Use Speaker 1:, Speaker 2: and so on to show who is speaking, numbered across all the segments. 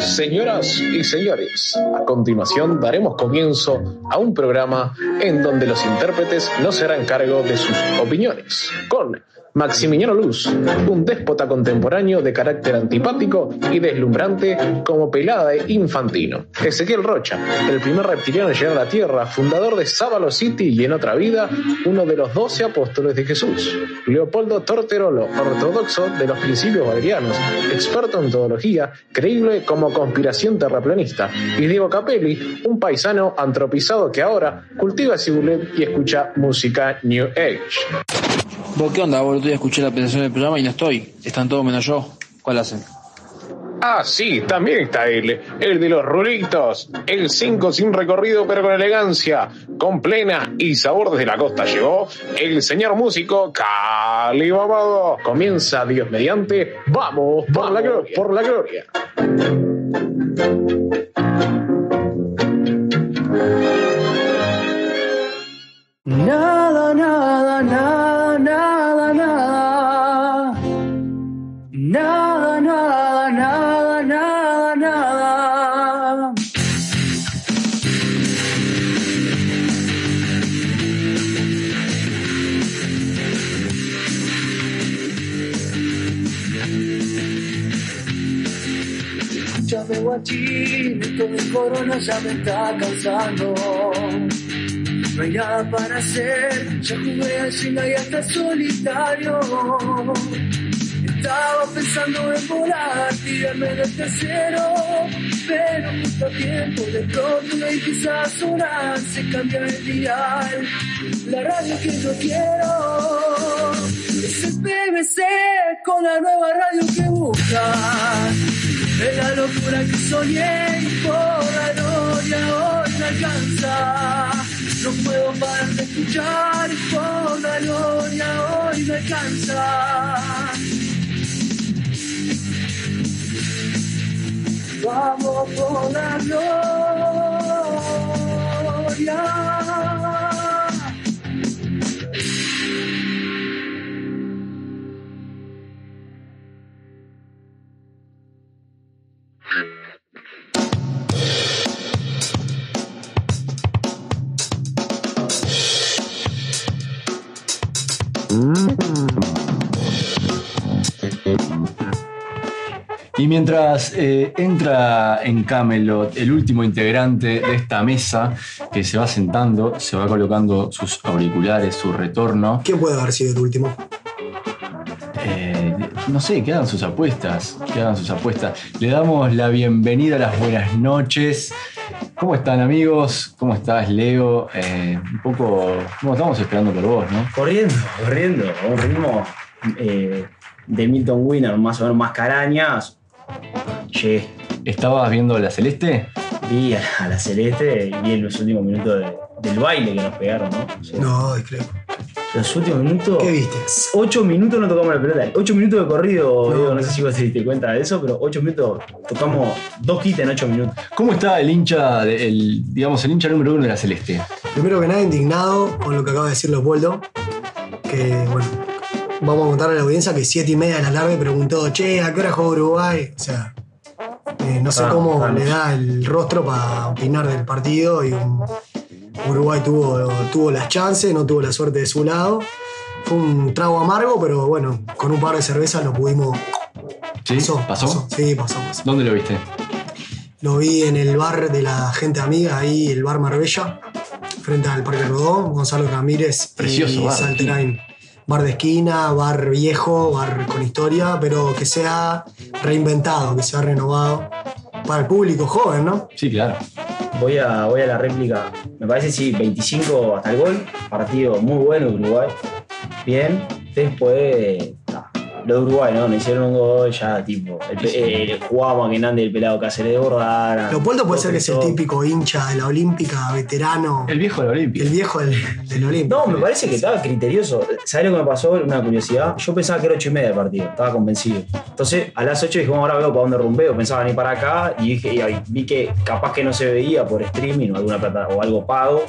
Speaker 1: Señoras y señores, a continuación daremos comienzo a un programa en donde los intérpretes no se harán cargo de sus opiniones, con Maximiliano Luz, un déspota contemporáneo de carácter antipático y deslumbrante como pelada de infantino. Ezequiel Rocha, el primer reptiliano en llegar a la Tierra, fundador de Sábalo City y en otra vida, uno de los doce apóstoles de Jesús. Leopoldo Torterolo, ortodoxo de los principios valerianos, experto en teología, creíble como conspiración terraplanista. Y Diego Capelli, un paisano antropizado que ahora cultiva cibulet y escucha música New Age.
Speaker 2: ¿Vos qué onda? Vos ya escuché la presentación del programa y no estoy. Están todos menos yo. ¿Cuál hacen?
Speaker 1: Ah, sí, también está él, el de los rulitos, el 5 sin recorrido pero con elegancia, con plena y sabor desde la costa llegó el señor músico Cali Babado. Comienza Dios mediante, vamos, por vamos. la gloria, por la gloria.
Speaker 3: Nada, nada, nada, nada, nada. Nada, nada, nada, nada, nada. Ya veo allí, con mi corona ya me está cansando. No hay nada para hacer, ya jugué al Jenga y hasta solitario. Estaba pensando en volar, tirarme del tercero, pero justo a tiempo de pronto y quizás sonar se cambia el dial. La radio que yo quiero es el PBC con la nueva radio que buscas. Es la locura que soñé y por la gloria hoy me alcanza. No puedo parar de escuchar y por la gloria hoy me alcanza. Vamos por la gloria.
Speaker 4: Y mientras eh, entra en Camelot el último integrante de esta mesa, que se va sentando, se va colocando sus auriculares, su retorno.
Speaker 5: ¿Quién puede haber sido el último?
Speaker 4: Eh, no sé, quedan sus apuestas. Quedan sus apuestas. Le damos la bienvenida, las buenas noches. ¿Cómo están amigos? ¿Cómo estás, Leo? Eh, un poco. Bueno, estamos esperando por vos, ¿no?
Speaker 6: Corriendo, corriendo, a un ritmo eh, de Milton Winner, más o menos más carañas,
Speaker 4: Che. ¿Estabas viendo la celeste?
Speaker 6: Vi a la, a la celeste y vi los últimos minutos de- del baile que nos pegaron, ¿no? O sea,
Speaker 5: No, creo.
Speaker 6: Los últimos minutos.
Speaker 5: ¿Qué viste?
Speaker 6: Ocho minutos no tocamos la pelota. Ocho minutos de corrido, Diego, no, sé si vos te diste cuenta de eso, pero ocho minutos tocamos dos kits en ocho minutos.
Speaker 4: ¿Cómo está el hincha, de- el, digamos, el hincha número uno de la celeste?
Speaker 5: Primero que nada, indignado con lo que acaba de decir Leopoldo. Que, bueno, vamos a contarle a la audiencia que siete y media de la tarde preguntó, che, ¿a qué hora juega Uruguay? O sea, eh, no sé
Speaker 6: Ah,
Speaker 5: cómo
Speaker 6: vamos.
Speaker 5: le da el rostro para opinar del partido. Y un- Uruguay tuvo, tuvo las chances, no tuvo la suerte de su lado. Fue un trago amargo, pero bueno, con un par de cervezas lo pudimos.
Speaker 4: ¿Sí? ¿Pasó?
Speaker 5: Sí, pasó, pasó.
Speaker 4: ¿Dónde lo viste?
Speaker 5: Lo vi en el bar de la gente amiga, ahí el bar Marbella, frente al Parque Rodó, Gonzalo Ramírez
Speaker 4: Precioso
Speaker 5: y
Speaker 4: bar de
Speaker 5: Salterain. Bar de esquina, bar viejo, bar con historia, pero que sea reinventado, que sea renovado para el público joven, ¿no?
Speaker 4: Sí, claro.
Speaker 6: Voy a, voy a la réplica. Me parece, sí, 25 hasta el gol. Partido muy bueno de Uruguay. Bien. Después. ta, Lo de Uruguay, ¿no? Nos hicieron un gol ya, tipo. El, pe- eh, el Juan Maquinante y el pelado Cáceres de Bordara.
Speaker 5: Leopoldo puede ser que es el
Speaker 6: Todo.
Speaker 5: típico hincha de la Olímpica, veterano,
Speaker 4: El viejo de la Olimpia.
Speaker 5: el viejo del, del Olímpica.
Speaker 6: No, me parece que estaba criterioso. ¿Sabes lo que me pasó? Una curiosidad. Yo pensaba que era 8 y media el partido, estaba convencido. Entonces, a las 8 dije, bueno, ahora veo para dónde rumbeo. Pensaba venir para acá y dije, y ahí vi que capaz que no se veía por streaming o alguna plata o algo pago.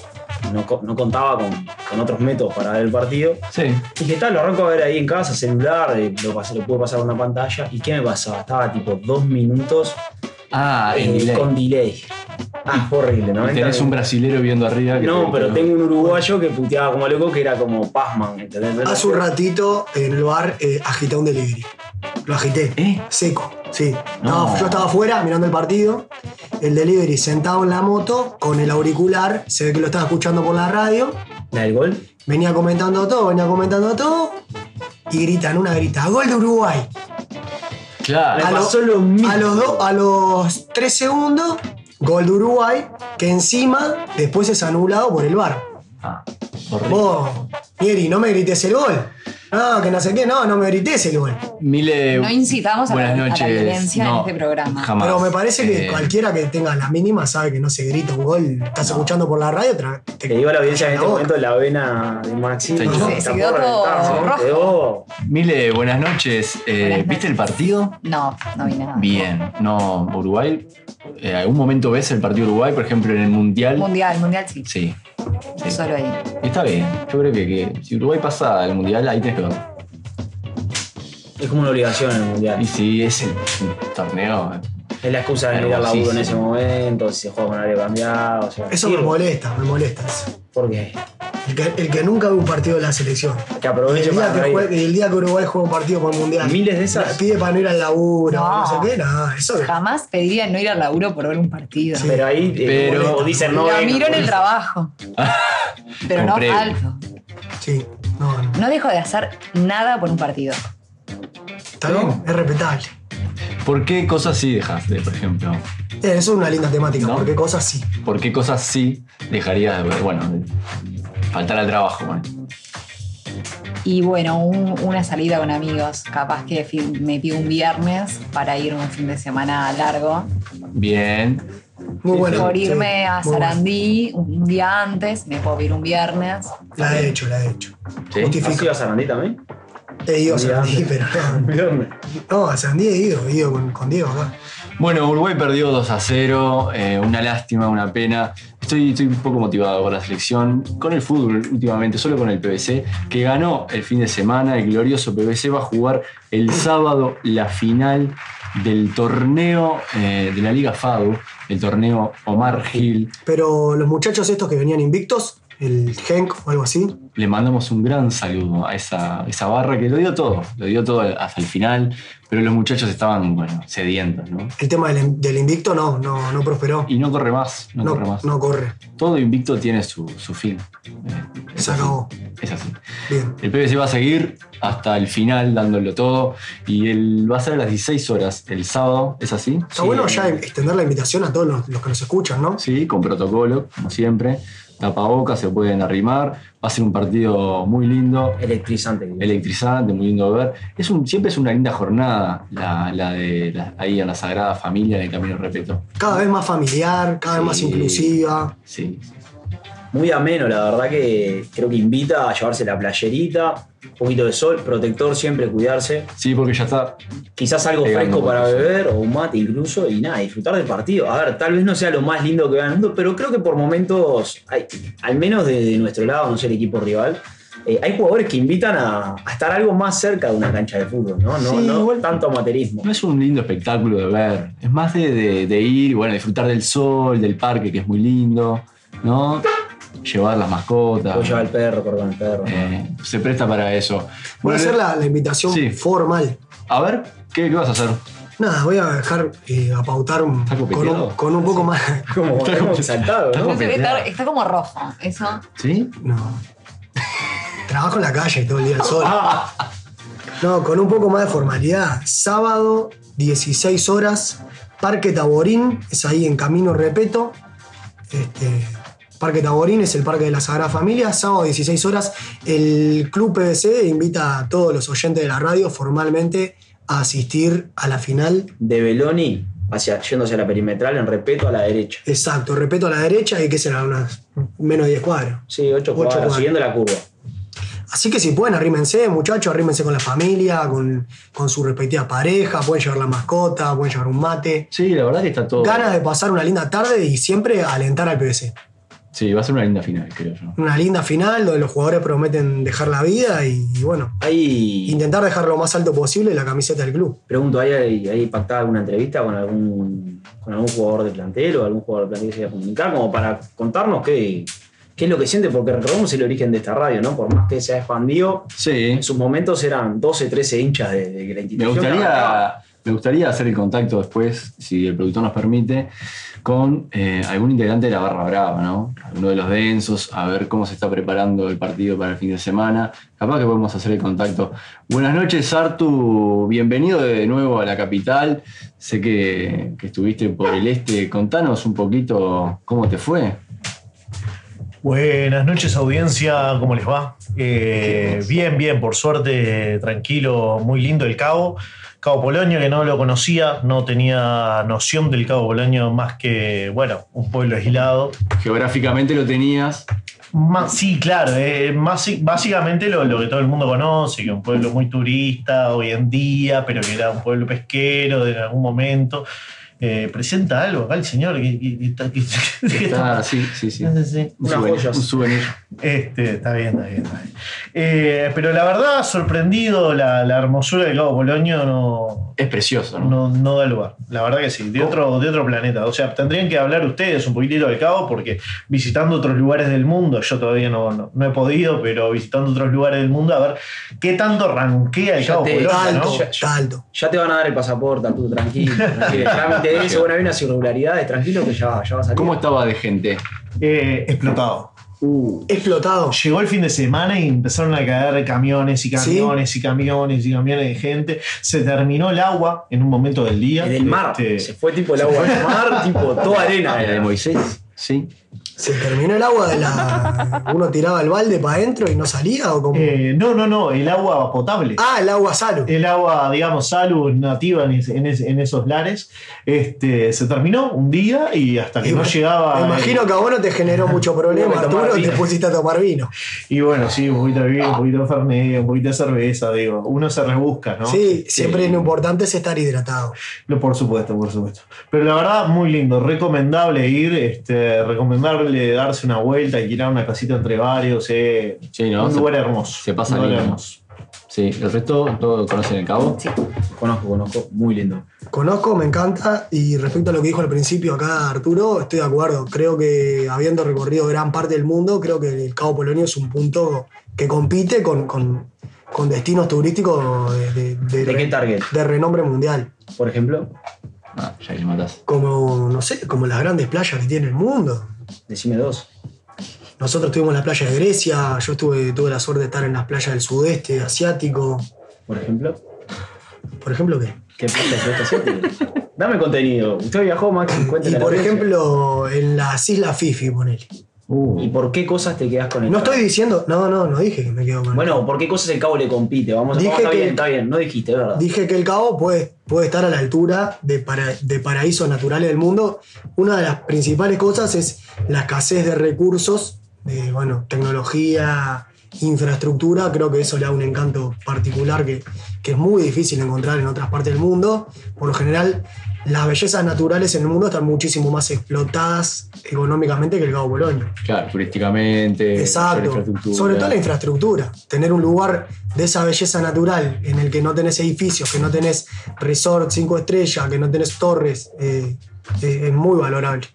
Speaker 6: no, co- no contaba con, con otros métodos para ver el partido.
Speaker 4: Sí.
Speaker 6: Y dije, tal, lo arranco a ver ahí en casa, celular, eh, lo, pasé, lo pude pasar a una pantalla. ¿Y qué me pasaba? Estaba tipo dos minutos
Speaker 4: Ah, en
Speaker 6: eh,
Speaker 4: delay.
Speaker 6: con delay. Ah, fue horrible, ¿no?
Speaker 4: Y tenés un brasilero viendo arriba. que
Speaker 6: No,
Speaker 4: te-
Speaker 6: pero tengo un uruguayo que puteaba como loco que era como Pazman, ¿entendés?
Speaker 5: Hace un ratito en el bar eh, agité un delivery. Lo agité.
Speaker 4: ¿Eh?
Speaker 5: Seco, sí.
Speaker 4: No.
Speaker 5: Estaba- yo estaba afuera mirando el partido. El delivery sentado en la moto con el auricular. Se ve que lo estaba escuchando por la radio.
Speaker 6: ¿La del gol?
Speaker 5: Venía comentando todo, venía comentando todo. Y gritan una grita, gol de Uruguay.
Speaker 4: Claro.
Speaker 6: Me
Speaker 5: A, lo-
Speaker 6: pasó lo mismo.
Speaker 5: a los dos, a los tres segundos, gol de Uruguay, que encima después es anulado por el bar.
Speaker 4: Ah, horrible.
Speaker 5: Vos, Mieri, no me grites el gol. No, que no sé qué, no, no me grites el gol.
Speaker 4: Mile,
Speaker 7: No incitamos a la-
Speaker 4: Eh, buenas
Speaker 7: a la
Speaker 4: noches.
Speaker 7: violencia en
Speaker 4: No,
Speaker 7: este programa.
Speaker 4: Jamás.
Speaker 5: Pero me parece que
Speaker 4: Eh,
Speaker 5: cualquiera que tenga la mínima sabe que no se grita un gol. Estás escuchando por la radio, tra- te,
Speaker 6: Te digo a la audiencia en
Speaker 5: la
Speaker 6: este
Speaker 5: boca.
Speaker 6: momento la vena de Maxi.
Speaker 4: Se hinchó.
Speaker 7: Se quedó todo rojo.
Speaker 6: rojo.
Speaker 4: Mile, buenas noches. Eh,
Speaker 7: Buenas
Speaker 4: ¿Viste
Speaker 7: noches.
Speaker 4: el partido?
Speaker 7: No, no vi nada.
Speaker 4: Bien. No, Uruguay. eh, ¿Algún momento ves el partido de Uruguay, por ejemplo, en el Mundial?
Speaker 7: Mundial, mundial sí.
Speaker 4: Sí. sí.
Speaker 7: Solo ahí.
Speaker 4: Está bien. Yo creo que, que si Uruguay pasa al Mundial, ahí tenés que ver.
Speaker 6: Es como una obligación en el mundial.
Speaker 4: Y si es el torneo. eh.
Speaker 6: Es la excusa de no ir al laburo en ese
Speaker 4: Hermosísimo.
Speaker 6: momento, si se juega con horario cambiado. O sea,
Speaker 5: Eso me
Speaker 6: sirve.
Speaker 5: molesta, me molesta. eso.
Speaker 6: ¿Por qué?
Speaker 5: El que, el que nunca ve un partido de la selección.
Speaker 6: Que
Speaker 5: Y
Speaker 6: aproveche
Speaker 5: El día
Speaker 6: para
Speaker 5: que,
Speaker 6: reír.
Speaker 5: juegue- el día que Uruguay juega un partido por el mundial.
Speaker 6: Miles de esas.
Speaker 5: Pide para no ir al laburo, no,
Speaker 7: No.
Speaker 5: sé qué, nada. Eso es.
Speaker 7: Jamás pediría no ir al laburo por ver un partido.
Speaker 5: Sí.
Speaker 6: Pero ahí eh,
Speaker 4: Pero-
Speaker 6: o dicen no.
Speaker 7: la
Speaker 6: vengan,
Speaker 7: miro en el
Speaker 6: porque-
Speaker 7: trabajo. Pero no
Speaker 4: Comprendo.
Speaker 7: alto.
Speaker 5: Sí, no, no.
Speaker 7: No dejo de hacer nada por un partido.
Speaker 5: Está bien, es respetable.
Speaker 4: ¿Por qué cosas sí dejaste, por ejemplo?
Speaker 5: Eh, Eso es una linda temática,
Speaker 4: ¿No?
Speaker 5: porque cosas sí.
Speaker 4: ¿Por qué cosas sí dejarías de ver? Bueno, de faltar al trabajo, bueno.
Speaker 7: Y bueno, un- una salida con amigos. Capaz que fi- me pido un viernes para ir un fin de semana largo.
Speaker 4: Bien.
Speaker 5: Muy buena.
Speaker 7: por irme
Speaker 5: sí,
Speaker 7: a
Speaker 5: muy buena.
Speaker 7: Sarandí un día antes, me puedo ir un viernes.
Speaker 5: La he hecho, la he hecho.
Speaker 4: ¿Sí?
Speaker 6: ¿Has
Speaker 5: Justifico.
Speaker 6: ido a Sarandí también?
Speaker 5: He ido a
Speaker 6: Mirá.
Speaker 5: Sarandí, pero.
Speaker 6: ¿Dónde?
Speaker 5: No, a Sarandí he ido, he ido con, con Diego acá.
Speaker 4: Bueno, Uruguay perdió 2 a 0, eh, una lástima, una pena. Estoy, estoy un poco motivado con la selección, con el fútbol últimamente, solo con el PBC, que ganó el fin de semana. El glorioso PBC va a jugar el sábado la final del torneo eh, de la Liga FADU, el torneo Omar Gil.
Speaker 5: Pero los muchachos estos que venían invictos, el Henk o algo así,
Speaker 4: le mandamos un gran saludo a esa, esa barra que lo dio todo, lo dio todo hasta el final, pero los muchachos estaban, bueno, sedientos, ¿no?
Speaker 5: el tema del, del invicto no, no, no prosperó.
Speaker 4: Y no corre más, no, corre
Speaker 5: No,
Speaker 4: más.
Speaker 5: no corre.
Speaker 4: Todo invicto tiene su, su fin. Eh, es
Speaker 5: Se
Speaker 4: así,
Speaker 5: acabó.
Speaker 4: Es así.
Speaker 5: Bien.
Speaker 4: El PBC va a seguir hasta el final dándolo todo y él va a ser a las 16 horas el sábado, ¿es así?
Speaker 5: Está bueno ya extender la invitación a todos los, los que nos escuchan, ¿no?
Speaker 4: Sí, con protocolo, como siempre. Tapabocas, se pueden arrimar. Va a ser un partido muy lindo.
Speaker 6: Electrizante. que-
Speaker 4: electrizante, muy lindo de ver. Es un, siempre es una linda jornada la, la de la- ahí en la Sagrada Familia en el Camino del Respeto.
Speaker 5: Cada vez más familiar, cada vez más
Speaker 4: Sí.
Speaker 5: inclusiva.
Speaker 4: Sí, sí.
Speaker 6: Muy ameno, la verdad que creo que invita a llevarse la playerita, un poquito de sol, protector siempre, cuidarse.
Speaker 4: Sí, porque ya está.
Speaker 6: Quizás algo
Speaker 4: Pegando
Speaker 6: fresco para
Speaker 4: buenísimo.
Speaker 6: beber o un mate incluso y nada, disfrutar del partido. A ver, tal vez no sea lo más lindo que vea en el mundo, pero creo que por momentos, hay, al menos de, de nuestro lado, no sé el equipo rival, eh, hay jugadores que invitan a, a estar algo más cerca de una cancha de fútbol, ¿no? No,
Speaker 4: Sí,
Speaker 6: no
Speaker 4: igual-
Speaker 6: tanto amateurismo.
Speaker 4: No es un lindo espectáculo de ver. Es más de, de- de ir, bueno, disfrutar del sol, del parque, que es muy lindo, ¿no? Llevar las mascotas.
Speaker 6: Puedo llevar al perro, correr con el perro. ¿no?
Speaker 4: Eh, se presta para eso.
Speaker 5: Voy a
Speaker 4: Bueno,
Speaker 5: hacer la, la invitación
Speaker 4: Sí.
Speaker 5: formal.
Speaker 4: a ver, ¿qué, qué vas a hacer?
Speaker 5: Nada, voy a dejar eh, a pautar un-
Speaker 4: ¿Está
Speaker 5: con,
Speaker 4: copeteado?
Speaker 5: un, con un poco más.
Speaker 6: Como, como exaltado, ¿no?
Speaker 7: No sé,
Speaker 4: Copeteado.
Speaker 7: Está, está como rojo, eso.
Speaker 4: ¿Sí?
Speaker 5: No. Trabajo en la calle todo el día al sol. No, con un poco más de formalidad. Sábado, 16 horas, Parque Taborín, es ahí en Camino Repeto. Este, parque Taborín es el Parque de la Sagrada Familia. Sábado, 16 horas, el Club PBC invita a todos los oyentes de la radio formalmente a asistir a la final.
Speaker 6: De Beloni, hacia, yéndose a la perimetral, en respeto a la derecha.
Speaker 5: Exacto, Repeto a la derecha y que será unas menos de 10 cuadros.
Speaker 6: Sí, ocho
Speaker 5: Ocho
Speaker 6: cuadras,
Speaker 5: cuadras.
Speaker 6: siguiendo la curva.
Speaker 5: Así que si pueden, arrímense, muchachos, arrímense con la familia, con, con su respectiva pareja, pueden llevar la mascota, pueden llevar un mate.
Speaker 4: Sí, la verdad que está todo.
Speaker 5: Ganas de pasar una linda tarde y siempre alentar al PBC.
Speaker 4: Sí, va a ser una linda final, creo yo.
Speaker 5: Una linda final donde los jugadores prometen dejar la vida y, y bueno,
Speaker 6: Ahí,
Speaker 5: intentar dejar lo más alto posible la camiseta del club.
Speaker 6: pregunto, ¿hay, hay, hay pactada alguna entrevista con algún, con algún jugador de plantel o algún jugador de plantel que se vaya a comunicar? Como para contarnos qué, qué es lo que siente, porque recordemos el origen de esta radio, ¿no? Por más que se haya expandido,
Speaker 4: Sí.
Speaker 6: en sus momentos eran 12, 13 hinchas de, de que la
Speaker 4: Me
Speaker 6: institución.
Speaker 4: gustaría,
Speaker 6: arrancaba.
Speaker 4: me gustaría hacer el contacto después, si el productor nos permite, con eh, algún integrante de la Barra Brava, ¿no? Alguno de los densos, a ver cómo se está preparando el partido para el fin de semana. Capaz que podemos hacer el contacto. Buenas noches, Artu. Bienvenido de nuevo a la capital. Sé que, que estuviste por el este. Contanos un poquito cómo te fue.
Speaker 8: Buenas noches, audiencia. ¿Cómo les va? Eh, bien, bien, por suerte, tranquilo, muy lindo el Cabo. Cabo Polonio, que no lo conocía, no tenía noción del Cabo Polonio más que, bueno, un pueblo aislado.
Speaker 4: Geográficamente lo tenías.
Speaker 8: Más, sí, claro, eh, más, básicamente lo, lo que todo el mundo conoce, que un pueblo muy turista hoy en día, pero que era un pueblo pesquero de en algún momento. Eh, presenta algo acá el señor. que- que- que está- que- que está-
Speaker 4: Está- sí, sí, sí.
Speaker 8: Sí, sí.
Speaker 4: Un
Speaker 6: Unas
Speaker 4: souvenir,
Speaker 6: joyas.
Speaker 4: un souvenir.
Speaker 8: Este, está bien, está bien. Está bien. Eh, pero la verdad, sorprendido, la, la hermosura del Cabo Polonio no,
Speaker 4: Es precioso, ¿no?
Speaker 8: no, no da lugar. La verdad que sí, de otro, de otro planeta. O sea, tendrían que hablar ustedes un poquitito del Cabo porque visitando otros lugares del mundo, yo todavía no, no, no he podido, pero visitando otros lugares del mundo, a ver qué tanto ranquea el
Speaker 6: Ya
Speaker 8: Cabo
Speaker 6: te-
Speaker 8: Polonio,
Speaker 6: Claro,
Speaker 5: Talto,
Speaker 8: ¿no?
Speaker 6: ya- ya-
Speaker 5: talto.
Speaker 6: Ya te van a dar el pasaporte, tú tranquilo. tranquilo. Trámite de eso, bueno, hay unas irregularidades, tranquilo que ya, ya va a salir.
Speaker 4: ¿Cómo estaba de gente?
Speaker 8: Eh, explotado.
Speaker 6: Uh.
Speaker 5: Explotado.
Speaker 8: Llegó el fin de semana y empezaron a caer camiones y camiones y camiones y camiones de gente. Se terminó el agua en un momento del día.
Speaker 6: Desde el mar.
Speaker 8: Este,
Speaker 6: Se fue tipo el agua del mar, tipo toda arena.
Speaker 4: ¿Era de Moisés? Sí.
Speaker 5: ¿Se terminó el agua de la. Uno tiraba el balde para adentro y no salía o como.
Speaker 8: eh, no, no, no, el agua potable.
Speaker 5: Ah, el agua salud.
Speaker 8: El agua, digamos, salud nativa en, es- en es- en esos lares. Este, se terminó un día y hasta que
Speaker 5: Y
Speaker 8: no
Speaker 5: me-
Speaker 8: llegaba.
Speaker 5: Me
Speaker 8: el-
Speaker 5: imagino que a vos no te generó mucho problema,
Speaker 6: Tuve que tomar
Speaker 5: Arturo, te
Speaker 6: vino.
Speaker 5: pusiste a tomar vino.
Speaker 8: Y bueno, sí, un poquito de vino, un poquito de fernet, un poquito de cerveza, digo. Uno se rebusca, ¿no? Este,
Speaker 5: Sí, siempre lo importante es estar hidratado.
Speaker 8: No, por supuesto, por supuesto. Pero la verdad, muy lindo. Recomendable ir, este, recomendable darse una vuelta, alquilar una casita entre varios. eh.
Speaker 4: Sí, ¿no?
Speaker 8: Un
Speaker 4: Se-
Speaker 8: lugar hermoso.
Speaker 4: se pasa
Speaker 8: Un lugar
Speaker 4: lindo.
Speaker 8: hermoso.
Speaker 4: Sí, el resto todo conocen el cabo.
Speaker 7: Sí.
Speaker 6: Conozco, conozco. Muy lindo.
Speaker 5: Conozco, me encanta y respecto a lo que dijo al principio acá Arturo, estoy de acuerdo. Creo que habiendo recorrido gran parte del mundo, creo que el Cabo Polonio es un punto que compite con, con- con destinos turísticos de, de- de
Speaker 6: ¿De
Speaker 5: re-
Speaker 6: qué target?
Speaker 5: de renombre mundial.
Speaker 6: Por ejemplo,
Speaker 4: Ah, ya que le matás.
Speaker 5: Como, no sé, como las grandes playas que tiene el mundo.
Speaker 6: decime dos.
Speaker 5: Nosotros estuvimos en la playa de Grecia, yo estuve, tuve la suerte de estar en las playas del sudeste asiático.
Speaker 6: Por ejemplo,
Speaker 5: Por ejemplo, ¿qué?
Speaker 6: ¿qué pasa en esta serie? Dame contenido. Usted viajó, Max, cuéntale
Speaker 5: Y
Speaker 6: a la
Speaker 5: por
Speaker 6: audiencia.
Speaker 5: ejemplo, en las Islas Fifi, ponele.
Speaker 6: ¿Y por qué cosas te quedas con el
Speaker 5: No
Speaker 6: cabo?
Speaker 5: estoy diciendo, no, no, no dije que me quedo con
Speaker 6: Bueno, ¿por qué cosas el cabo le compite? Vamos,
Speaker 5: Dije
Speaker 6: vamos, está
Speaker 5: que-
Speaker 6: bien, está bien. No dijiste, es verdad.
Speaker 5: Dije que el Cabo puede, puede estar a la altura de, para- de paraísos naturales del mundo. Una de las principales cosas es la escasez de recursos, de bueno, tecnología, infraestructura. Creo que eso le da un encanto particular que, que es muy difícil encontrar en otras partes del mundo. Por lo general, las bellezas naturales en el mundo están muchísimo más explotadas económicamente que el Cabo Polonio.
Speaker 4: Claro, turísticamente. sobre
Speaker 5: Exacto.
Speaker 4: infraestructura.
Speaker 5: Sobre todo la infraestructura. Tener un lugar de esa belleza natural en el que no tenés edificios, que no tenés resort cinco estrellas, que no tenés torres, eh, eh, es muy valorable.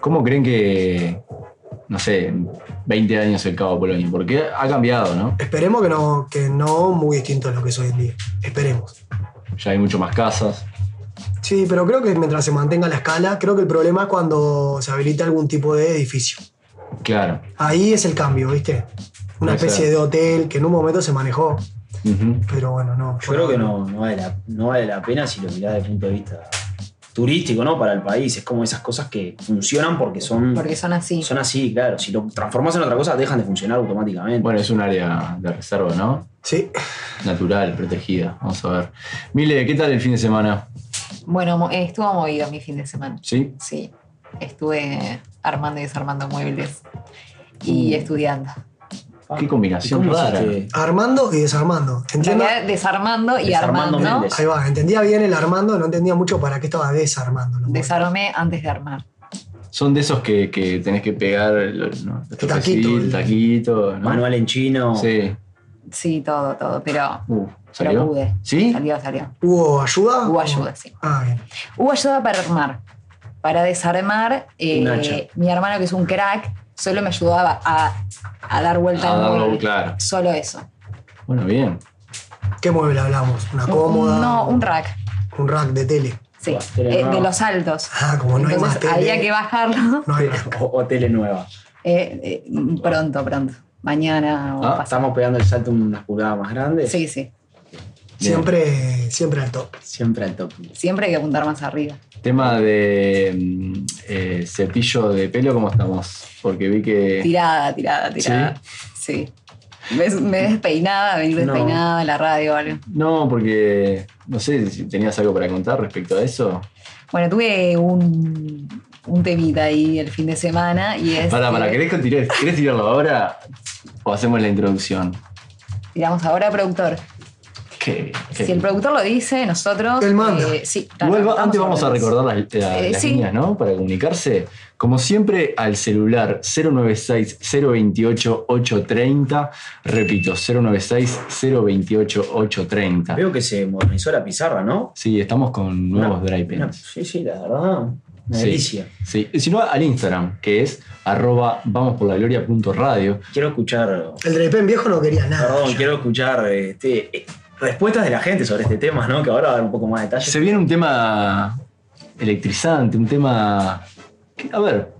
Speaker 4: ¿Cómo creen que, no sé, en 20 años el cabo Polonio? Porque ha cambiado, ¿no?
Speaker 5: Esperemos que no, que no muy distinto a lo que es hoy en día. Esperemos.
Speaker 4: Ya hay mucho más casas.
Speaker 5: Sí, pero creo que mientras se mantenga la escala, creo que el problema es cuando se habilita algún tipo de edificio.
Speaker 4: Claro.
Speaker 5: Ahí es el cambio, ¿viste? Una
Speaker 4: Puede ser.
Speaker 5: especie de hotel que en un momento se manejó,
Speaker 4: Ujú.
Speaker 5: pero bueno, no.
Speaker 6: Yo
Speaker 5: por
Speaker 6: creo que
Speaker 5: ahora
Speaker 6: no, no, vale la, no vale la pena si lo mirás desde el punto de vista turístico, ¿no? Para el país. Es como esas cosas que funcionan porque son,
Speaker 7: Porque son así.
Speaker 6: son así, claro. Si lo transformas en otra cosa, dejan de funcionar automáticamente.
Speaker 4: Bueno, es un área de reserva, ¿no?
Speaker 5: Sí.
Speaker 4: Natural, protegida. Vamos a ver. Mile, ¿qué tal el fin de semana?
Speaker 7: Bueno, mo- eh, estuvo movido mi fin de semana.
Speaker 4: ¿Sí?
Speaker 7: Sí. Estuve armando y desarmando muebles y estudiando.
Speaker 4: Qué combinación
Speaker 6: ¿Cómo
Speaker 4: rara.
Speaker 6: hiciste?
Speaker 5: Armando y desarmando.
Speaker 7: En
Speaker 5: Entiendo.
Speaker 7: realidad, desarmando y
Speaker 6: Desarmando
Speaker 7: armando.
Speaker 6: Méndez.
Speaker 5: Ahí va, entendía bien el armando, no entendía mucho para qué estaba desarmando.
Speaker 7: Desarmé antes de armar.
Speaker 4: Son de esos que, que tenés que pegar los ¿no? los
Speaker 5: taquito,
Speaker 4: tornecillos, el
Speaker 5: el-
Speaker 4: taquito. ¿no?
Speaker 6: Manual en chino.
Speaker 4: Sí.
Speaker 7: Sí, todo, todo. Pero,
Speaker 4: Uh,
Speaker 7: pero
Speaker 4: ¿Salió?
Speaker 7: pude.
Speaker 4: ¿Sí?
Speaker 7: Salió, salió.
Speaker 5: ¿Hubo ayuda?
Speaker 7: Hubo ayuda, sí.
Speaker 5: Ah, bien.
Speaker 7: Hubo ayuda para armar. Para desarmar, eh,
Speaker 6: Un hacha.
Speaker 7: mi hermano, que es un crack, solo me ayudaba a, a dar vuelta
Speaker 4: A
Speaker 7: al
Speaker 4: darlo,
Speaker 7: mueble.
Speaker 4: claro.
Speaker 7: Solo eso.
Speaker 4: Bueno, bien.
Speaker 5: ¿Qué mueble hablamos? ¿Una cómoda?
Speaker 7: No, un rack.
Speaker 5: Un rack de tele.
Speaker 7: Sí.
Speaker 6: Buah, tenés
Speaker 7: Eh, de
Speaker 6: razón.
Speaker 7: los altos.
Speaker 5: Ah, como no hay más
Speaker 7: Entonces
Speaker 5: tele.
Speaker 7: había que bajarlo.
Speaker 5: No hay
Speaker 6: O, o tele nueva.
Speaker 7: Eh, eh, pronto, pronto. Mañana o
Speaker 4: Ah,
Speaker 7: pasado.
Speaker 6: Estamos pegando el salto unas pulgadas más grandes.
Speaker 7: Sí, sí.
Speaker 5: Siempre, siempre al top.
Speaker 6: Siempre al top.
Speaker 7: Siempre hay que apuntar más arriba.
Speaker 4: Tema de mm, eh, cepillo de pelo, ¿cómo estamos? Porque vi que.
Speaker 7: Tirada, tirada, tirada. Sí. Me, me despeinaba, venir
Speaker 6: No.
Speaker 7: despeinada a la radio o algo.
Speaker 4: No, porque. No sé si tenías algo para contar respecto a eso.
Speaker 7: Bueno, tuve un, un temita ahí el fin de semana y es.
Speaker 4: Para, para,
Speaker 7: que
Speaker 4: ¿querés, continuar- ¿querés tirarlo ahora? ¿O hacemos la introducción?
Speaker 7: Digamos, ahora productor.
Speaker 4: Qué bien, qué
Speaker 7: Si el
Speaker 4: bien.
Speaker 7: productor lo dice, nosotros. eh,
Speaker 5: Él manda.
Speaker 7: sí, claro,
Speaker 4: Igual va-
Speaker 7: estamos
Speaker 4: antes vamos a
Speaker 7: ordenados.
Speaker 4: recordar las, la-
Speaker 7: Eh,
Speaker 4: las
Speaker 7: sí.
Speaker 4: líneas, ¿no? Para comunicarse. Como siempre, al celular 096-028-830. Repito, 096-028-830.
Speaker 6: Ah. Veo que se modernizó la pizarra, ¿no?
Speaker 4: Sí, estamos con nuevos
Speaker 6: Una-
Speaker 4: dry
Speaker 6: una-
Speaker 4: pens.
Speaker 6: Sí, sí, la verdad. Una
Speaker 4: Sí.
Speaker 6: delicia.
Speaker 4: Sí, si no, al Instagram, que es arroba vamos por la radio.
Speaker 6: Quiero escuchar.
Speaker 5: El Drepen viejo no quería nada.
Speaker 6: Perdón,
Speaker 5: Ya.
Speaker 6: quiero escuchar este, eh, respuestas de la gente sobre este tema, ¿no? Que ahora va a dar un poco más de detalle.
Speaker 4: Se viene un tema electrizante, un tema. que, a ver,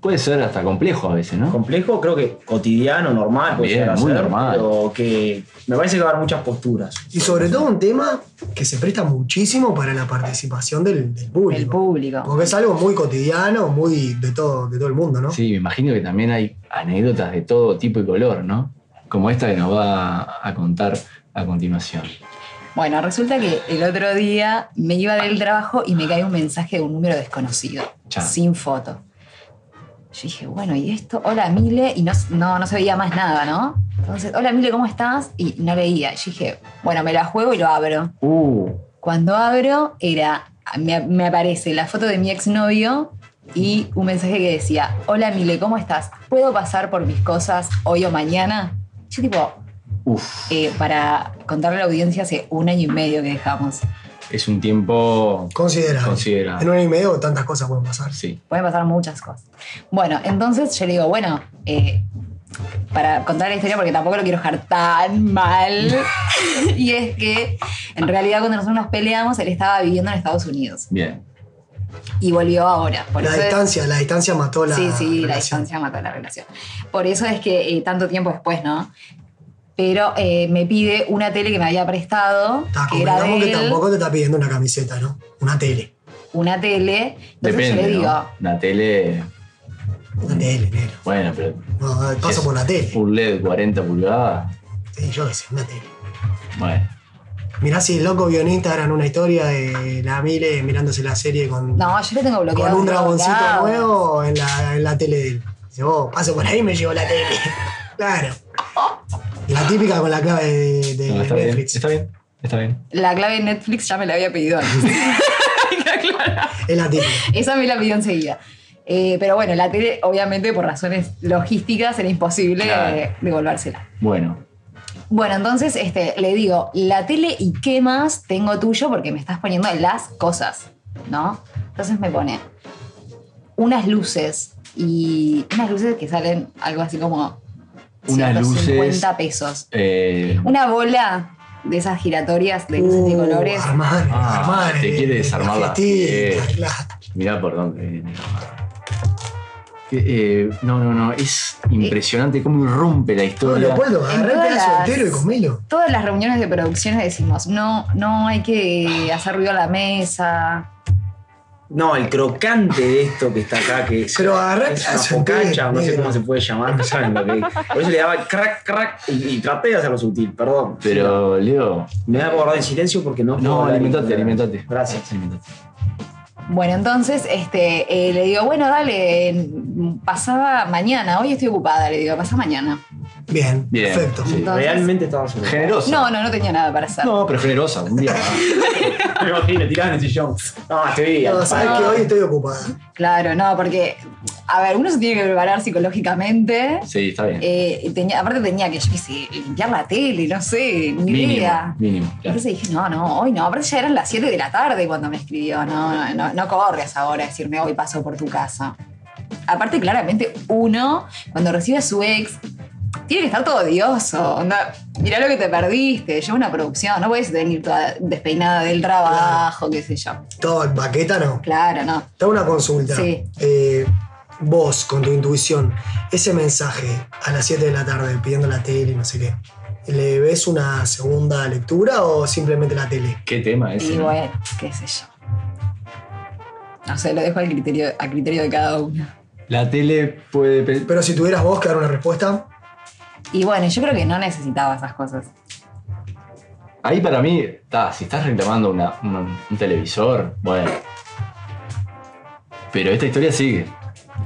Speaker 4: puede ser hasta complejo a veces, ¿no?
Speaker 6: complejo, creo que cotidiano, normal, puede
Speaker 4: Bien,
Speaker 6: llegar a
Speaker 4: muy
Speaker 6: ser,
Speaker 4: normal.
Speaker 6: pero que me parece que va a haber muchas posturas.
Speaker 5: Y sobre todo un tema que se presta muchísimo para la participación del, del público.
Speaker 7: El público.
Speaker 5: Porque es algo muy cotidiano, muy de todo, de todo el mundo, ¿no?
Speaker 4: Sí, me imagino que también hay anécdotas de todo tipo y color, ¿no? Como esta que nos va a contar a continuación.
Speaker 7: Bueno, resulta que el otro día me iba del trabajo y me cae un mensaje de un número desconocido,
Speaker 4: Chao.
Speaker 7: sin foto. Yo dije, bueno, ¿y esto? Hola, Mile. Y no, no, no se veía más nada, ¿no? Entonces, hola, Mile, ¿cómo estás? Y no leía. Yo dije, bueno, me la juego y lo abro.
Speaker 4: Uh,
Speaker 7: Cuando abro, era, me, me aparece la foto de mi exnovio y un mensaje que decía, hola Mile, ¿cómo estás? ¿Puedo pasar por mis cosas hoy o mañana? Yo tipo,
Speaker 4: uf,
Speaker 7: eh, para contarle a la audiencia hace un año y medio que dejamos.
Speaker 4: es un tiempo.
Speaker 5: Considera.
Speaker 4: Considerable.
Speaker 5: En un año y medio tantas cosas pueden pasar.
Speaker 4: Sí.
Speaker 7: Pueden pasar muchas cosas. Bueno, entonces yo le digo, bueno, eh, para contar la historia, porque tampoco lo quiero dejar tan mal, y es que en realidad cuando nosotros nos peleamos, él estaba viviendo en Estados Unidos
Speaker 4: Bien.
Speaker 7: y volvió ahora. Por
Speaker 5: La
Speaker 7: eso es-
Speaker 5: distancia, la distancia mató la
Speaker 7: sí, sí, la
Speaker 5: relación.
Speaker 7: distancia mata la relación. Por eso es que eh, tanto tiempo después, ¿no? Pero eh, me pide una tele que me había prestado,
Speaker 5: Ta,
Speaker 7: que era de
Speaker 5: Ah, convengamos que
Speaker 7: él,
Speaker 5: tampoco te está pidiendo una camiseta, ¿no? Una tele.
Speaker 7: una tele. Entonces yo
Speaker 4: Depende.
Speaker 7: le digo,
Speaker 4: ¿no? La tele.
Speaker 5: Una tele, negro.
Speaker 4: Bueno, pero.
Speaker 5: No, eh, paso
Speaker 4: Yes.
Speaker 5: por la tele.
Speaker 4: Un LED 40 pulgadas.
Speaker 5: Sí, yo qué sé, una tele.
Speaker 4: Bueno.
Speaker 5: Mirá si el loco guionista eran una historia de la Mile mirándose la serie con,
Speaker 7: no, yo le tengo bloqueado.
Speaker 5: con un
Speaker 7: de todos
Speaker 5: dragoncito
Speaker 7: lados".
Speaker 5: nuevo en la, en la tele de él. Dice, vos, paso por ahí y me llevo la tele. claro. La típica con la clave de, de
Speaker 4: No, está bien.
Speaker 5: Netflix.
Speaker 4: Está bien. Está bien.
Speaker 7: La clave de Netflix ya me la había pedido antes.
Speaker 5: Es la típica.
Speaker 7: Esa me la pidió enseguida. Eh, pero bueno, la tele, obviamente, por razones logísticas, era imposible
Speaker 4: Claro.
Speaker 7: eh, devolvérsela.
Speaker 4: Bueno.
Speaker 7: Bueno, entonces este, le digo, la tele y qué más tengo tuyo porque me estás poniendo las cosas, ¿no? Entonces me pone unas luces y unas luces que salen algo así como
Speaker 4: Unas luces.
Speaker 7: 150 pesos.
Speaker 4: Eh,
Speaker 7: Una bola de esas giratorias de luces de
Speaker 5: Uh,
Speaker 7: colores.
Speaker 5: Armar,
Speaker 4: Ah,
Speaker 5: armar.
Speaker 4: te
Speaker 5: eh,
Speaker 4: quiere desarmar la-
Speaker 5: fiestita,
Speaker 4: eh.
Speaker 5: claro.
Speaker 4: Mirá por dónde viene. Que, eh, no, no, no. Es impresionante cómo irrumpe la
Speaker 5: No,
Speaker 4: historia.
Speaker 5: Leopoldo, agarrá el
Speaker 7: todas
Speaker 5: pedazo
Speaker 7: las-
Speaker 5: entero y comelo.
Speaker 7: Todas las reuniones de producciones decimos, no, no hay que hacer ruido a la mesa.
Speaker 6: No, el crocante de esto que está acá, que es,
Speaker 5: Pero agarrá
Speaker 6: es una
Speaker 5: pedazo entero,
Speaker 6: focacha, no sé
Speaker 5: negro.
Speaker 6: cómo se puede llamar, no saben lo que es. Por eso le daba crack, crack, y, y traté de hacerlo sutil, perdón.
Speaker 4: Pero, Leo.
Speaker 6: Me voy a guardar en silencio porque no puedo
Speaker 4: No,
Speaker 6: hablar.
Speaker 4: alimentate, alimentate.
Speaker 6: Gracias.
Speaker 4: Alimentate.
Speaker 7: Bueno, entonces este, eh, le digo, bueno, dale, pasaba mañana, hoy estoy ocupada, le digo, pasa mañana.
Speaker 5: Bien,
Speaker 4: Bien,
Speaker 5: perfecto.
Speaker 4: sí.
Speaker 7: Entonces-
Speaker 6: Realmente estaba seguro.
Speaker 4: Generosa.
Speaker 7: No, no, no tenía nada para hacer.
Speaker 4: No, pero generosa, un día.
Speaker 6: Me imagino, tirada en el sillón. No, estoy
Speaker 5: No,
Speaker 6: al
Speaker 5: sabes
Speaker 6: palo.
Speaker 5: que hoy estoy ocupada.
Speaker 7: Claro, no, porque, a ver, uno se tiene que preparar psicológicamente.
Speaker 4: Sí, está bien.
Speaker 7: Eh, y tenía- aparte tenía que, yo qué sé, limpiar la tele, no sé, ni
Speaker 4: mínimo,
Speaker 7: idea.
Speaker 4: mínimo. claro.
Speaker 7: Entonces dije, no, no, hoy no. Aparte ya eran las 7 de la tarde cuando me escribió. No, no, no, no corres ahora a decirme, hoy paso por tu casa. Aparte, claramente, uno, cuando recibe a su ex, tiene que estar todo odioso. Onda, mirá lo que te perdiste. Lleva una producción. No puedes venir toda despeinada del trabajo, qué sé yo.
Speaker 5: Todo baqueta no.
Speaker 7: Claro, no.
Speaker 5: Te hago una consulta.
Speaker 7: Sí.
Speaker 5: Eh, vos, con tu intuición, ese mensaje a las 7 de la tarde pidiendo la tele y no sé qué, ¿le ves una segunda lectura o simplemente la tele?
Speaker 4: Qué tema ese.
Speaker 7: Y
Speaker 4: ¿no?
Speaker 7: bueno, qué sé yo. No sé, lo dejo al criterio, a criterio de cada uno.
Speaker 4: La tele puede. pe-
Speaker 5: Pero si tuvieras vos que dar una respuesta,
Speaker 7: Y bueno, yo creo que no necesitaba esas cosas.
Speaker 4: Ahí para mí, está, si estás reclamando una- un, un televisor, bueno. Pero esta historia sigue.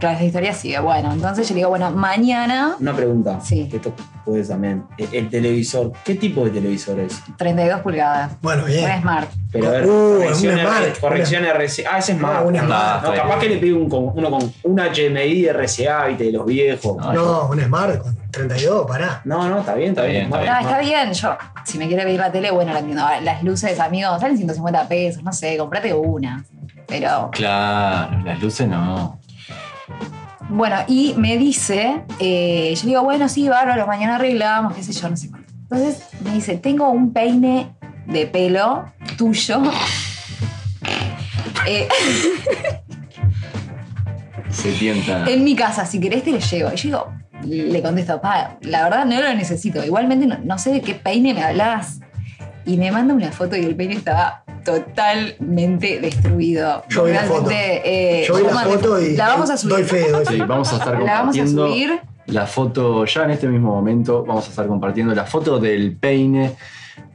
Speaker 7: Claro, esa historia sigue. Bueno, entonces yo le digo, bueno, mañana
Speaker 6: Una pregunta.
Speaker 7: Sí.
Speaker 6: que Esto puedes también. El, el televisor. ¿Qué tipo de televisor es?
Speaker 7: 32 pulgadas.
Speaker 5: bueno, bien.
Speaker 7: Fue smart.
Speaker 6: Pero a ver,
Speaker 5: Uh,
Speaker 6: corrección,
Speaker 5: es un
Speaker 6: R-
Speaker 5: Smart.
Speaker 6: corrección RCA. Ah, ese es más.
Speaker 5: Ah, un Smart.
Speaker 6: No, capaz que le pido un, con- uno con un HMI RCA, viste, de los viejos.
Speaker 4: No,
Speaker 5: No, un Smart con 32, pará.
Speaker 6: No, no, está bien, está
Speaker 4: Está
Speaker 6: bien.
Speaker 4: bien, está
Speaker 7: No, está bien, yo. Si me quiere pedir la tele, bueno, la entiendo. Ahora, Las luces, amigo, salen 150 pesos, no sé, comprate una. Pero
Speaker 4: Claro, las luces no.
Speaker 7: bueno, y me dice, eh, yo digo, bueno, sí, bárbaro, mañana arreglamos, qué sé yo, no sé cuánto. Entonces me dice, tengo un peine de pelo tuyo. Eh,
Speaker 4: Se tienta.
Speaker 7: en mi casa, si querés te lo llevo. Y yo digo, le contesto, pa, la verdad no lo necesito. Igualmente no, no sé de qué peine me hablas. Y me manda una foto y el peine estaba totalmente destruido.
Speaker 5: Yo vi la
Speaker 7: Realmente,
Speaker 5: foto.
Speaker 7: eh,
Speaker 5: Yo vi la
Speaker 7: mandé-
Speaker 5: foto y
Speaker 7: La vamos a subir.
Speaker 5: doy fe, doy
Speaker 4: Sí,
Speaker 5: fe.
Speaker 4: vamos a estar
Speaker 7: La vamos a
Speaker 4: compartiendo.
Speaker 7: subir.
Speaker 4: la foto, ya en este mismo momento vamos a estar compartiendo la foto del peine.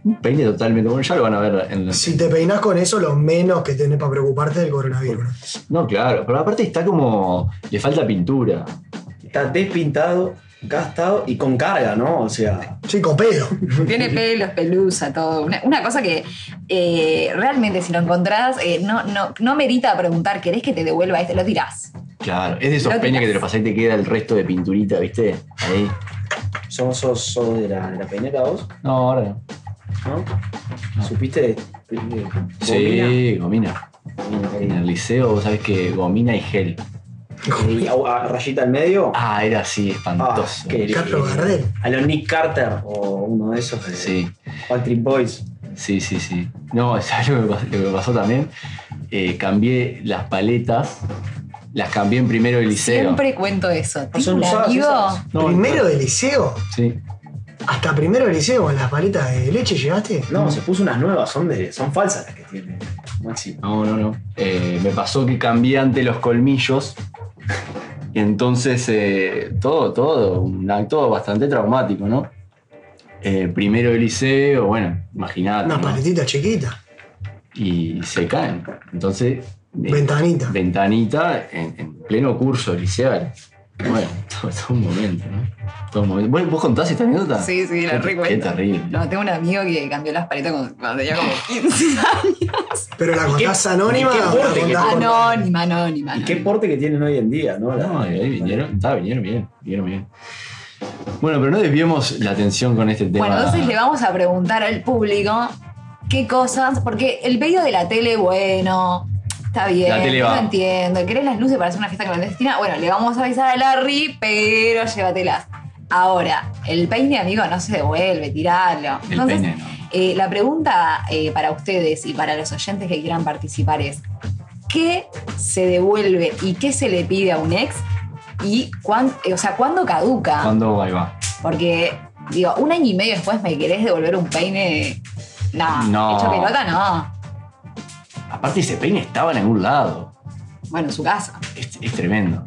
Speaker 4: Un peine totalmente bueno, ya lo van a ver en la...
Speaker 5: Si te peinas con eso, lo menos que tenés para preocuparte del coronavirus.
Speaker 4: No, claro, pero aparte está como. Le falta pintura.
Speaker 6: Está despintado, gastado y con carga, ¿no? O sea,
Speaker 5: Sí, con pelo.
Speaker 7: Tiene pelos, pelusa, todo. Una, una cosa que eh, realmente si lo encontrás, eh, no, no, no merita preguntar, ¿querés que te devuelva este? Lo tirás.
Speaker 4: Claro, es de esos
Speaker 7: Lo
Speaker 4: peines que
Speaker 7: tirás.
Speaker 4: te lo pasás y te queda el resto de pinturita, ¿viste? Ahí.
Speaker 6: somos sos, sos de, la, de la peineta vos,
Speaker 4: No, ahora no.
Speaker 6: ¿no? ¿Supiste? de- de- de- gomina?
Speaker 4: Sí, gomina. En el liceo, vos sabés que gomina y gel.
Speaker 6: Y a, a rayita al medio.
Speaker 4: Ah, era así, espantoso.
Speaker 6: Ah, qué
Speaker 5: Carlos Gardel.
Speaker 6: A los Nick Carter o uno de esos. de-
Speaker 4: Sí.
Speaker 6: Patrick Boys.
Speaker 4: Sí, sí, sí. No, ¿sabes lo que me pasó, lo que me pasó también? Eh, cambié las paletas, las cambié en primero de liceo.
Speaker 7: Siempre cuento eso. Tengo
Speaker 5: Pues
Speaker 6: son
Speaker 7: un
Speaker 6: usadas
Speaker 7: amigo-
Speaker 6: esas?
Speaker 4: No,
Speaker 5: primero de liceo,
Speaker 4: Sí.
Speaker 5: hasta primero de liceo con las paletas de leche llegaste.
Speaker 6: No, se puso unas nuevas, son de. son falsas las que tiene. Maxi.
Speaker 4: No, no, no. Eh, me pasó que cambié ante los colmillos. Y entonces, eh, todo, todo, un acto bastante traumático, ¿no? Eh, primero de liceo, bueno, imaginate.
Speaker 5: Unas
Speaker 4: ¿no?
Speaker 5: paletitas chiquitas,
Speaker 4: Y se caen. Entonces, eh,
Speaker 5: ventanita.
Speaker 4: ventanita en, en pleno curso liceal. Bueno, todo, todo un momento, ¿no? Todo un momento. ¿Vos, vos contás esta anécdota?
Speaker 7: Sí, sí, la
Speaker 4: Qué- Qué
Speaker 7: recuento.
Speaker 4: terrible.
Speaker 7: No, tengo un amigo que cambió las paletas cuando, cuando tenía como 15 años.
Speaker 5: Pero la contás anónima.
Speaker 6: y
Speaker 5: o
Speaker 6: qué
Speaker 5: la
Speaker 6: porte que
Speaker 5: contás
Speaker 7: Ah,
Speaker 5: con-
Speaker 7: Anónima, anónima.
Speaker 6: Y qué
Speaker 7: anónima.
Speaker 6: porte que tienen hoy en día, ¿no? La-
Speaker 4: No, y ahí vinieron, está, vinieron bien, vinieron bien. Bueno, pero no desviemos la atención con este tema.
Speaker 7: Bueno, entonces le vamos a preguntar al público qué cosas, porque el pedido de la tele, bueno, está bien,
Speaker 4: La tele
Speaker 7: yo
Speaker 4: va.
Speaker 7: lo entiendo, querés las luces para hacer una fiesta clandestina, bueno, le vamos a avisar a Larry, pero llévatelas. Ahora, el peine, amigo, no se devuelve, tirarlo.
Speaker 4: El peine, no.
Speaker 7: eh, la pregunta eh, para ustedes y para los oyentes que quieran participar es, ¿qué se devuelve y qué se le pide a un ex? Y cuán, eh, o sea, ¿cuándo caduca?
Speaker 4: ¿Cuándo ahí va?
Speaker 7: Porque, digo, un año y medio después me querés devolver un peine. No,
Speaker 4: No.
Speaker 7: hecho pelota, no.
Speaker 4: Aparte ese peine estaba en algún lado.
Speaker 7: Bueno, en su casa.
Speaker 4: Es, es tremendo.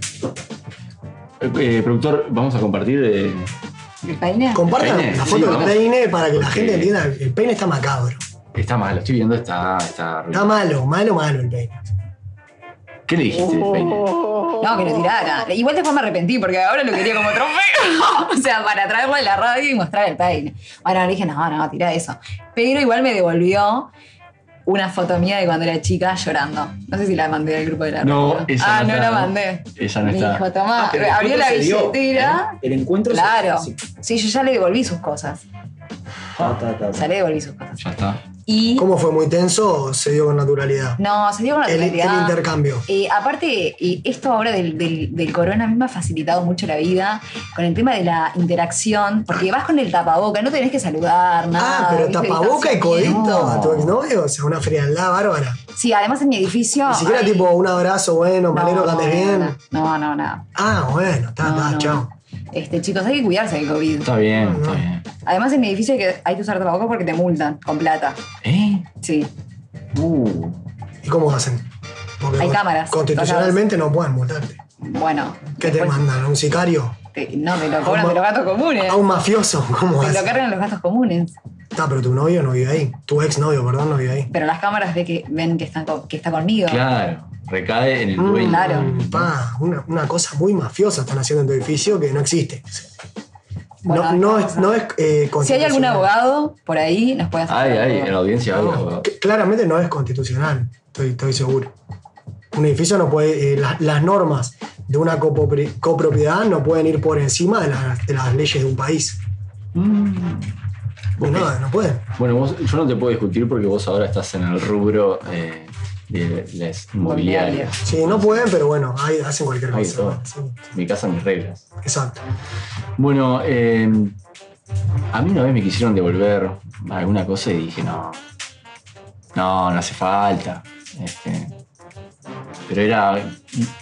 Speaker 4: Eh, eh, productor, vamos a compartir. eh,
Speaker 7: ¿El peine?
Speaker 5: Compartan
Speaker 4: El peine,
Speaker 5: la
Speaker 4: sí,
Speaker 5: foto
Speaker 4: ¿no?
Speaker 5: del peine para que la gente
Speaker 4: Eh.
Speaker 5: entienda. El peine está macabro.
Speaker 4: está mal, lo estoy viendo, está, está
Speaker 5: Está
Speaker 4: horrible.
Speaker 5: malo, malo, malo el peine.
Speaker 4: ¿Qué le dijiste,
Speaker 7: Oh.
Speaker 6: Oh.
Speaker 4: Peña?
Speaker 7: No, que lo tirara. Igual después me arrepentí porque ahora lo quería como trofeo. o sea, para traerlo a la radio y mostrar el peine. Bueno, le dije, no, no, tira eso. Pero igual me devolvió una foto mía de cuando era chica llorando. No sé si la mandé al grupo de la
Speaker 4: No,
Speaker 7: radio.
Speaker 4: esa
Speaker 7: ah,
Speaker 4: no
Speaker 7: no la
Speaker 4: está, ¿no?
Speaker 7: mandé.
Speaker 4: Esa no
Speaker 7: Me
Speaker 4: está.
Speaker 7: dijo, tomá,
Speaker 6: Ah, pero el
Speaker 7: abrió la
Speaker 6: encuentro se dio,
Speaker 7: billetera.
Speaker 6: El encuentro se-
Speaker 7: Claro.
Speaker 6: sí.
Speaker 7: Sí, yo ya le devolví sus cosas.
Speaker 6: Ta, ta, ta,
Speaker 7: O sea,
Speaker 6: ta.
Speaker 7: le devolví sus cosas.
Speaker 4: Ya está.
Speaker 7: Y.
Speaker 5: ¿Cómo fue muy tenso o se dio con naturalidad?
Speaker 7: No, se dio con la
Speaker 5: El, el intercambio.
Speaker 7: Eh, aparte, eh, esto ahora del, del- del corona a mí me ha facilitado mucho la vida con el tema de la interacción, porque vas con el tapaboca, no tenés que saludar, nada.
Speaker 5: Ah, pero
Speaker 7: ¿viste?
Speaker 5: tapaboca y codito
Speaker 7: Distanciamiento.
Speaker 5: a tu exnovio, o sea, una frialdad bárbara.
Speaker 7: Sí, además en mi edificio.
Speaker 5: Ni siquiera
Speaker 7: hay-
Speaker 5: tipo un abrazo, bueno, me alegro que andes bien.
Speaker 7: No, no, no.
Speaker 5: Ah, bueno, está,
Speaker 7: No,
Speaker 5: está,
Speaker 7: no.
Speaker 5: chao.
Speaker 7: Este, chicos, hay que cuidarse del COVID.
Speaker 4: Está bien, está bien.
Speaker 7: Además, en mi edificio hay que, hay que usar tapaboca porque te multan con plata.
Speaker 4: ¿Eh?
Speaker 7: Sí.
Speaker 4: Uh.
Speaker 5: ¿Y cómo hacen? Porque
Speaker 7: Hay
Speaker 5: con-
Speaker 7: cámaras.
Speaker 5: Constitucionalmente no pueden multarte.
Speaker 7: Bueno.
Speaker 5: ¿Qué te
Speaker 7: después
Speaker 5: mandan? ¿A ¿Un sicario?
Speaker 7: te- no, te lo cobran
Speaker 5: ¿Cómo?
Speaker 7: de los gatos comunes.
Speaker 5: ¿A un mafioso? ¿Cómo
Speaker 7: Te lo
Speaker 5: hacen?
Speaker 7: cargan los gastos comunes.
Speaker 5: Está, pero tu novio no vive ahí. Tu exnovio, perdón, no vive ahí.
Speaker 7: Pero las cámaras ve que, ven que, están con- que está conmigo.
Speaker 4: Claro. Recae en el
Speaker 5: Mm,
Speaker 4: dueño.
Speaker 7: claro.
Speaker 5: Pa, Ah, una, una cosa muy mafiosa están haciendo en tu edificio que no existe.
Speaker 7: Bueno,
Speaker 5: no, no es,
Speaker 7: descansa.
Speaker 5: no es eh,
Speaker 7: Si hay algún
Speaker 5: constitucional.
Speaker 7: abogado por ahí, nos puede hacer.
Speaker 4: Ay, ay, en la audiencia hay
Speaker 5: No,
Speaker 4: abogado.
Speaker 5: c- claramente no es constitucional, estoy, estoy seguro. Un edificio no puede, eh, las, las normas de una copopri- copropiedad no pueden ir por encima de las, de las leyes de un país. No, no, no pueden.
Speaker 4: Bueno, vos- yo no te puedo discutir porque vos ahora estás en el rubro eh, de las inmobiliarias.
Speaker 5: Sí, no pueden, pero bueno, ahí hacen cualquier
Speaker 4: Hay
Speaker 5: cosa.
Speaker 4: todo.
Speaker 5: Sí,
Speaker 4: Mi casa, mis reglas.
Speaker 5: exacto.
Speaker 4: Bueno, eh, a mí una vez me quisieron devolver alguna cosa y dije, no, no, no hace falta. Este, pero era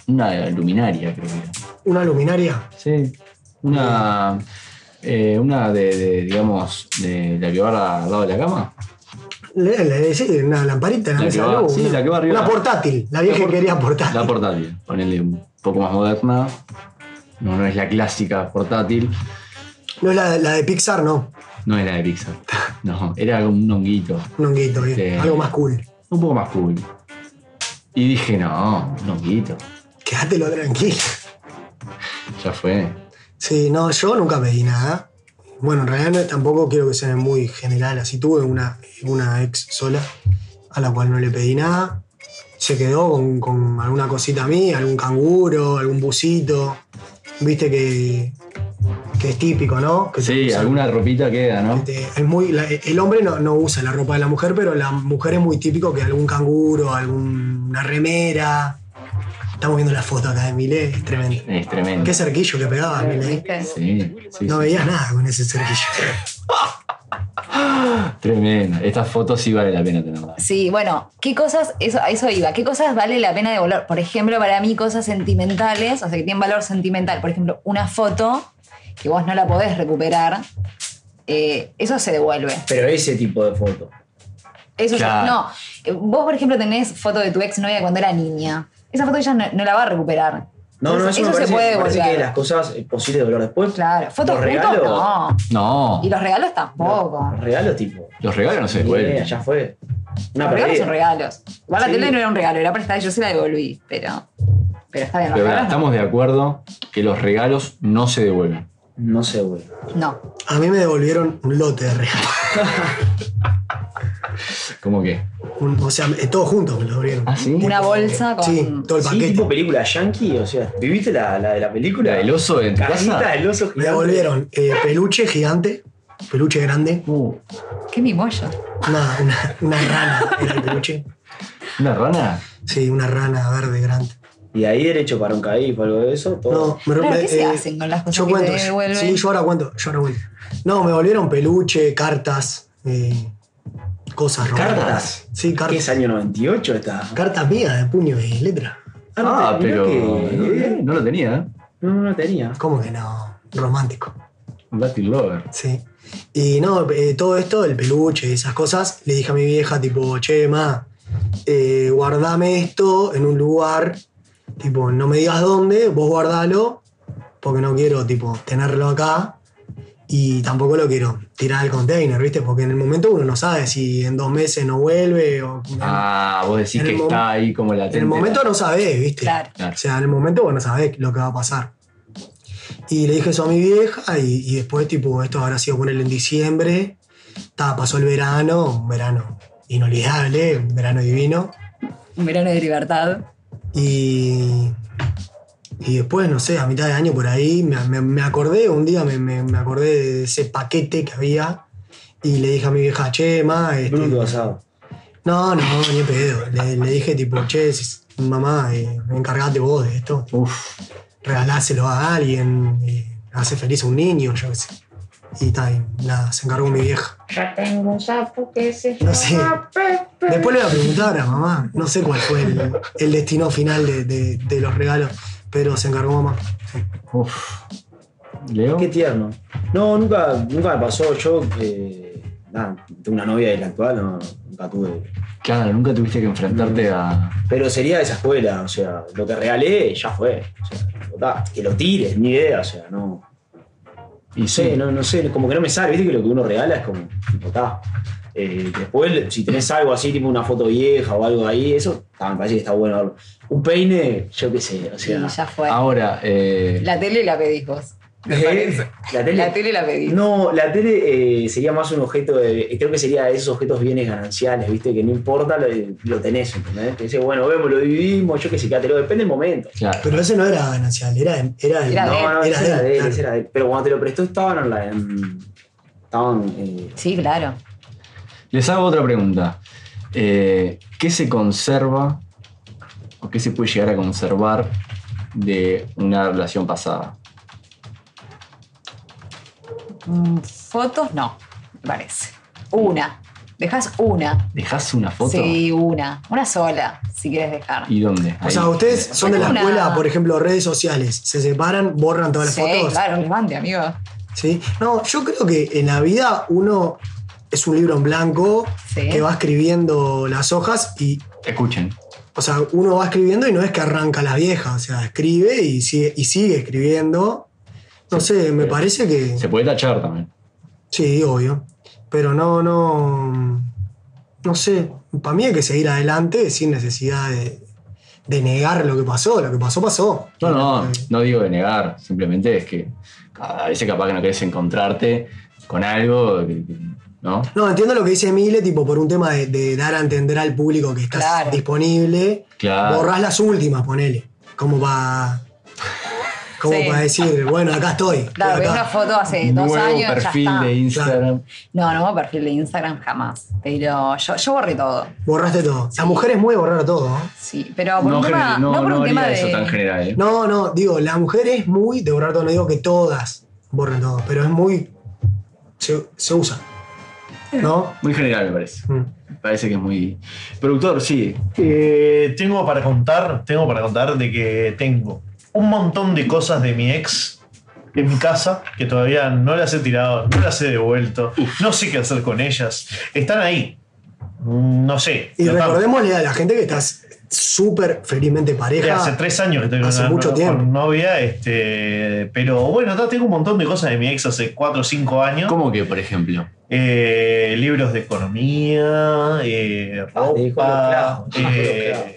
Speaker 4: una luminaria, creo que era.
Speaker 5: Una luminaria.
Speaker 4: Sí, una, eh, una de, de, digamos, de la que va al lado de la cama.
Speaker 5: Le, le decís, una lamparita, en
Speaker 4: La
Speaker 5: la mesa
Speaker 4: que
Speaker 5: de
Speaker 4: va-
Speaker 5: luz,
Speaker 4: sí,
Speaker 5: una,
Speaker 4: la que va arriba.
Speaker 5: una portátil, la vieja
Speaker 4: La
Speaker 5: que
Speaker 4: por-
Speaker 5: quería portátil.
Speaker 4: La portátil, ponele un poco más moderna. No, no es la clásica portátil,
Speaker 5: no es la, la de Pixar, no.
Speaker 4: no es la de Pixar. No, era un honguito.
Speaker 5: Un honguito, bien.
Speaker 4: Sí.
Speaker 5: algo más cool.
Speaker 4: un poco más cool. Y dije, no, un honguito.
Speaker 5: Quédatelo tranquilo.
Speaker 4: Ya fue.
Speaker 5: Sí, no, yo nunca pedí nada. Bueno, en realidad no- tampoco quiero que sea muy general. Así tuve una, una ex sola a la cual no le pedí nada. Se quedó con, con alguna cosita mía, algún canguro, algún busito. Viste que, que es típico, ¿no? Que te
Speaker 4: Sí,
Speaker 5: usan-
Speaker 4: alguna ropita queda, ¿no?
Speaker 5: que te- es muy, la- el hombre no, no usa la ropa de la mujer, pero la mujer es muy típico que algún canguro, alguna remera. Estamos viendo la foto acá de Milé, es tremendo.
Speaker 4: Es tremendo.
Speaker 5: Qué cerquillo que pegaba Milé.
Speaker 7: ¿Viste?
Speaker 4: Sí, sí, sí.
Speaker 5: No veía nada con ese cerquillo.
Speaker 4: Tremendo. Estas fotos sí vale la pena tenerlas.
Speaker 7: Sí, bueno, ¿qué cosas, eso, a eso iba, qué cosas vale la pena devolver? Por ejemplo, para mí cosas sentimentales, o sea, que tienen valor sentimental. Por ejemplo, una foto que vos no la podés recuperar, eh, eso se devuelve.
Speaker 6: Pero ese tipo de foto.
Speaker 7: Eso se-
Speaker 4: Claro.
Speaker 7: no. Eh, Vos, por ejemplo, tenés foto de tu ex novia cuando era niña. Esa foto ella no, no la va a recuperar.
Speaker 6: No, no, eso,
Speaker 7: Entonces,
Speaker 6: me parece,
Speaker 7: se puede
Speaker 6: me parece
Speaker 7: devolver.
Speaker 6: que las cosas eh, posibles de volver después.
Speaker 7: Claro. Fotos
Speaker 6: Los
Speaker 7: juntos,
Speaker 6: regalos.
Speaker 7: no.
Speaker 4: No,
Speaker 7: Y los regalos tampoco.
Speaker 6: Los regalos, tipo.
Speaker 4: los regalos no se
Speaker 6: Idea,
Speaker 4: devuelven.
Speaker 6: ya fue. Una
Speaker 7: Los regalos son
Speaker 6: pérdida.
Speaker 7: regalos. Igual la
Speaker 6: Sí.
Speaker 7: tele no era un regalo, era prestada, yo se la devolví, pero. Pero está bien, los
Speaker 4: Pero pará,
Speaker 7: regalos no.
Speaker 4: estamos de acuerdo que los regalos no se devuelven.
Speaker 6: No sé, güey.
Speaker 7: No.
Speaker 5: A mí me devolvieron un lote de regalos.
Speaker 4: ¿Cómo que?
Speaker 5: Un- o sea, me- todos juntos me lo devolvieron.
Speaker 4: ¿Ah, sí?
Speaker 7: Una bolsa con.
Speaker 5: Sí, todo el
Speaker 6: Sí,
Speaker 5: paquete.
Speaker 6: tipo película yankee, o sea, ¿viviste la, la de la película?
Speaker 4: ¿La del oso en tu
Speaker 6: Cajita
Speaker 4: casa?
Speaker 6: del oso
Speaker 5: me
Speaker 6: gigante.
Speaker 5: devolvieron eh, peluche gigante, peluche grande,
Speaker 4: Uh,
Speaker 7: Qué mimoso.
Speaker 5: una, una, una rana era el peluche.
Speaker 4: ¿Una rana?
Speaker 5: Sí, una rana verde grande.
Speaker 6: Y de ahí derecho para un caído, algo de eso, todo.
Speaker 5: No, me,
Speaker 7: Claro,
Speaker 5: me- eh,
Speaker 7: ¿qué se hacen con las cosas
Speaker 5: yo
Speaker 7: que
Speaker 5: cuento,
Speaker 7: te devuelven?
Speaker 5: Sí, yo ahora cuento, yo ahora cuento. No, me devolvieron peluche, cartas, eh, cosas robadas.
Speaker 6: ¿Cartas?
Speaker 5: Sí,
Speaker 6: ¿Qué es
Speaker 5: cartas.
Speaker 6: año 98 esta?
Speaker 5: Cartas mías de puño y letra.
Speaker 4: Ah,
Speaker 6: mirá
Speaker 4: pero
Speaker 6: que-
Speaker 4: no lo tenía. ¿eh?
Speaker 6: No, no lo tenía.
Speaker 5: ¿Cómo que no? Romántico.
Speaker 4: Un Latin Lover.
Speaker 5: Sí. Y no, eh, todo esto, el peluche y esas cosas, le dije a mi vieja, tipo, che, ma, eh, guardame esto en un lugar, tipo, no me digas dónde, vos guardalo, porque no quiero, tipo, tenerlo acá. Y tampoco lo quiero tirar al container, ¿viste? Porque en el momento uno no sabe si en dos meses no vuelve o.
Speaker 4: Ah, vos decís
Speaker 5: En
Speaker 4: que
Speaker 5: el mom-
Speaker 4: está ahí como la
Speaker 5: En el momento no sabés, ¿viste?
Speaker 7: Claro.
Speaker 4: Claro.
Speaker 5: O sea, en el momento vos no sabés lo que va a pasar. Y le dije eso a mi vieja y, y después, tipo, esto habrá sido ponerle en diciembre. Ta, pasó el verano, un verano inolvidable, un verano divino.
Speaker 7: Un verano de libertad.
Speaker 5: Y, y después, no sé, a mitad de año por ahí, me, me- me acordé, un día me, me- me acordé de ese paquete que había y le dije a mi vieja, che, ma, este,
Speaker 6: Bruto asado.
Speaker 5: no, no, ni en pedo. Le, le dije tipo, che, s- mamá, eh, encargate vos de esto.
Speaker 4: Uf,
Speaker 5: Regaláselo a alguien, eh, hace feliz a un niño, yo qué sé. Y tal, nada, se encargó mi vieja. No sé. Después le voy a preguntar a mamá. No sé cuál fue el, el destino final de, de- de los regalos, pero se encargó mamá.
Speaker 4: uf. Leo.
Speaker 6: Qué tierno. No, nunca, nunca me pasó. Yo, eh, nada, tengo una novia de la actual, no, nunca tuve.
Speaker 4: Claro, nunca tuviste que enfrentarte a.
Speaker 6: Pero sería esa escuela, o sea, lo que regalé ya fue. O sea, total, que lo tires, ni idea, o sea, no.
Speaker 4: Y
Speaker 6: No sé, no, no sé, como que no me sale, viste que lo que uno regala es como, tipo, está. Eh, después, si tenés algo así, tipo una foto vieja o algo ahí, eso ta, me parece que está bueno verlo. Un peine, yo qué sé, o
Speaker 7: Sí,
Speaker 6: sea.
Speaker 7: ya fue.
Speaker 4: Ahora, eh,
Speaker 7: La tele la pedís vos.
Speaker 6: ¿eh? la tele.
Speaker 7: La tele la pedís.
Speaker 6: No, la tele eh, sería más un objeto de. eh, Creo que sería de esos objetos bienes gananciales, ¿viste? Que no importa, lo, lo tenés, ¿entendés? Que dices, bueno, vemos, lo dividimos, yo qué sé, lo depende del momento.
Speaker 4: claro.
Speaker 5: Pero ese no era ganancial, era, de- era, de-
Speaker 7: Era de
Speaker 6: No, no, ese era de él,
Speaker 5: claro.
Speaker 6: ese era de él. Pero cuando te lo prestó estaban en la. en- estaban. eh,
Speaker 7: Sí, claro.
Speaker 4: Les hago otra pregunta. Eh, ¿Qué se conserva o qué se puede llegar a conservar de una relación pasada?
Speaker 7: Mm, Fotos no, me parece. Una. Dejas una.
Speaker 4: ¿Dejás una foto?
Speaker 7: Sí, una. Una sola, si quieres dejar.
Speaker 4: ¿Y dónde?
Speaker 5: O sea, ustedes son de la
Speaker 7: Una.
Speaker 5: escuela, por ejemplo, redes sociales. Se separan, borran todas las
Speaker 7: sí,
Speaker 5: fotos.
Speaker 7: claro, les mande, amigo.
Speaker 5: ¿sí? No, yo creo que en la vida uno es un libro en blanco
Speaker 7: Sí.
Speaker 5: que va escribiendo las hojas y,
Speaker 4: Escuchen.
Speaker 5: o sea, uno va escribiendo y no es que arranca las viejas, o sea, escribe y sigue, y sigue escribiendo. No sé, me parece que...
Speaker 4: Se puede tachar también.
Speaker 5: Sí, obvio. Pero no, no. No sé. Para mí hay que seguir adelante sin necesidad de, de negar lo que pasó. Lo que pasó, pasó.
Speaker 4: No, no, no digo de negar, simplemente es que a veces capaz que no querés encontrarte con algo, que- que- ¿no?
Speaker 5: No, entiendo lo que dice Mile, tipo, por un tema de, de dar a entender al público que estás
Speaker 7: Claro.
Speaker 5: disponible.
Speaker 4: Claro.
Speaker 5: Borrás las últimas, ponele. Como para. Como
Speaker 7: Sí.
Speaker 5: para decir, bueno, acá estoy. estoy
Speaker 7: Claro, ves
Speaker 5: acá.
Speaker 7: una foto hace dos
Speaker 4: Nuevo
Speaker 7: años. ya
Speaker 4: perfil
Speaker 7: está.
Speaker 4: de Instagram.
Speaker 7: No, no perfil de Instagram jamás. Pero yo, yo borré todo.
Speaker 5: Borraste todo. La mujer es muy de borrar todo. ¿eh? ¿no?
Speaker 7: Sí, pero por un tema,
Speaker 4: general-
Speaker 7: no, por un
Speaker 4: haría
Speaker 7: tema de.
Speaker 4: eso tan general. ¿eh?
Speaker 5: No, no, digo, la mujer es muy de borrar todo. No digo que todas borren todo, pero es muy. Se, se usa.
Speaker 4: Eh.
Speaker 5: ¿No?
Speaker 4: Muy general me parece.
Speaker 5: Mm.
Speaker 4: Me parece que es muy... Productor, sí.
Speaker 8: Eh, tengo para contar, tengo para contar de que tengo un montón de cosas de mi ex en mi casa que todavía no las he tirado, no las he devuelto, no sé qué hacer con ellas. Están ahí. Mm, No sé.
Speaker 5: Y
Speaker 8: no están.
Speaker 5: recordémosle a la gente que estás súper felizmente
Speaker 8: De
Speaker 5: pareja.
Speaker 8: hace tres años que estoy con
Speaker 5: hace
Speaker 8: una
Speaker 5: mucho
Speaker 8: con
Speaker 5: tiempo.
Speaker 8: novia, este, pero bueno, ta, tengo un montón de cosas de mi ex hace cuatro o cinco años.
Speaker 4: ¿Cómo que, por ejemplo?
Speaker 8: Eh, libros de economía, eh,
Speaker 6: Ah, te dijo los
Speaker 8: ropa,
Speaker 5: Ah,
Speaker 6: clavos, te dijo los
Speaker 8: eh,
Speaker 6: clavos.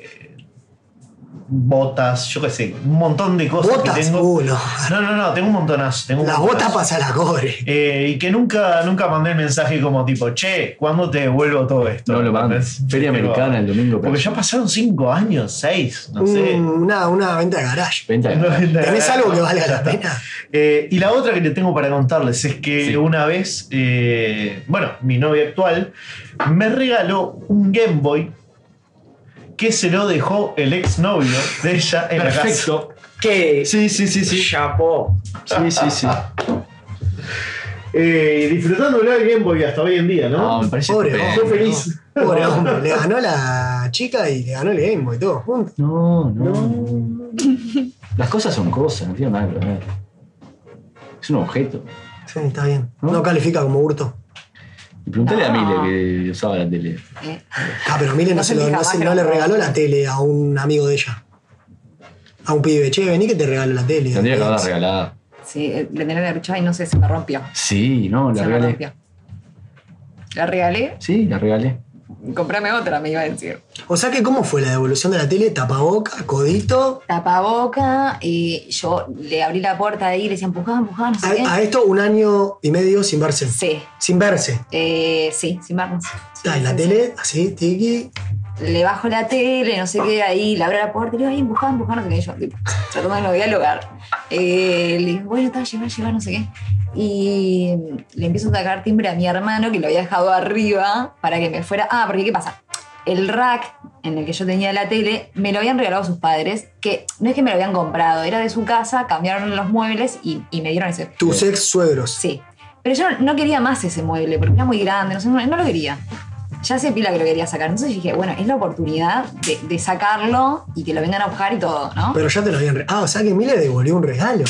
Speaker 8: botas, yo qué sé, un montón de cosas que
Speaker 5: botas,
Speaker 8: tengo.
Speaker 5: uno.
Speaker 8: No, no, no, tengo un montonazo. Tengo un
Speaker 5: Las
Speaker 8: montonazo.
Speaker 5: botas pasa la cobre.
Speaker 8: Eh, y que nunca, nunca mandé el mensaje como tipo, che, ¿cuándo te devuelvo todo esto?
Speaker 4: No lo mandes.
Speaker 8: ¿Entendés?
Speaker 4: Feria
Speaker 8: Tipo,
Speaker 4: Americana el domingo.
Speaker 8: Porque ya pasaron cinco años, seis, no sé.
Speaker 5: Un- una, una venta de garage.
Speaker 4: Venta de-
Speaker 5: ¿Tenés algo que valga la pena?
Speaker 8: Eh, y la otra que le tengo para contarles es que
Speaker 4: Sí.
Speaker 8: una vez, eh, bueno, mi novia actual me regaló un Game Boy que se lo dejó el exnovio de ella en la casa.
Speaker 4: Perfecto.
Speaker 6: ¿Qué?
Speaker 8: Sí, sí, sí, sí.
Speaker 6: Chapó.
Speaker 4: Sí, sí, sí.
Speaker 8: Eh, disfrutándolo del Game Boy hasta hoy en día,
Speaker 4: No, me parece
Speaker 5: Pobre
Speaker 4: estupendo.
Speaker 5: hombre.
Speaker 8: Fue feliz.
Speaker 5: ¿no? Pobre hombre. Le ganó la chica y le ganó el Game Boy, todo junto.
Speaker 4: No, no. Las cosas son cosas, no tiene nada que ver. Es un objeto.
Speaker 5: Sí, está bien.
Speaker 4: ¿No?
Speaker 5: No califica como hurto.
Speaker 4: Y preguntale a
Speaker 7: No.
Speaker 4: Mile que usaba la tele.
Speaker 7: Eh,
Speaker 5: Ah, pero Mile no,
Speaker 7: No
Speaker 5: se lo-
Speaker 7: sentí
Speaker 5: no, se-
Speaker 7: jamás
Speaker 5: no le
Speaker 7: grabado.
Speaker 5: regaló la tele a un amigo de ella. A un pibe. Che, vení que te regalo la tele.
Speaker 4: Tendría que haberla regalado.
Speaker 7: Sí, eh, le tenía la trucha y no sé, se me rompió.
Speaker 4: Sí, no, la
Speaker 7: se me
Speaker 4: regalé.
Speaker 7: rompió. La regalé,
Speaker 4: Sí, la regalé.
Speaker 7: comprame otra, me iba a decir.
Speaker 5: O sea que, ¿cómo fue la devolución de la tele? Tapaboca, codito.
Speaker 7: Tapaboca, eh, yo le abrí la puerta ahí, le decía empujá, empujá, no sé qué.
Speaker 5: A, a esto un año y medio sin verse.
Speaker 7: Sí,
Speaker 5: Sin verse.
Speaker 7: eh, sí, sin más.
Speaker 5: Está en la tele, así, tiki.
Speaker 7: le bajo la tele, no sé qué, ahí le abro la puerta y le digo, ay, empujá, empujá, no sé qué. Yo, tipo, tratando de no dialogar. Eh, le digo, bueno, está, lleva, lleva, no sé qué. Y le empiezo a sacar timbre a mi hermano que lo había dejado arriba para que me fuera. Ah, porque ¿qué pasa? El rack en el que yo tenía la tele me lo habían regalado sus padres, que no es que me lo habían comprado, era de su casa, cambiaron los muebles y, y me dieron ese.
Speaker 5: Tus ex suegros.
Speaker 7: Sí. Pero yo no, no quería más ese mueble porque era muy grande, no, sé, no, no lo quería. Ya se pila que lo quería sacar. Entonces dije, bueno, es la oportunidad de, de sacarlo y que lo vengan a buscar y todo, ¿no?
Speaker 5: Pero ya te lo habían. re- Ah, o sea que Mile devolvió un regalo.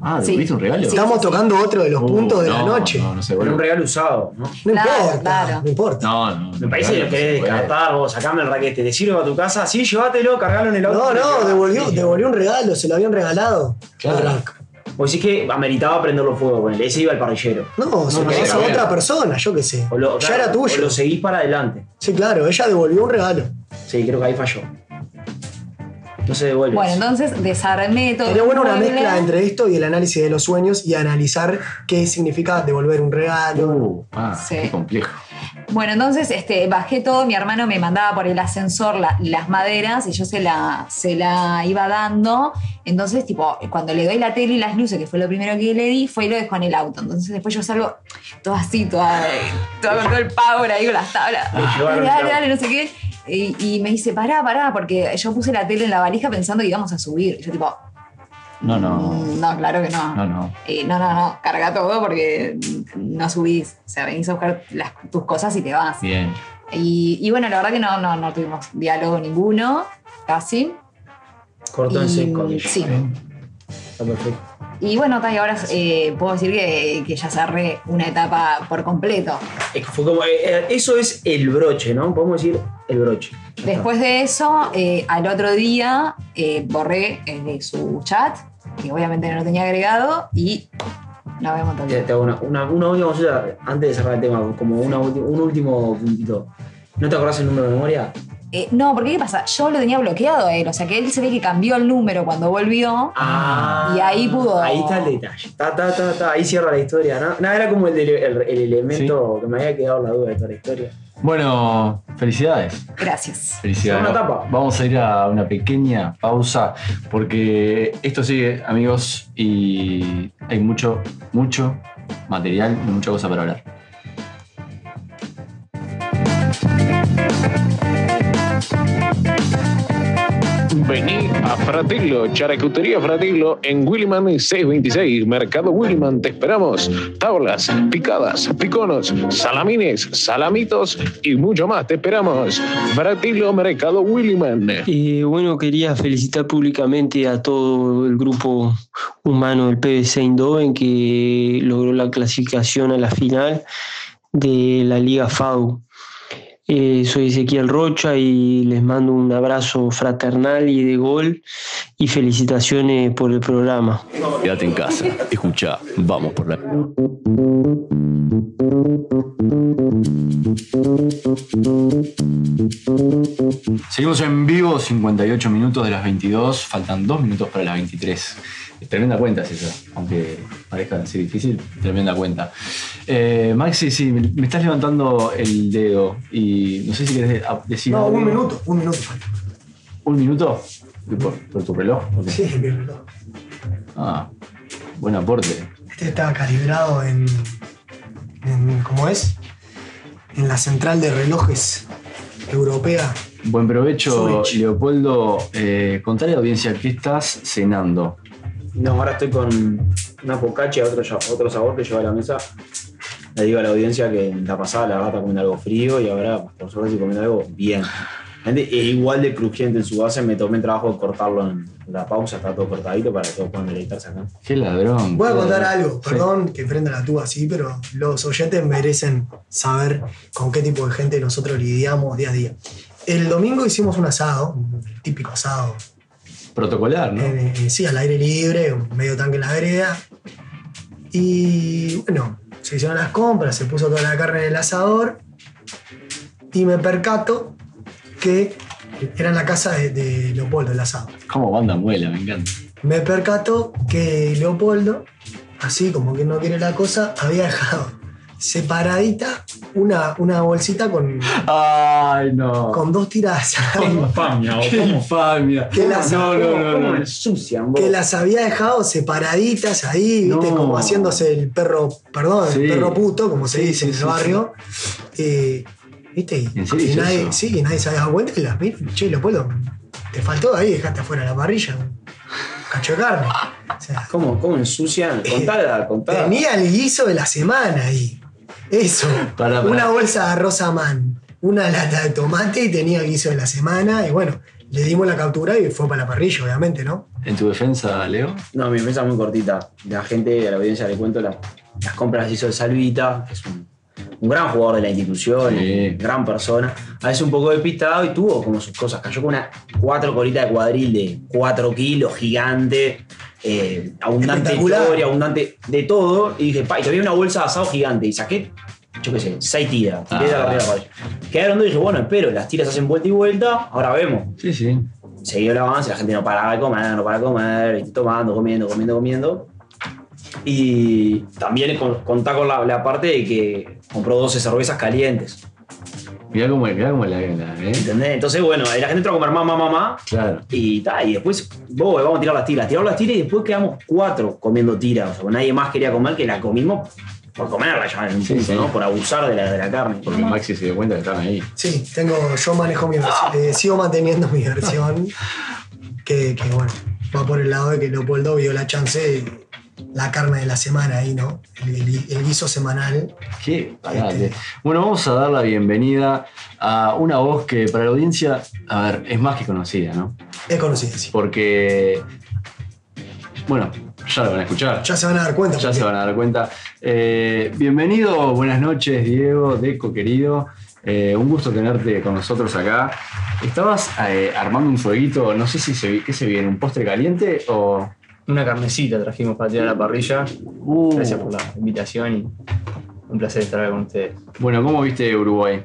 Speaker 4: Ah,
Speaker 7: Sí.
Speaker 4: ¿devolviste un regalo?
Speaker 7: Sí,
Speaker 5: Estamos tocando otro de los
Speaker 4: Uh,
Speaker 5: puntos de la
Speaker 4: no,
Speaker 5: noche.
Speaker 4: No,
Speaker 5: No,
Speaker 4: no se
Speaker 6: Pero un
Speaker 4: devuelve.
Speaker 6: regalo usado, ¿no?
Speaker 7: Claro,
Speaker 5: importa,
Speaker 7: claro.
Speaker 5: no importa.
Speaker 4: No, no.
Speaker 6: Me parece que lo querés descartar, vos sacame el raquete, te sirve a tu casa, sí, llévatelo, cargalo en el auto.
Speaker 5: No, no, devolvió,
Speaker 6: Sí.
Speaker 5: devolvió un regalo, se lo habían regalado.
Speaker 4: Claro.
Speaker 5: El rack.
Speaker 6: Vos decís que ameritaba prenderlo fuego, ponele, ese iba al parrillero.
Speaker 5: No, se
Speaker 4: No,
Speaker 5: lo
Speaker 4: no,
Speaker 5: das a
Speaker 4: no,
Speaker 5: otra
Speaker 4: no.
Speaker 5: persona, yo qué sé.
Speaker 6: O lo-
Speaker 5: ya
Speaker 6: claro,
Speaker 5: era tuyo.
Speaker 6: O lo seguís para adelante.
Speaker 5: Sí, claro, ella devolvió un regalo.
Speaker 6: Sí, creo que ahí falló. No se devuelve.
Speaker 7: Bueno, entonces desarmé todo.
Speaker 5: Sería
Speaker 7: el
Speaker 5: bueno una
Speaker 7: mueble.
Speaker 5: mezcla ¿eh? entre esto y el análisis de los sueños y analizar qué significa devolver un regalo.
Speaker 4: Uh, pa,
Speaker 7: Sí.
Speaker 4: qué complejo.
Speaker 7: Bueno, entonces este, bajé todo, mi hermano me mandaba por el ascensor la- las maderas y yo se la, se la iba dando. Entonces, tipo, cuando le doy la tele y las luces, que fue lo primero que le di, fue y lo dejó en el auto. Entonces después yo salgo toda así, toda, toda con todo el power ahí con las tablas.
Speaker 4: Ah,
Speaker 6: Le llevaron
Speaker 7: Dale,
Speaker 6: el
Speaker 7: dale,
Speaker 6: auto.
Speaker 7: dale, no sé qué. Y, y me dice, pará, pará, porque yo puse la tele en la valija pensando que íbamos a subir. Y yo tipo,
Speaker 4: No, no.
Speaker 7: "Mm, no, claro que no.
Speaker 4: No, no.
Speaker 7: Eh, no, no, no, carga todo porque no subís. O sea, venís a buscar las- tus cosas y te vas.
Speaker 4: Bien.
Speaker 7: Y, y bueno, la verdad que no, no, no tuvimos diálogo ninguno, casi.
Speaker 6: Cortó en
Speaker 7: Y-
Speaker 6: seco.
Speaker 7: sí.
Speaker 6: Está perfecto.
Speaker 7: Y bueno, Tay, ahora eh, puedo decir que, que ya cerré una etapa por completo.
Speaker 6: Es que fue como, eh, eh, eso es el broche, ¿no? Podemos decir el broche. Ya
Speaker 7: Después de eso, eh, al otro día eh, borré el de su chat, que obviamente no lo tenía agregado, y nos vemos
Speaker 6: está.
Speaker 7: también.
Speaker 6: Te, te hago una, una- una última consulta antes de cerrar el tema, como una ulti- un último puntito. ¿No te acordás el número de memoria?
Speaker 7: Eh, no, porque ¿qué pasa? Yo lo tenía bloqueado a él, o sea que él se ve que cambió el número cuando volvió.
Speaker 6: Ah,
Speaker 7: Y ahí pudo-
Speaker 6: Ahí está el detalle. Ta, ta, ta, ta. Ahí cierra la historia, ¿no? Nada, era como el, del- el- el elemento que me había quedado la duda de toda la historia.
Speaker 4: Bueno, felicidades.
Speaker 7: Gracias.
Speaker 4: Felicidades.
Speaker 6: Una tapa.
Speaker 4: Vamos a ir a una pequeña pausa porque esto sigue, amigos, y hay mucho, mucho material y mucha cosa para hablar.
Speaker 1: Vení a Fratillo, Charcutería Fratillo en Williman 626, Mercado Williman, te esperamos. Tablas, picadas, piconos, salamines, salamitos y mucho más, te esperamos. Fratillo, Mercado Williman.
Speaker 9: Eh, bueno, quería felicitar públicamente a todo el grupo humano del PBC Eindhoven que logró la clasificación a la final de la Liga FAU. Eh, soy Ezequiel Rocha y les mando un abrazo fraternal y de gol y felicitaciones por el programa.
Speaker 10: Quédate en casa. Escucha, vamos por la.
Speaker 4: Seguimos en vivo, 58 minutos de las 22, faltan 2 minutos para las 23. Tremenda cuenta es esa, aunque parezca así difícil, tremenda cuenta. Eh, Maxi, sí, me estás levantando el dedo y no sé si querés de- decir.
Speaker 5: No,
Speaker 4: algo.
Speaker 5: un minuto, un minuto falta.
Speaker 4: ¿Un minuto? ¿Por, por tu reloj? ¿Por qué?
Speaker 5: Sí, mi reloj.
Speaker 4: Ah, buen aporte.
Speaker 5: Este está calibrado en, en- ¿Cómo es? En la central de relojes europea.
Speaker 4: Buen provecho,
Speaker 5: Switch.
Speaker 4: Leopoldo. Eh, contale a la audiencia qué estás cenando.
Speaker 6: No, ahora estoy con una pocacha y otro, ya- otro sabor que llevo a la mesa. Le digo a la audiencia que en la pasada la gata comiendo algo frío y ahora, por suerte, estoy comiendo algo bien. Gente, es igual de crujiente en su base, me tomé el trabajo de cortarlo en la pausa, está todo cortadito para que todos puedan deleitarse acá.
Speaker 4: Qué ladrón.
Speaker 5: Voy a
Speaker 4: qué
Speaker 5: contar
Speaker 4: ladrón.
Speaker 5: algo,
Speaker 4: Eh, Sí.
Speaker 5: perdón que prenda la tuba así, pero los oyentes merecen saber con qué tipo de gente nosotros lidiamos día a día. El domingo hicimos un asado, un típico asado
Speaker 4: protocolar, Ah, ¿no?
Speaker 5: en- en- sí, al aire libre, un medio tanque en la vereda. Y bueno, se hicieron las compras, se puso toda la carne en el asador y me percato que era en la casa de, de Leopoldo el asado.
Speaker 4: Como banda muela, me encanta.
Speaker 5: Me percato que Leopoldo, así como que no quiere la cosa, había dejado separadita una, una bolsita con,
Speaker 4: Ay, no.
Speaker 5: con dos tiras
Speaker 11: Con infamia, o
Speaker 4: Qué
Speaker 11: cómo.
Speaker 4: infamia.
Speaker 5: Que la-
Speaker 4: no, no, no,
Speaker 6: ¿Cómo
Speaker 4: no.
Speaker 6: me ensucian, vos?
Speaker 5: que las había dejado separaditas ahí, viste,
Speaker 4: No.
Speaker 5: como haciéndose el perro, perdón,
Speaker 4: Sí.
Speaker 5: el perro puto, como se
Speaker 4: Sí,
Speaker 5: dice
Speaker 4: sí,
Speaker 5: en el
Speaker 4: sí,
Speaker 5: barrio. Eh, viste, y,
Speaker 4: ¿En serio
Speaker 5: y
Speaker 4: hizo
Speaker 5: nadie,
Speaker 4: eso?
Speaker 5: sí, y nadie se había dado cuenta y las mira, che, lo puedo, te faltó ahí, dejaste afuera la parrilla, un cacho de carne. O sea,
Speaker 6: ¿Cómo, cómo ensucian? Contala, contala.
Speaker 5: tenía el guiso de la semana ahí. Eso.
Speaker 4: Pará, pará.
Speaker 5: Una bolsa de arroz a man, una lata de tomate y tenía el guiso de la semana. Y bueno, le dimos la captura y fue para la parrilla, obviamente, ¿no?
Speaker 4: En tu defensa, Leo.
Speaker 6: No, mi empresa es muy cortita. La gente, a la audiencia le cuento, la- las compras las hizo el Salvita, que es un, un gran jugador de la institución,
Speaker 4: Sí.
Speaker 6: gran persona. A veces un poco despistado y tuvo como sus cosas. Cayó con una cuatro colita de cuadril de 4 kilos, gigante, eh, abundante
Speaker 5: Espectacular.
Speaker 6: historia, abundante de todo. Y dije, pa, y había una bolsa de asado gigante. Y saqué, yo qué sé, seis tiras. Tiré de la
Speaker 4: Ah.
Speaker 6: primera parrilla. Quedaron dos y dije, bueno, espero, las tiras hacen vuelta y vuelta, ahora vemos
Speaker 4: Sí, sí.
Speaker 6: seguía el avance, la gente no paraba de comer, no paraba de comer, viste, tomando, comiendo, comiendo, comiendo. Y también con- contá con la, la parte de que compró 12 cervezas calientes,
Speaker 4: Mirá cómo, mirá cómo la gana, ¿eh?
Speaker 6: ¿entendés? Entonces, bueno, la gente entró a comer más, más, más, más,
Speaker 4: Claro.
Speaker 6: y ta, y después, vos, vamos a tirar las tiras, tiramos las tiras y después quedamos cuatro comiendo tiras, o sea, nadie más quería comer que la comimos por comerla ya en un
Speaker 4: Sí,
Speaker 6: punto,
Speaker 4: sí.
Speaker 6: ¿no? Por abusar de la, de la carne.
Speaker 4: Porque Maxi se dio cuenta que estaban ahí.
Speaker 5: Sí, tengo, yo manejo mi
Speaker 11: Ah.
Speaker 5: versión, eh, sigo manteniendo mi versión, que, que, bueno, va por el lado de que Leopoldo vio la chance de la carne de la semana ahí, ¿no? El, el- el guiso semanal.
Speaker 4: Qué parate. Bueno, vamos a dar la bienvenida a una voz que para la audiencia, a ver, es más que conocida, ¿no?
Speaker 5: Es conocido, sí.
Speaker 4: Porque, bueno, ya la van a escuchar.
Speaker 5: Ya se van a dar cuenta.
Speaker 4: Ya
Speaker 5: porque
Speaker 4: se van a dar cuenta. Eh, bienvenido, buenas noches, Diego, Deco, querido. Eh, un gusto tenerte con nosotros acá. Estabas eh, armando un fueguito, no sé si se, vi- qué se viene, un postre caliente o...
Speaker 11: Una carnecita trajimos para tirar a la parrilla.
Speaker 4: Uh,
Speaker 11: Gracias por la invitación y un placer estar acá con ustedes.
Speaker 4: Bueno, ¿cómo viste Uruguay?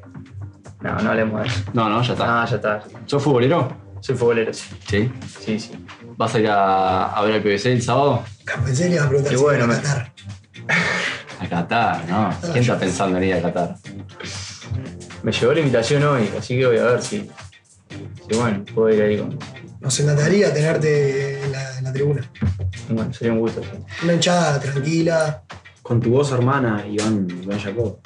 Speaker 11: No, no hablemos de eso.
Speaker 4: No, no, ya está.
Speaker 11: Ah, ya está.
Speaker 4: ¿Sos futbolero?
Speaker 11: Soy futbolero, sí.
Speaker 4: Sí.
Speaker 11: Sí, sí.
Speaker 4: ¿Vas a ir a, a ver al PBC el sábado?
Speaker 5: Pensé que le iban a preguntar
Speaker 11: Qué
Speaker 5: si
Speaker 11: bueno,
Speaker 5: iban a
Speaker 11: me-
Speaker 5: matar.
Speaker 4: A Qatar, ¿no? ¿Quién está pensando en ir a Qatar?
Speaker 11: Me llegó la invitación hoy, así que voy a ver si. Si bueno, puedo ir ahí con.
Speaker 5: Nos encantaría tenerte en la, en la tribuna.
Speaker 11: Bueno, sería un gusto. sí.
Speaker 5: Una hinchada tranquila.
Speaker 6: Con tu voz hermana, Iván, Iván Jacob.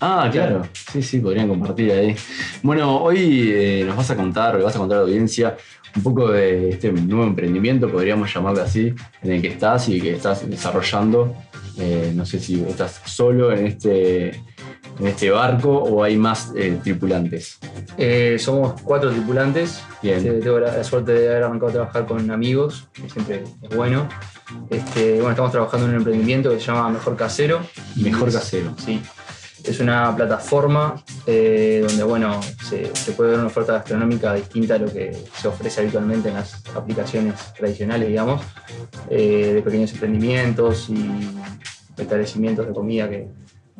Speaker 4: Ah, claro. Sí, sí, podrían compartir ahí. Bueno, hoy eh, nos vas a contar, o le vas a contar a la audiencia un poco de este nuevo emprendimiento, podríamos llamarlo así, en el que estás y que estás desarrollando. Eh, no sé si estás solo en este, en este barco o hay más eh, tripulantes.
Speaker 11: Eh, somos cuatro tripulantes.
Speaker 4: Bien.
Speaker 11: Este, tengo la, la suerte de haber arrancado a trabajar con amigos, que siempre es bueno. Este, bueno, estamos trabajando en un emprendimiento que se llama Mejor Casero.
Speaker 4: Mejor
Speaker 11: Es-
Speaker 4: casero.
Speaker 11: Sí. Es una plataforma eh, donde bueno, se, se puede ver una oferta gastronómica distinta a lo que se ofrece habitualmente en las aplicaciones tradicionales, digamos, eh, de pequeños emprendimientos y establecimientos de comida que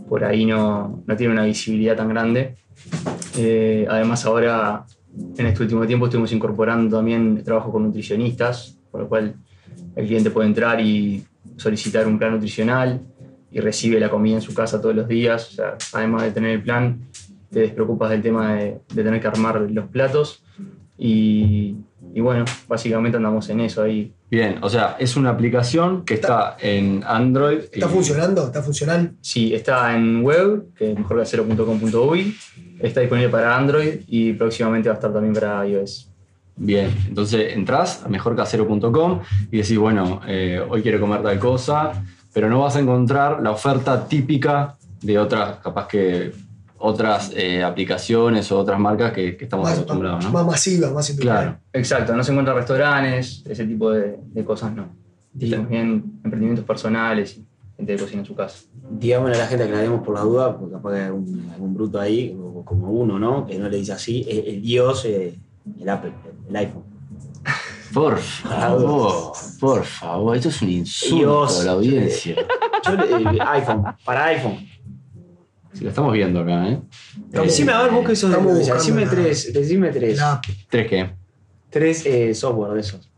Speaker 11: por ahí no, no tienen una visibilidad tan grande. Eh, además ahora, en este último tiempo, estuvimos incorporando también trabajo con nutricionistas, por lo cual el cliente puede entrar y solicitar un plan nutricional, y recibe la comida en su casa todos los días. O sea, además de tener el plan, te despreocupas del tema de, de tener que armar los platos. Y, y bueno, básicamente andamos en eso ahí.
Speaker 4: Bien, o sea, es una aplicación que está en Android. y-
Speaker 5: ¿Está funcionando? ¿Está funcional?
Speaker 11: Sí, está en web, que es mejorcasero.com.uy. Está disponible para Android y próximamente va a estar también para iOS.
Speaker 4: Bien, entonces entras a mejorcasero.com y decís, bueno, eh, hoy quiero comer tal cosa, pero no vas a encontrar la oferta típica de otras, capaz que otras eh, aplicaciones o otras marcas que, que estamos
Speaker 5: Más,
Speaker 4: acostumbrados, ¿no?
Speaker 5: más masiva, más industrial.
Speaker 4: claro.
Speaker 11: Exacto, no se encuentran restaurantes, ese tipo de, de cosas no. Tenemos bien emprendimientos personales y gente de cocina en su casa.
Speaker 6: Digámosle a la gente, aclaremos por la duda, porque capaz que hay algún, algún bruto ahí, o como uno, ¿no? Que no le dice así, el, el Dios, eh, el Apple, el iPhone.
Speaker 4: Por favor, por favor, esto es un insulto
Speaker 6: Dios.
Speaker 4: a la audiencia.
Speaker 6: Yo, eh, iPhone, para iPhone.
Speaker 4: Sí, lo estamos viendo acá, ¿eh?
Speaker 6: Decime, a ver, vos que sos de
Speaker 5: Estamos
Speaker 6: Mendoza,
Speaker 5: buscando
Speaker 6: Decime
Speaker 5: la-
Speaker 6: tres, decime tres.
Speaker 5: La-
Speaker 4: ¿Tres qué?
Speaker 6: Tres eh, software de esos.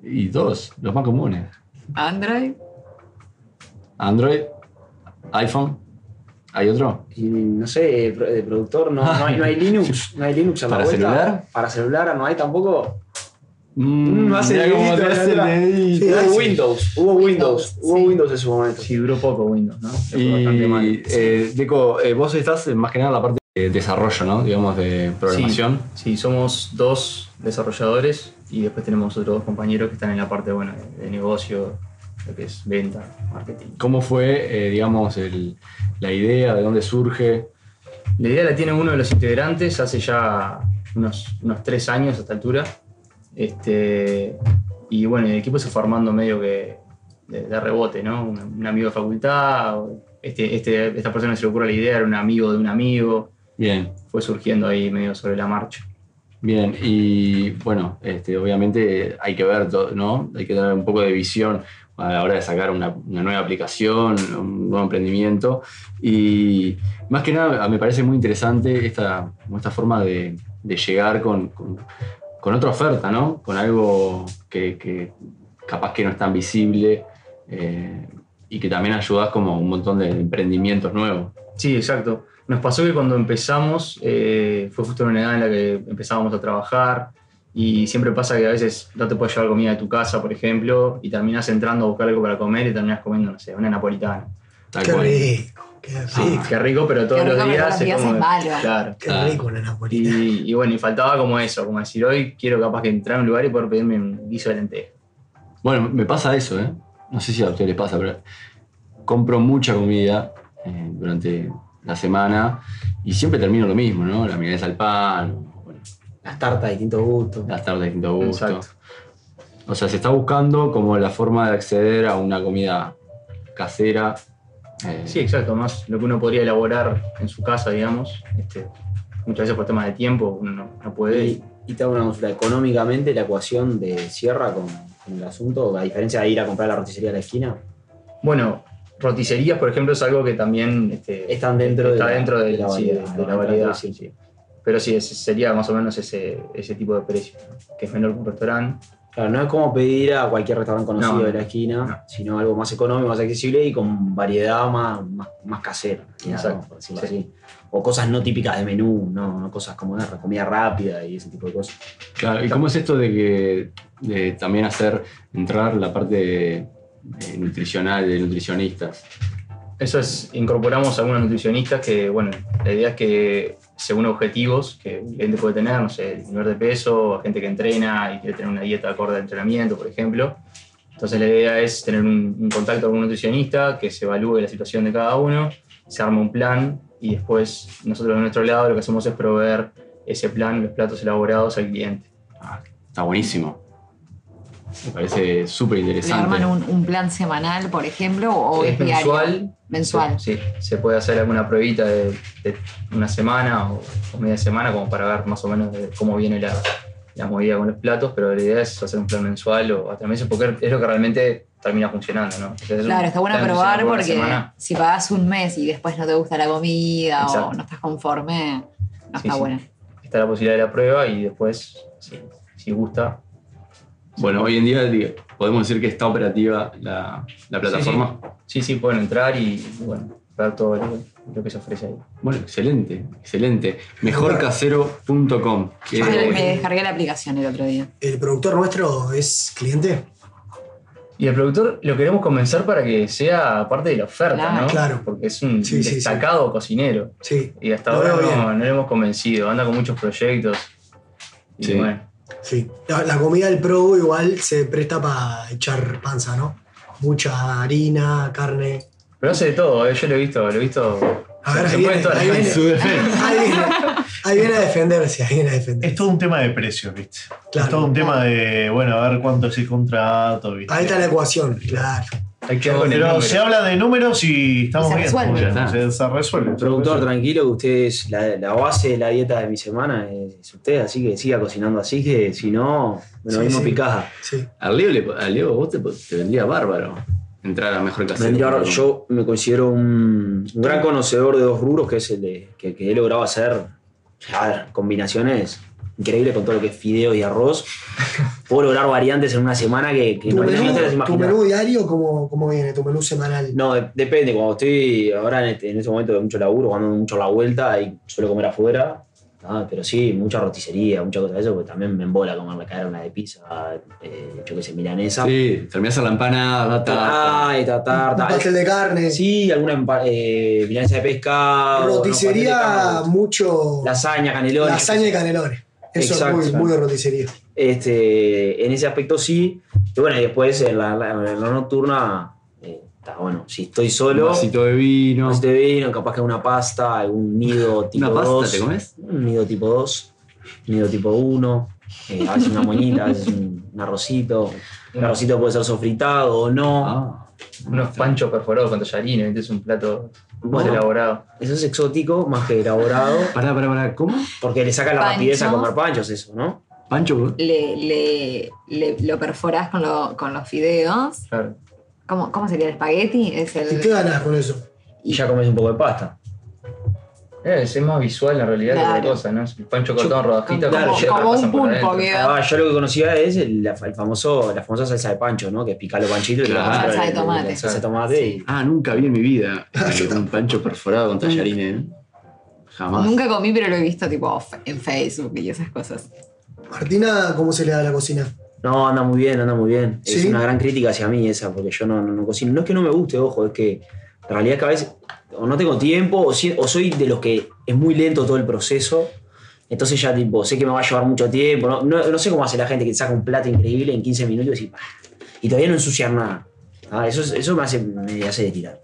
Speaker 4: Y dos, los más comunes.
Speaker 7: Android.
Speaker 4: Android, iPhone, ¿hay otro?
Speaker 6: Y no sé, pro- de productor, no, no, hay, no hay Linux. No hay Linux a la
Speaker 4: ¿Para
Speaker 6: vuelta.
Speaker 4: celular?
Speaker 6: Para celular no hay tampoco.
Speaker 4: Mm,
Speaker 6: No hace
Speaker 4: mirá cómo
Speaker 6: dedito,
Speaker 4: te hace
Speaker 6: mirá,
Speaker 4: el dedito.
Speaker 5: Sí,
Speaker 6: Hubo
Speaker 5: sí.
Speaker 6: Windows, hubo Windows, hubo Windows en su momento.
Speaker 11: Sí, duró poco Windows, ¿no? Le fue bastante mal.
Speaker 4: Y, eh, Deco, eh, vos estás eh, más que nada en la parte de desarrollo, ¿no? Digamos, de programación.
Speaker 11: Sí, somos dos desarrolladores y después tenemos otros dos compañeros que están en la parte bueno, de, de negocio, lo que es venta, marketing.
Speaker 4: ¿Cómo fue, eh, digamos, el- la idea, de dónde surge?
Speaker 11: La idea la tiene uno de los integrantes hace ya unos, unos tres años a esta altura. Este, y bueno, el equipo se fue armando medio que de, de rebote, ¿no? Un, un amigo de facultad, o este, este- esta persona se le ocurre la idea, era un amigo de un amigo,
Speaker 4: Bien,
Speaker 11: fue surgiendo ahí medio sobre la marcha.
Speaker 4: bien. Y bueno, este, obviamente hay que ver, to- ¿no? Hay que tener un poco de visión a la hora de sacar una, una nueva aplicación, un nuevo emprendimiento. Y más que nada, me parece muy interesante esta, como esta forma de, de llegar con, con- con otra oferta, ¿no? Con algo que, que capaz que no es tan visible eh, y que también ayudas como a un montón de emprendimientos nuevos.
Speaker 11: Sí, exacto. Nos pasó que cuando empezamos eh, fue justo en una edad en la que empezábamos a trabajar y siempre pasa que a veces no te puedes llevar comida de tu casa, por ejemplo, y terminás entrando a buscar algo para comer y terminás comiendo, no sé, una napolitana.
Speaker 4: Tal
Speaker 5: Qué
Speaker 4: cual.
Speaker 5: rico, qué
Speaker 11: Sí,
Speaker 5: rico,
Speaker 11: qué rico, pero todos
Speaker 7: Qué rico,
Speaker 11: los
Speaker 7: pero
Speaker 11: días,
Speaker 7: todos los días es
Speaker 11: como-
Speaker 7: malo.
Speaker 11: Claro.
Speaker 5: qué
Speaker 4: Ah.
Speaker 5: rico la napolitana.
Speaker 11: Y, y bueno, y faltaba como eso, como decir, hoy quiero capaz que entrar a un lugar y poder pedirme un guiso de lenteja.
Speaker 4: Bueno, me pasa eso, ¿eh? No sé si a ustedes les pasa, pero compro mucha comida eh, durante la semana y siempre termino lo mismo, ¿no? La milanesa al pan, bueno,
Speaker 6: Las tartas de distintos gustos.
Speaker 4: las tardes de distinto gusto.
Speaker 11: Exacto.
Speaker 4: O sea, se está buscando como la forma de acceder a una comida casera. eh,
Speaker 11: Sí, exacto, más lo que uno podría elaborar en su casa, digamos. Este, muchas veces por temas de tiempo uno no, no puede. y-
Speaker 6: Y, y te hago una consulta. Económicamente, la ecuación de cierra con, con el asunto, a diferencia de ir a comprar a la roticería de la esquina,
Speaker 11: Bueno, roticerías, por ejemplo, es algo que también este,
Speaker 6: están dentro
Speaker 11: está
Speaker 6: de, la-
Speaker 11: dentro
Speaker 6: de
Speaker 11: del-
Speaker 6: la
Speaker 11: sí,
Speaker 6: variedad.
Speaker 11: de la
Speaker 6: ¿no?
Speaker 11: variedad,
Speaker 6: Sí, sí.
Speaker 11: sí. Pero sí, ese sería más o menos ese, ese tipo de precio, ¿no? que es menor que un restaurante.
Speaker 6: Claro, no es como pedir a cualquier restaurante conocido
Speaker 11: No, no,
Speaker 6: de la esquina,
Speaker 11: no.
Speaker 6: sino algo más económico, más accesible y con variedad más, más, más casera. digamos,
Speaker 11: Exacto,
Speaker 6: por decirlo
Speaker 11: sí.
Speaker 6: así. O cosas no típicas de menú, no, no cosas como de comida rápida y ese tipo de cosas.
Speaker 4: Claro, ¿y cómo es esto de que de también hacer entrar la parte eh, nutricional de nutricionistas?
Speaker 11: Eso es, incorporamos a algunos nutricionistas que, bueno, la idea es que según objetivos que el cliente puede tener, no sé, disminuir de peso, gente que entrena y quiere tener una dieta acorde al entrenamiento, por ejemplo. Entonces la idea es tener un, un contacto con un nutricionista que se evalúe la situación de cada uno, se arma un plan y después nosotros de nuestro lado lo que hacemos es proveer ese plan, los platos elaborados al cliente.
Speaker 4: Ah, está buenísimo. Me parece súper
Speaker 7: ¿Le
Speaker 4: interesante.
Speaker 7: arman un, un plan semanal, por ejemplo, o es,
Speaker 11: es
Speaker 7: diario?
Speaker 11: mensual,
Speaker 7: Mensual.
Speaker 11: Sí, se puede hacer alguna pruebita de, de una semana o, o media semana como para ver más o menos de cómo viene la, la movida con los platos, pero la idea es hacer un plan mensual o hasta meses porque es lo que realmente termina funcionando, ¿no? Entonces, es un
Speaker 7: Claro, está bueno
Speaker 11: plan
Speaker 7: probar
Speaker 11: mensual por una
Speaker 7: porque
Speaker 11: semana.
Speaker 7: si pagás un mes y después no te gusta la comida o
Speaker 11: Exacto.
Speaker 7: no estás conforme, no
Speaker 11: Sí,
Speaker 7: está
Speaker 11: sí.
Speaker 7: bueno.
Speaker 11: Está la posibilidad de la prueba y después, si, si gusta,
Speaker 4: Bueno, hoy en día diga, podemos decir que está operativa la, la plataforma.
Speaker 11: sí, sí, pueden entrar y, bueno, ver todo lo, lo que se ofrece ahí.
Speaker 4: Bueno, excelente, excelente. Mejorcasero.com. que- eh,
Speaker 7: Yo me me descargué la aplicación el otro día.
Speaker 5: ¿El productor nuestro es cliente?
Speaker 11: Y el productor lo queremos comenzar para que sea parte de la oferta,
Speaker 7: Claro.
Speaker 11: ¿no?
Speaker 5: Claro.
Speaker 11: Porque es un
Speaker 5: Sí, sí, sí.
Speaker 11: destacado cocinero.
Speaker 5: Sí,
Speaker 11: Y hasta
Speaker 5: Lo
Speaker 11: ahora
Speaker 5: veo
Speaker 11: no,
Speaker 5: bien.
Speaker 11: no lo hemos convencido, anda con muchos proyectos. Y
Speaker 4: Sí.
Speaker 11: bueno,
Speaker 5: sí. La, la comida del produ igual se presta para echar panza, ¿no? Mucha harina, carne.
Speaker 11: pero hace de todo, ¿eh? yo lo he visto, lo he visto.
Speaker 5: A ver,
Speaker 11: se
Speaker 5: ahí
Speaker 11: puede
Speaker 5: viene,
Speaker 11: toda la
Speaker 5: ahí
Speaker 11: gente.
Speaker 5: viene. Ahí viene, ahí viene a defenderse, ahí viene a defenderse.
Speaker 8: Es todo un tema de precios, ¿viste?
Speaker 5: Claro.
Speaker 8: es todo un tema de, bueno, a ver cuánto es el contrato, ¿viste?
Speaker 5: Ahí está la ecuación, claro.
Speaker 11: Hay que ver con el
Speaker 8: Pero
Speaker 11: número.
Speaker 8: se habla de números y estamos
Speaker 11: Y se
Speaker 8: bien.
Speaker 11: resuelve.
Speaker 8: Ya
Speaker 11: Ya
Speaker 8: está.
Speaker 11: está.
Speaker 8: Se, se resuelve. se
Speaker 6: Productor,
Speaker 8: resuelve.
Speaker 6: tranquilo, que usted es la, la base de la dieta de mi semana es, es usted, así que siga cocinando así, que si no, me lo
Speaker 11: Sí,
Speaker 6: mismo
Speaker 11: sí.
Speaker 6: picaja.
Speaker 10: A Leo, le-
Speaker 4: ah,
Speaker 10: a Leo vos te, te vendría bárbaro entrar a mejor casero.
Speaker 6: Vendría ahora- yo me considero un, un gran conocedor de dos rubros, que es el de que, que he logrado hacer a ver, combinaciones increíbles con todo lo que es fideo y arroz. Puedo lograr variantes en una semana que, que
Speaker 5: Tu
Speaker 6: no, no te las
Speaker 5: menú, tu
Speaker 6: imaginas.
Speaker 5: menú diario, ¿cómo, cómo viene? Tu menú semanal.
Speaker 6: No, de- depende. Cuando estoy ahora en este, en este momento de mucho laburo, cuando ando mucho la vuelta y suelo comer afuera. ah, pero sí, mucha roticería, mucha cosa de eso, porque también me embola comer la cara una de pizza, eh, yo qué sé, milanesa.
Speaker 10: Sí, terminás a la empanada, la tarta.
Speaker 6: Ay, ta tarta.
Speaker 5: Un pastel de carne.
Speaker 6: Sí, alguna empa- eh, milanesa de pescado. unos pasteles de
Speaker 5: roticería
Speaker 6: carne,
Speaker 5: mucho.
Speaker 6: Lasaña, canelones.
Speaker 5: Lasaña y canelones. Eso
Speaker 6: Exacto,
Speaker 5: es muy,
Speaker 6: claro.
Speaker 5: muy de roticería.
Speaker 6: Este, en ese aspecto sí. Y bueno, y después en la, la- en la nocturna, eh, está bueno, si estoy solo.
Speaker 10: Un vasito de vino.
Speaker 6: Un vasito de vino, capaz que una pasta, algún nido tipo
Speaker 10: ¿Una pasta
Speaker 6: 2.
Speaker 10: te comes?
Speaker 6: Un nido tipo 2, un nido tipo 1. eh, a veces una moñita, a veces un, un arrocito. Un arrocito puede ser sofritado o no.
Speaker 11: Ah, Unos panchos perforados con tallarines, este es un plato muy
Speaker 6: Bueno.
Speaker 11: elaborado.
Speaker 6: Eso es exótico más que elaborado.
Speaker 10: Pará, pará, pará, ¿cómo?
Speaker 6: Porque le saca la rapidez a
Speaker 7: Pancho.
Speaker 6: comer panchos, eso, ¿no?
Speaker 10: Pancho,
Speaker 7: Le, le- le- lo perforás con, lo- con los fideos.
Speaker 11: Claro.
Speaker 7: ¿Cómo, cómo sería el espagueti? Es el,
Speaker 5: ¿Y qué ganas con eso?
Speaker 6: Y ya comes un poco de pasta.
Speaker 11: Eh, Es, es más visual en realidad que
Speaker 7: Claro.
Speaker 11: otra cosa, ¿no? Es El pancho cortado en rodajitas
Speaker 7: Como-
Speaker 11: con
Speaker 7: como
Speaker 11: pasan
Speaker 7: un
Speaker 11: por
Speaker 7: pulpo,
Speaker 11: adentro.
Speaker 7: queda.
Speaker 6: Ah, yo lo que conocía es el, la, el famoso, la famosa salsa de pancho, ¿no? Que es picar los panchitos y
Speaker 10: Claro.
Speaker 6: la
Speaker 10: Salsa
Speaker 7: de tomate.
Speaker 6: salsa de tomate y-
Speaker 10: Ah, nunca vi en mi vida eh, un pancho perforado con tallarines. ¿eh? Jamás.
Speaker 7: Nunca comí, pero lo he visto tipo f- en Facebook y esas cosas.
Speaker 5: Martina, ¿cómo se le da a la cocina?
Speaker 6: No, anda muy bien, anda muy bien. Es
Speaker 5: ¿Sí?
Speaker 6: una gran crítica hacia mí esa, porque yo no, no, no cocino. No es que no me guste, ojo, es que la realidad es que a veces o no tengo tiempo o, si- o soy de los que es muy lento todo el proceso. Entonces ya tipo, sé que me va a llevar mucho tiempo. No, no- no sé cómo hace la gente que saca un plato increíble en 15 minutos y decís, "Pa", y todavía no ensuciar nada. Ah, eso, es- eso me hace, me hace de tirar.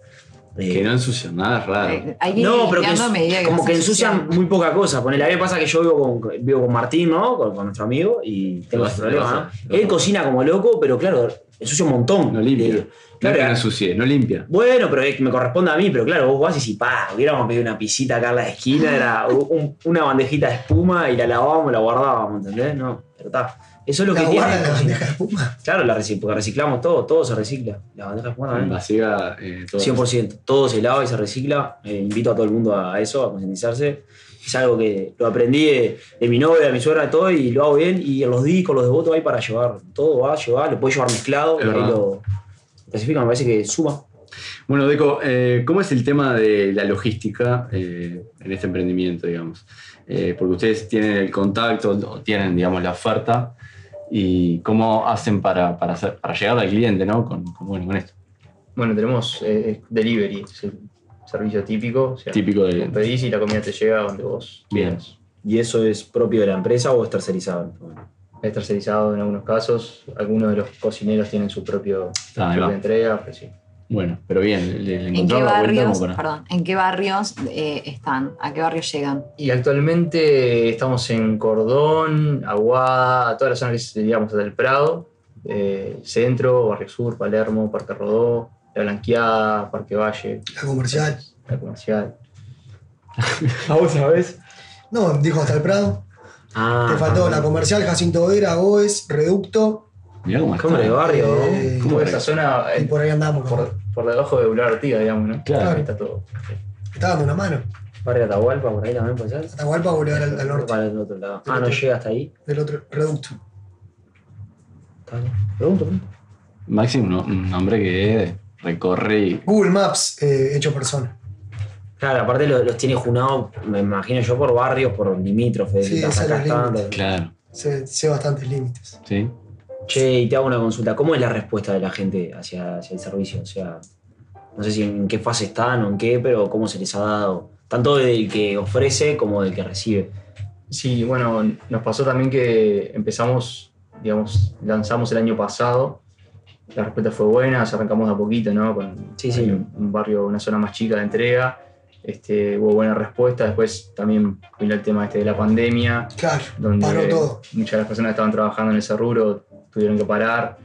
Speaker 6: Eh,
Speaker 10: Que no ensucian nada, es raro.
Speaker 7: Hay que ir
Speaker 6: no, pero que
Speaker 7: limpiando
Speaker 6: ens-
Speaker 7: a medida que
Speaker 6: como
Speaker 7: vas
Speaker 6: que ensucian
Speaker 7: ensuciando.
Speaker 6: muy poca cosa. Ponele, a mí me pasa que yo vivo con, vivo con Martín, ¿no? Con, con nuestro amigo y tengo
Speaker 10: Lo
Speaker 6: ese
Speaker 10: vas- lo
Speaker 6: problema,
Speaker 10: vas a-
Speaker 6: ¿no? Él cocina como loco, pero claro, ensucia un montón.
Speaker 10: No limpia.
Speaker 6: Le-
Speaker 10: No es que no ensucie, no limpia.
Speaker 6: Bueno, pero es que me corresponde a mí, pero claro, vos vas y si, pa, hubiéramos pedido una pisita acá en la esquina, era un- una bandejita de espuma y la lavábamos, la guardábamos, ¿entendés? No, pero está. Eso es lo
Speaker 5: La
Speaker 6: que tiene.
Speaker 5: guardan en la
Speaker 6: cocinar.
Speaker 5: bandeja de espuma.
Speaker 6: Claro, la reci- porque reciclamos todo, todo se recicla. La bandeja de espuma también.
Speaker 10: Vacía eh, todo.
Speaker 6: 100%, todo se lava y se recicla. Eh, invito a todo el mundo a eso, a concientizarse. Es algo que lo aprendí de, de mi novia, de mi suegra, de todo, y lo hago bien. Y en los discos, los devotos hay para llevar. Todo va a llevar, lo puedes llevar mezclado,
Speaker 10: Es
Speaker 6: y ahí
Speaker 10: verdad.
Speaker 6: lo clasifican, me parece que suma.
Speaker 10: Bueno, Deco, eh, ¿cómo es el tema de la logística eh, en este emprendimiento, digamos? Eh, porque ustedes tienen el contacto, o tienen, digamos, la oferta, y cómo hacen para, para, hacer- para llegar al cliente, ¿no? Con, con, bueno, con esto,
Speaker 11: Bueno, tenemos eh, delivery, es el servicio típico. o sea,
Speaker 10: típico de...
Speaker 11: Pedís y la comida te llega donde vos
Speaker 10: Bien.
Speaker 11: quieras.
Speaker 6: ¿Y eso es propio de la empresa o es
Speaker 10: este
Speaker 6: tercerizado?
Speaker 11: Es tercerizado en algunos casos. Algunos de los cocineros tienen su propio
Speaker 10: Ah, ahí
Speaker 11: propia
Speaker 10: va.
Speaker 11: entrega, pero sí.
Speaker 10: Bueno, pero bien, le, le
Speaker 7: ¿En qué
Speaker 10: encontraron la vuelta
Speaker 7: barrios,
Speaker 10: como para...
Speaker 7: perdón, ¿en qué barrios eh, están? ¿A qué barrios llegan?
Speaker 11: Y actualmente estamos en Cordón, Aguada, toda la zona que es, digamos, hasta el Prado, eh, Centro, Barrio Sur, Palermo, Parque Rodó, La Blanqueada, Parque Valle,
Speaker 5: La comercial.
Speaker 11: La Comercial.
Speaker 6: ¿A vos sabés?
Speaker 5: No, dijo hasta el Prado.
Speaker 6: Ah,
Speaker 5: Te faltó la comercial, Jacinto Vera, Goes, Reducto.
Speaker 10: Mirá cómo está.
Speaker 6: Cámara de barrio. ¿no?
Speaker 5: Eh,
Speaker 10: ¿Cómo
Speaker 11: Toda
Speaker 10: era?
Speaker 11: esa zona
Speaker 5: y
Speaker 11: eh,
Speaker 5: por ahí andamos.
Speaker 11: por, por debajo de Bular Ortiga, digamos, ¿no?
Speaker 10: Claro.
Speaker 11: Ahí está todo.
Speaker 5: Está dando una mano.
Speaker 6: Barrio Atahualpa, por ahí también puede ser.
Speaker 5: Atahualpa volver al, al norte
Speaker 6: Para el otro lado. Ah, no llega hasta ahí.
Speaker 5: del otro reducto.
Speaker 6: Está bien. Pregunto, pregunto.
Speaker 10: Maxi, un, un hombre que recorre y...
Speaker 5: Google Maps eh, hecho persona.
Speaker 6: Claro, aparte lo- los, tiene junados, me imagino yo, por barrios, por limítrofes.
Speaker 5: Sí,
Speaker 6: acá
Speaker 5: esa es la
Speaker 6: están,
Speaker 5: límite.
Speaker 10: Claro,
Speaker 5: Sé, sé bastantes límites.
Speaker 10: ¿sí?
Speaker 6: Che, y te hago una consulta. ¿Cómo es la respuesta de la gente hacia, hacia el servicio? O sea, no sé si en qué fase están o en qué, pero cómo se les ha dado. Tanto del que ofrece como del que recibe.
Speaker 11: Sí, bueno, nos pasó también que empezamos, digamos, lanzamos el año pasado. La respuesta fue buena, o sea, arrancamos de a poquito, ¿no? Con
Speaker 6: Sí, sí.
Speaker 11: un un barrio, una zona más chica de entrega. Este, hubo buena respuesta. Después también vino el tema este de la pandemia,
Speaker 5: Claro,
Speaker 11: donde
Speaker 5: paró todo.
Speaker 11: muchas de las personas que estaban trabajando en ese rubro tuvieron que parar.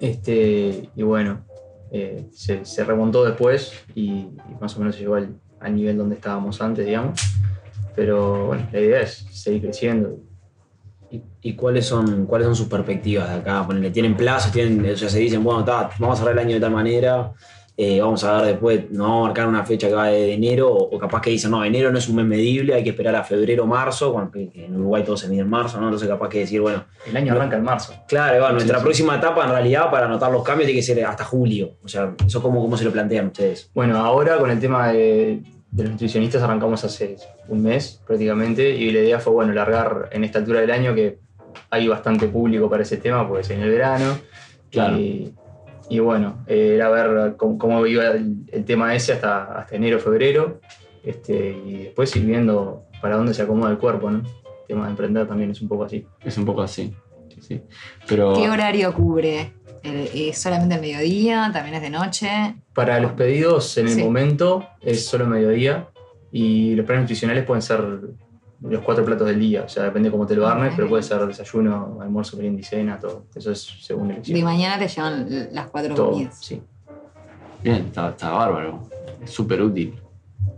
Speaker 11: Este, y bueno, eh, se, se remontó después y, y más o menos se llegó al, al nivel donde estábamos antes, digamos. Pero bueno, la idea es seguir creciendo.
Speaker 6: ¿Y, y cuáles, son, cuáles son sus perspectivas de acá? Ponele, ¿Tienen plazos? Tienen, o sea, se dicen, bueno, ta, vamos a cerrar el año de tal manera, eh, vamos a ver después, no vamos a marcar una fecha que va de enero, o, o capaz que dicen, no, enero no es un mes medible, hay que esperar a febrero, marzo, cuando que- que en Uruguay todo se mide en marzo, ¿no? Entonces capaz que decir, bueno...
Speaker 11: El año arranca en marzo.
Speaker 6: Claro, va,
Speaker 11: Sí,
Speaker 6: nuestra
Speaker 11: sí.
Speaker 6: próxima etapa en realidad para anotar los cambios tiene que ser hasta julio. O sea, eso como cómo se lo plantean ustedes.
Speaker 11: Bueno, ahora con el tema de, de los nutricionistas arrancamos hace un mes prácticamente y la idea fue, bueno, largar en esta altura del año que hay bastante público para ese tema porque se viene el verano.
Speaker 4: Claro.
Speaker 11: Y, y bueno, eh, era ver cómo, cómo iba el, el tema ese hasta, hasta enero, febrero este, y después ir viendo para dónde se acomoda el cuerpo, ¿no? El tema de emprender también es un poco así.
Speaker 4: Es un poco así, sí, sí. Pero
Speaker 7: ¿Qué horario cubre? El- ¿Es solamente el mediodía? ¿También es de noche?
Speaker 11: Para los pedidos en el
Speaker 7: Sí.
Speaker 11: momento es solo mediodía y los planes nutricionales pueden ser los cuatro platos del día, o sea, depende cómo te lo armes, pero puede ser desayuno, almuerzo, merienda y cena, todo. Eso es según el
Speaker 7: De mañana te llevan l- las cuatro
Speaker 11: Todo,
Speaker 7: comidas.
Speaker 11: Sí.
Speaker 4: bien, está, está bárbaro. Es súper útil.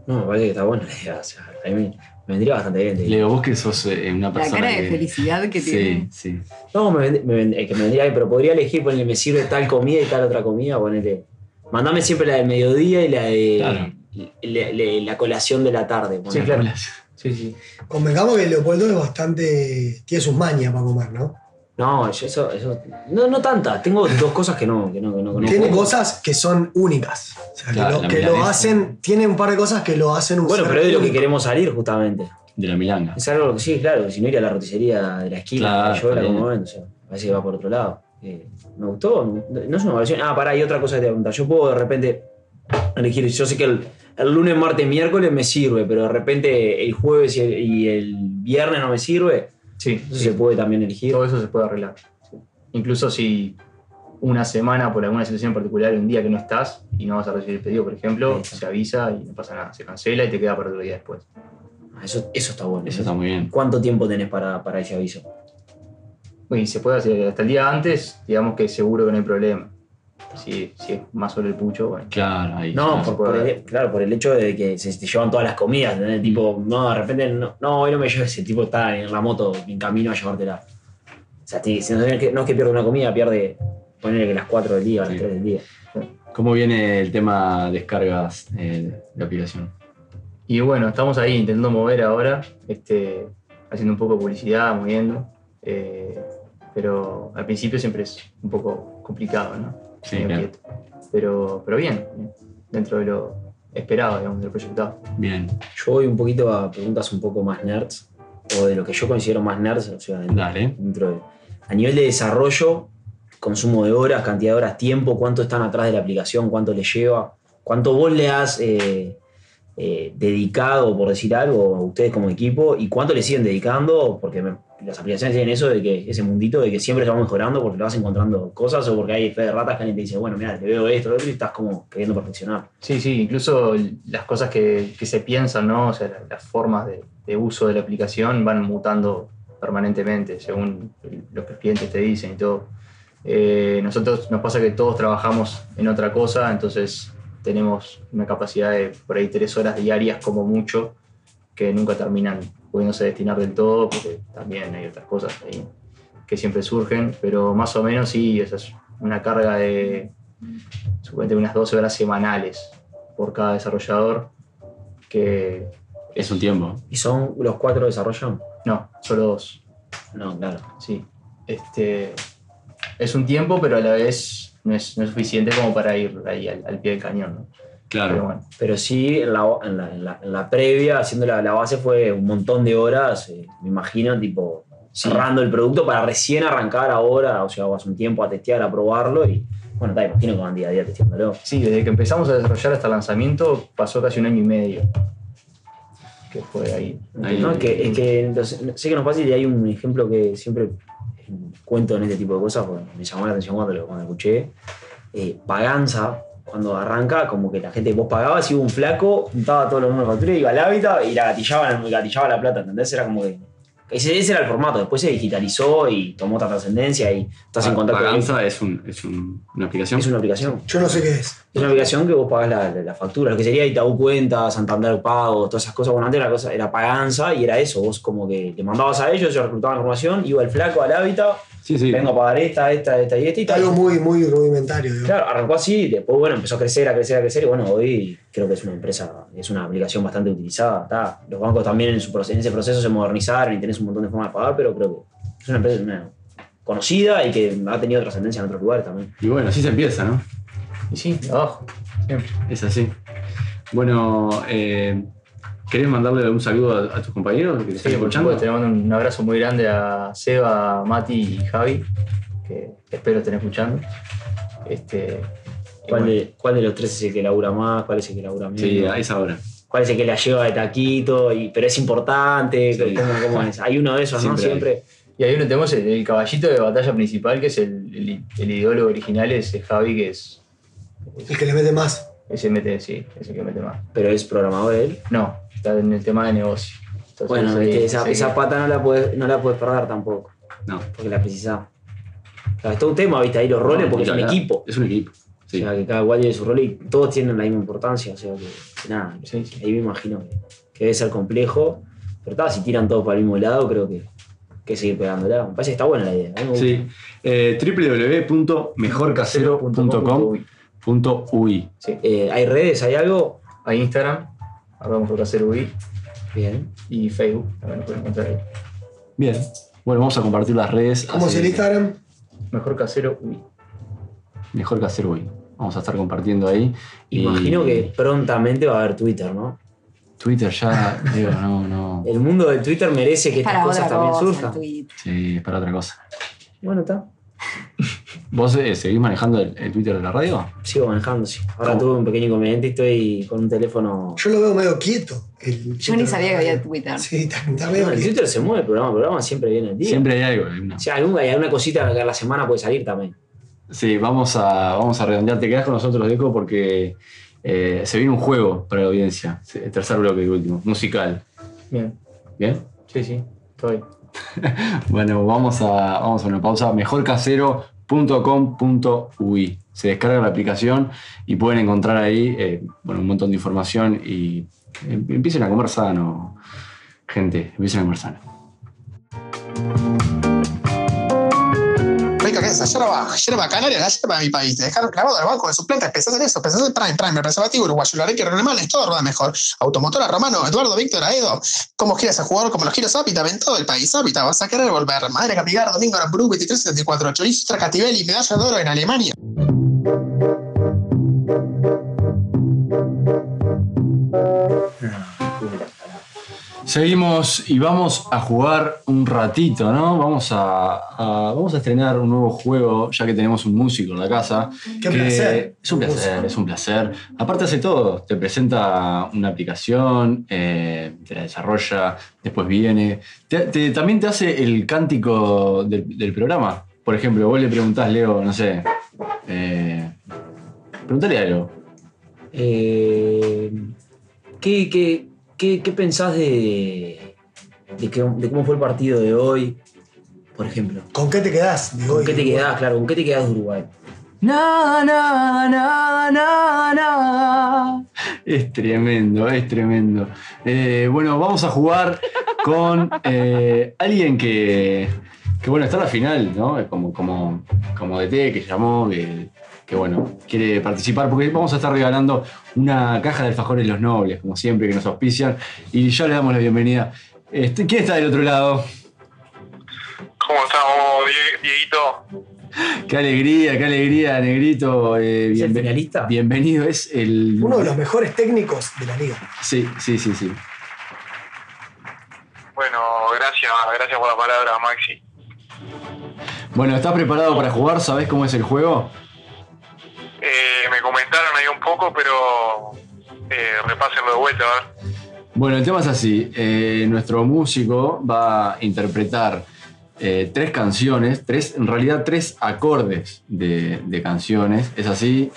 Speaker 6: No, me parece que está bueno. la idea, O sea, a mí me, me vendría bastante bien. te digo.
Speaker 4: Leo, vos que sos eh, una
Speaker 7: La
Speaker 4: persona
Speaker 7: cara de
Speaker 4: que-
Speaker 7: felicidad que
Speaker 4: sí,
Speaker 7: tiene.
Speaker 4: Sí,
Speaker 6: No, me, vend- me vend- eh, que me vendría bien, pero podría elegir, ponele, me sirve tal comida y tal otra comida, ponele. Mandame siempre la del mediodía y la de
Speaker 4: Claro.
Speaker 6: le- le- la colación de la tarde. ponele.
Speaker 11: Sí, sí.
Speaker 5: Convengamos que Leopoldo es bastante. tiene sus mañas para comer, ¿no?
Speaker 6: No, yo eso, eso. No, no tanta. Tengo dos cosas que no, que no, que no conozco.
Speaker 5: Tiene cosas que son únicas. O sea,
Speaker 6: Claro,
Speaker 5: que
Speaker 6: la
Speaker 5: lo, que lo
Speaker 6: milanesa.
Speaker 5: hacen. Tiene un par de cosas que lo hacen un
Speaker 6: Bueno,
Speaker 5: ser
Speaker 6: pero es de lo que
Speaker 5: único.
Speaker 6: queremos salir justamente.
Speaker 4: de la milanga.
Speaker 6: Es algo que sí, claro, que si no ir a la roticería de la esquina,
Speaker 4: Claro,
Speaker 6: yo la
Speaker 4: está
Speaker 6: como
Speaker 4: bien.
Speaker 6: vendo, o sea, parece que va por otro lado. Eh, me gustó, no no es una evaluación. Ah, pará, y otra cosa que te voy a preguntar. Yo puedo de repente elegir, yo sé que el, el lunes, martes, miércoles me sirve, pero de repente el jueves y el, y el viernes no me sirve.
Speaker 11: Sí,
Speaker 6: eso se puede también elegir.
Speaker 11: Todo eso se puede arreglar. sí. Incluso si una semana por alguna situación particular, un día que no estás y no vas a recibir el pedido, por ejemplo, se avisa y no pasa nada, se cancela y te queda para otro día después.
Speaker 6: Ah, Eso, eso está bueno.
Speaker 4: Eso está muy bien.
Speaker 6: ¿Cuánto tiempo tenés para, para ese aviso?
Speaker 11: Y se puede hacer hasta el día antes, digamos que seguro que no hay problema. Si, si es más sobre el pucho, bueno.
Speaker 4: Claro, ahí.
Speaker 6: No,
Speaker 11: claro.
Speaker 6: por, por el, claro, por el hecho de que se te llevan todas las comidas, ¿entendés? Tipo, no, de repente, no, no, hoy no me lleves, ese tipo está en la moto en camino a llevártela. O sea, te- si no, es que, no es que pierda una comida, pierde, ponerle que las 4 del día, o las 3 del día.
Speaker 4: ¿Cómo viene el tema descargas eh, de aplicación?
Speaker 11: Y bueno, estamos ahí intentando mover ahora, este, haciendo un poco de publicidad, moviendo. eh, pero al principio siempre es un poco complicado, ¿no?
Speaker 4: Sí,
Speaker 11: Medio
Speaker 4: claro.
Speaker 11: quieto. Pero, pero bien, bien, dentro de lo esperado, digamos, de lo proyectado.
Speaker 4: Bien.
Speaker 6: Yo voy un poquito a preguntas un poco más nerds, o de lo que yo considero más nerds, o sea, en- dentro de- a nivel de desarrollo, consumo de horas, cantidad de horas, tiempo, cuánto están atrás de la aplicación, cuánto les lleva, cuánto vos le has eh, eh, dedicado, por decir algo, a ustedes como equipo, y cuánto le siguen dedicando, porque me- las aplicaciones tienen eso de que ese mundito de que siempre se va mejorando porque lo vas encontrando cosas o porque hay fe de ratas que alguien te dice, bueno, mira, te veo esto, lo otro, y estás como queriendo perfeccionar.
Speaker 11: Sí, sí, incluso las cosas que, que se piensan, ¿no? O sea, la- las formas de, de uso de la aplicación van mutando permanentemente según lo que los clientes te dicen y todo. Eh, nosotros nos pasa que todos trabajamos en otra cosa, entonces tenemos una capacidad de por ahí tres horas diarias como mucho que nunca terminan pudiéndose destinar del todo, porque también hay otras cosas ahí que siempre surgen, pero más o menos sí, esa es una carga de suponete unas 12 horas semanales por cada desarrollador, que
Speaker 4: Es un tiempo.
Speaker 6: ¿Y son los cuatro desarrollan?
Speaker 11: no, solo dos.
Speaker 6: No, claro.
Speaker 11: Sí. Este, es un tiempo, pero a la vez no es, no es suficiente como para ir ahí al, al pie del cañón. ¿no?
Speaker 4: Claro.
Speaker 11: Pero bueno.
Speaker 6: Pero sí, en la, en la- en la- en la previa, haciendo la, la base, fue un montón de horas, eh, me imagino, tipo cerrando el producto para recién arrancar ahora, o sea, hace un tiempo a testear, a probarlo y bueno, te imagino que van día a día testeándolo.
Speaker 11: Sí, desde que empezamos a desarrollar hasta el lanzamiento pasó casi un año y medio. Que fue ahí.
Speaker 6: ¿No? Que, es que entonces, sé que no es fácil y hay un ejemplo que siempre cuento en este tipo de cosas, porque me llamó la atención cuando lo cuando escuché. Eh, Paganza, cuando arranca, como que la gente, vos pagabas, iba un flaco, juntaba todos los números de factura, iba al hábitat y la gatillaba, gatillaba la plata, ¿entendés? Era como que Ese, ese era el formato, después se digitalizó y tomó otra trascendencia y estás en contacto con
Speaker 4: Vaganza es, un- es un- una aplicación.
Speaker 6: Es una aplicación.
Speaker 5: Yo no sé qué es.
Speaker 6: Es una aplicación que vos pagás la, la- la factura, lo que sería Itaú Cuenta, Santander Pago, todas esas cosas. Bueno, antes era, cosa, era paganza y era eso. Vos como que le mandabas a ellos, ellos reclutaban la información, iba el flaco al hábitat, vengo a pagar esta, esta, esta y esta y tal.
Speaker 5: Algo muy, muy rudimentario. digo.
Speaker 6: Claro, arrancó así, después bueno, empezó a crecer, a crecer, a crecer, y bueno, hoy creo que es una empresa, es una aplicación bastante utilizada. está. Los bancos también en, su proce- en ese proceso se modernizaron y tenés un montón de formas de pagar, pero creo que es una empresa una- conocida y que ha tenido trascendencia en otros lugares también.
Speaker 4: Y bueno, así se empieza, ¿no?
Speaker 6: Y sí, de abajo, siempre.
Speaker 4: Es así. Bueno, eh, ¿querés mandarle un saludo a, a tus compañeros que te están
Speaker 11: Sí, por
Speaker 4: escuchando?
Speaker 11: supuesto, le mando un abrazo muy grande a Seba, Mati y Javi, que espero estén escuchando. Este, y
Speaker 6: ¿Cuál,
Speaker 11: bueno,
Speaker 6: de, cuál de los tres es el que labura más? ¿Cuál es el que labura menos?
Speaker 4: Sí, a esa hora.
Speaker 6: ¿Cuál es el que la lleva de taquito? Y, pero es importante, ¿cómo, cómo es? Hay uno de esos, ¿no? Siempre.
Speaker 11: Y ahí uno tenemos el, el caballito de batalla principal, que es el, el, el ideólogo original, es Javi, que es.
Speaker 5: El que le mete más.
Speaker 11: Ese mete, sí, es el que mete más.
Speaker 6: ¿Pero es programador él?
Speaker 11: No, está en el tema de negocio. Entonces,
Speaker 6: Bueno,
Speaker 11: ahí-
Speaker 6: viste, esa,
Speaker 11: ahí-
Speaker 6: esa pata no la puedes no la podés perder tampoco.
Speaker 4: No.
Speaker 6: Porque la precisás. O sea, es todo un tema, viste, ahí los roles,
Speaker 4: No,
Speaker 6: porque es un
Speaker 4: claro,
Speaker 6: equipo.
Speaker 4: Es un equipo. Sí.
Speaker 6: O sea, que cada cual tiene su rol y todos tienen la misma importancia. O sea, que nada, ahí me imagino que, que debe ser complejo. Pero tá, si tiran todos para el mismo lado, creo que que seguir pegándola. Me parece que está buena la idea. a mí me gusta.
Speaker 4: Sí. Eh, www.mejorcasero.com.uy.
Speaker 11: Sí.
Speaker 6: Eh, ¿Hay redes? ¿Hay algo?
Speaker 11: Hay Instagram, acá por hacer UI.
Speaker 6: Bien.
Speaker 11: Y Facebook, también lo pueden encontrar ahí.
Speaker 4: Bien. Bueno, vamos a compartir las redes.
Speaker 11: ¿Cómo
Speaker 4: Así
Speaker 11: es el
Speaker 4: que-
Speaker 5: Instagram?
Speaker 11: Mejor casero UI.
Speaker 4: Mejor Casero UI. Vamos a estar compartiendo ahí.
Speaker 6: Imagino que prontamente va a haber Twitter, ¿no?
Speaker 4: Twitter ya, digo, no, no.
Speaker 6: El mundo del Twitter merece que estas
Speaker 7: Para
Speaker 6: cosas
Speaker 7: otra
Speaker 6: también
Speaker 7: cosa,
Speaker 6: surjan.
Speaker 7: Twitter.
Speaker 4: Sí, es para otra cosa.
Speaker 6: Bueno, está.
Speaker 4: ¿Vos eh, seguís manejando el, el Twitter de la radio?
Speaker 6: Sigo manejando, sí. Ahora tuve un pequeño inconveniente y estoy con un teléfono.
Speaker 5: Yo lo veo medio quieto. El
Speaker 7: Yo ni sabía que había Twitter.
Speaker 5: Sí, está
Speaker 6: No, el Twitter se mueve programa a programa, siempre viene el día.
Speaker 4: Siempre hay algo.
Speaker 6: O sea, algún- hay alguna cosita que a la semana puede salir también.
Speaker 4: Sí, vamos a, vamos a redondear. Te quedás con nosotros, Deco, porque eh, se viene un juego para la audiencia. Sí, El tercer bloque y último, musical.
Speaker 11: Bien,
Speaker 4: ¿Bien?
Speaker 11: sí, sí, estoy.
Speaker 4: Bueno, vamos a, vamos a una pausa. Mejorcasero.com.uy. Se descarga la aplicación y pueden encontrar ahí eh, bueno, un montón de información y eh, empiecen a comer sano, gente. Empiecen a comer sano.
Speaker 8: Rica que es la yerba, yerba canaria, la yerba de mi país. Te dejaron clavado al banco de sus plantas, pensás en eso, pensás en Prime, Prime, el preservativo uruguayo, la que Román, es todo verdad mejor. Automotora Romano, Eduardo Víctor Aedo, como giras a jugar, como los giros Habitat en todo el país. Habitat, vas a querer volver. Madre Capigar, Domingo Aramburu, 2374, Chorizo, Tracatibel y Medalla de Oro en Alemania.
Speaker 4: Seguimos y vamos a jugar un ratito, ¿no? Vamos a, a- vamos a estrenar un nuevo juego, ya que tenemos un músico en la casa.
Speaker 5: Qué
Speaker 4: que
Speaker 5: placer.
Speaker 4: Es un placer, es un placer. Aparte hace todo, te presenta una aplicación, eh, te la desarrolla, después viene. Te- te- también te hace el cántico del, del programa. Por ejemplo, vos le preguntás, Leo, no sé, eh, preguntale algo.
Speaker 6: Eh, ¿qué, qué, qué, qué pensás de, de, que- de cómo fue el partido de hoy, por ejemplo?
Speaker 5: ¿Con qué te quedás? de
Speaker 6: ¿Con
Speaker 5: hoy,
Speaker 6: qué te
Speaker 5: Uruguay?
Speaker 6: quedás, claro? ¿Con qué te quedás de Uruguay?
Speaker 4: Nada, nada, nada, nada, nada. Es tremendo, es tremendo. Eh, bueno, vamos a jugar con eh, alguien que, que, bueno, está en la final, ¿no? Es Como, como, como DT que llamó, que, que, bueno, quiere participar, porque vamos a estar regalando una caja de alfajores Los Nobles, como siempre, que nos auspician, y ya le damos la bienvenida. Este, ¿Quién está del otro lado?
Speaker 12: ¿Cómo estamos, Die- Dieguito?
Speaker 4: Qué alegría, qué alegría, Negrito. eh, bienve- Bienvenido, es el.
Speaker 5: Uno de los mejores técnicos de la liga.
Speaker 4: Sí, sí, sí, sí.
Speaker 12: Bueno, gracias, gracias por la palabra, Maxi.
Speaker 4: Bueno, ¿estás preparado para jugar? ¿Sabés cómo es el juego?
Speaker 12: Eh, me comentaron ahí un poco, pero eh, repásenlo de vuelta, ¿eh? a ver.
Speaker 4: Bueno, el tema es así. eh, nuestro músico va a interpretar eh, tres canciones, tres, en realidad tres acordes de, de canciones. Es así,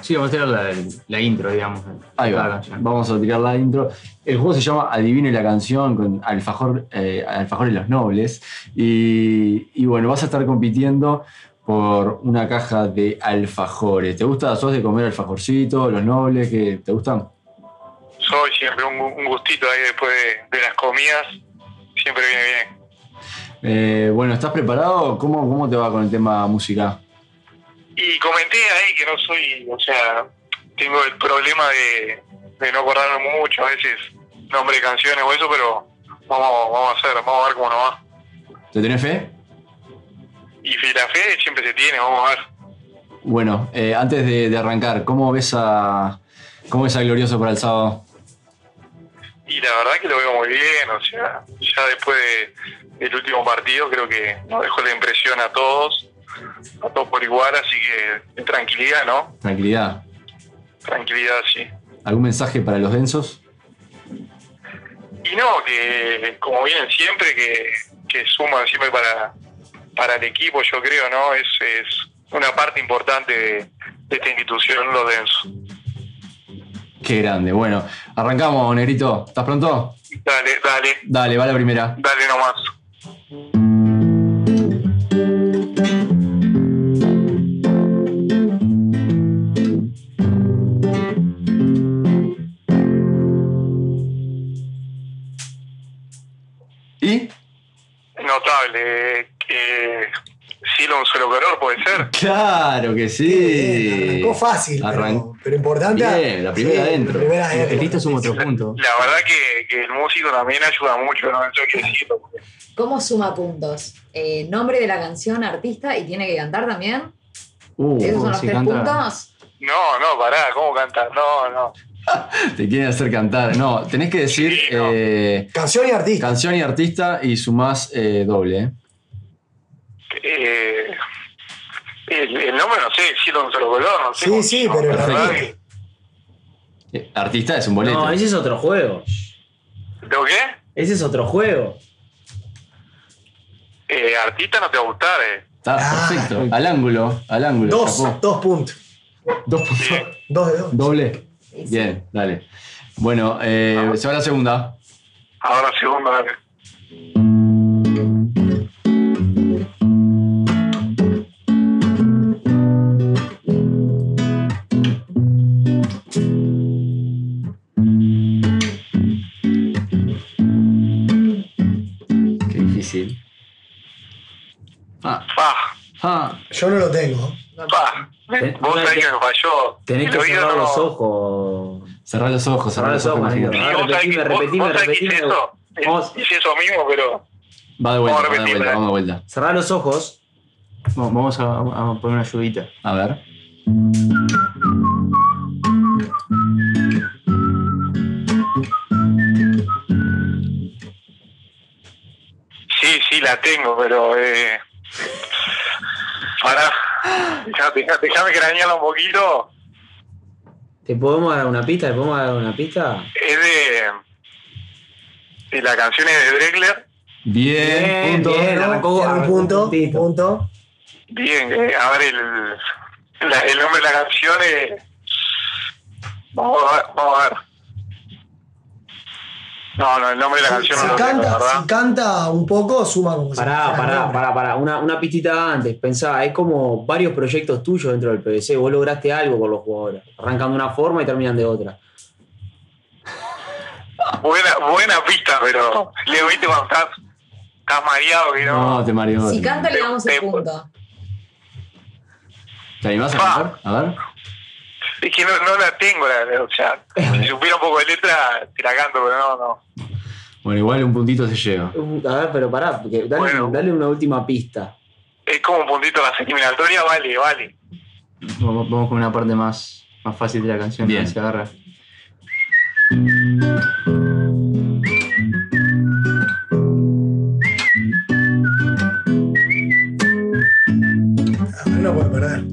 Speaker 11: Sí, vamos a tirar la, la intro, digamos.
Speaker 4: Ahí
Speaker 11: Cada
Speaker 4: va.
Speaker 11: canción.
Speaker 4: Vamos a tirar la intro. El juego se llama Adivino y la canción con Alfajor, eh, Alfajor y los Nobles. Y, y bueno, vas a estar compitiendo por una caja de alfajores. ¿Te gusta? ¿Sos de comer alfajorcito, los nobles? que ¿Te gustan?
Speaker 12: Soy siempre un, gu- un gustito ahí después de, de las comidas. Siempre viene bien.
Speaker 4: Eh, bueno, ¿estás preparado? ¿Cómo, ¿Cómo te va con el tema música?
Speaker 12: Y comenté ahí que no soy, o sea, tengo el problema de, de no acordarme mucho a veces nombre de canciones o eso, pero vamos, vamos a hacer, vamos a ver cómo nos va.
Speaker 4: ¿Te tenés fe?
Speaker 12: Y fi- la fe siempre se tiene, vamos a ver.
Speaker 4: Bueno, eh, antes de, de arrancar, ¿cómo ves a, cómo ves a Glorioso para el sábado?
Speaker 12: Y la verdad que lo veo muy bien, o sea, ya después de- del último partido creo que nos dejó la impresión a todos, a todos por igual, así que tranquilidad, ¿no?
Speaker 4: Tranquilidad.
Speaker 12: Tranquilidad, sí.
Speaker 4: ¿Algún mensaje para los densos?
Speaker 12: Y no, que como vienen siempre, que, que suman siempre para, para el equipo, yo creo, ¿no? Es, es una parte importante de, de esta institución, los densos.
Speaker 4: Qué grande. Bueno, arrancamos, Negrito. ¿Estás pronto?
Speaker 12: Dale, dale,
Speaker 4: Dale, va la primera.
Speaker 12: dale nomás.
Speaker 4: ¿Y?
Speaker 12: Notable, que cielo un solo color puede ser.
Speaker 4: Claro que sí.
Speaker 12: arrancó fácil,
Speaker 4: Arran-
Speaker 5: Pero importante.
Speaker 4: Bien, la primera
Speaker 5: Sí,
Speaker 4: adentro.
Speaker 5: La primera
Speaker 4: Eh,
Speaker 5: adentro.
Speaker 4: suma otro punto.
Speaker 12: La verdad que, que el músico también ayuda mucho, ¿no? Eso hay que decirlo.
Speaker 7: ¿Cómo suma puntos? Eh, nombre de la canción, artista y tiene que cantar también.
Speaker 4: Uh,
Speaker 7: ¿Esos
Speaker 12: Uh.
Speaker 7: son los tres puntos?
Speaker 12: No, no, pará, ¿cómo cantar? No, no.
Speaker 4: Te quieren hacer cantar. No, tenés que decir. eh,
Speaker 5: canción y artista.
Speaker 4: Canción y artista y sumás eh, doble. ¿eh?
Speaker 12: Eh, el, el nombre no sé, cielo un solo color, no sé.
Speaker 5: Sí, sí, pero
Speaker 12: la verdad que-
Speaker 4: Eh, Artista es un boleto.
Speaker 13: No, ese es otro juego.
Speaker 12: ¿Lo qué?
Speaker 13: Ese es otro juego.
Speaker 12: Eh, artista no te va a gustar, eh.
Speaker 4: Está perfecto. Al ángulo, al ángulo.
Speaker 12: Dos,
Speaker 5: Ah. dos puntos.
Speaker 4: Dos puntos.
Speaker 5: Dos de dos.
Speaker 4: Doble. Bien, dale. Bueno, eh, se va la segunda.
Speaker 12: Ah. Ahora segundo, dale.
Speaker 10: Qué difícil.
Speaker 4: Ah. Eh,
Speaker 5: Yo no lo tengo.
Speaker 12: Pa, vos sabés que me falló.
Speaker 13: Tenés
Speaker 12: El
Speaker 13: que
Speaker 12: oído
Speaker 13: cerrar
Speaker 12: no-
Speaker 13: los ojos.
Speaker 4: Cerrar los ojos,
Speaker 13: cerrar los ojos.
Speaker 12: Sí, vos sabés
Speaker 13: Repetime,
Speaker 12: que, vos-
Speaker 13: repetime,
Speaker 12: vos sabés que hice
Speaker 13: repetime.
Speaker 12: eso. Eh, Hice eso mismo, pero
Speaker 4: Va de
Speaker 13: Vamos
Speaker 4: vuelta,
Speaker 13: a
Speaker 4: va de vuelta,
Speaker 13: repetirla, eh.
Speaker 4: vamos de vuelta.
Speaker 13: Cerrar los ojos.
Speaker 11: Vamos a, a poner una ayudita.
Speaker 4: A ver.
Speaker 12: sí, sí, la tengo, pero... Eh, pará. Dejame, dejame cranearla un poquito.
Speaker 13: ¿Te podemos dar una pista? ¿Te podemos dar una pista?
Speaker 12: Es de... de la canción es de Dregler.
Speaker 4: Bien,
Speaker 13: punto. arrancó,
Speaker 5: Un punto. punto.
Speaker 12: Bien, eh, a ver, el, la- el nombre de la canción es... Vamos a ver, vamos a ver. No, no, el nombre de la canción no
Speaker 5: Si
Speaker 12: lo tengo, la
Speaker 5: canta,
Speaker 12: verdad.
Speaker 5: si canta Ah, un poco, suma como si
Speaker 13: Pará,
Speaker 5: fuera
Speaker 13: pará,
Speaker 5: nombre.
Speaker 13: pará, pará. Una, una pistita antes. Pensá, es como varios proyectos tuyos dentro del PVC. Vos lograste algo con los jugadores. Arrancan de una forma y terminan de otra.
Speaker 12: Buena, buena pista, pero Leo, viste cuando estás, estás mareado que no.
Speaker 4: No, te mareo.
Speaker 7: Si canta le damos el punto.
Speaker 4: ¿Te animás a cantar? A ver.
Speaker 12: Es que no, no la tengo, la, o sea, si supiera un poco de letra, te la canto, pero no, no.
Speaker 4: Bueno, igual un puntito se lleva.
Speaker 13: Uh, A ver, pero pará. porque Dale, dale una última pista.
Speaker 12: Es como un puntito a las eliminatorias, vale, vale.
Speaker 11: Vamos, vamos con una parte más, más fácil de la canción. Bien. Se agarra.
Speaker 5: No puedo perder.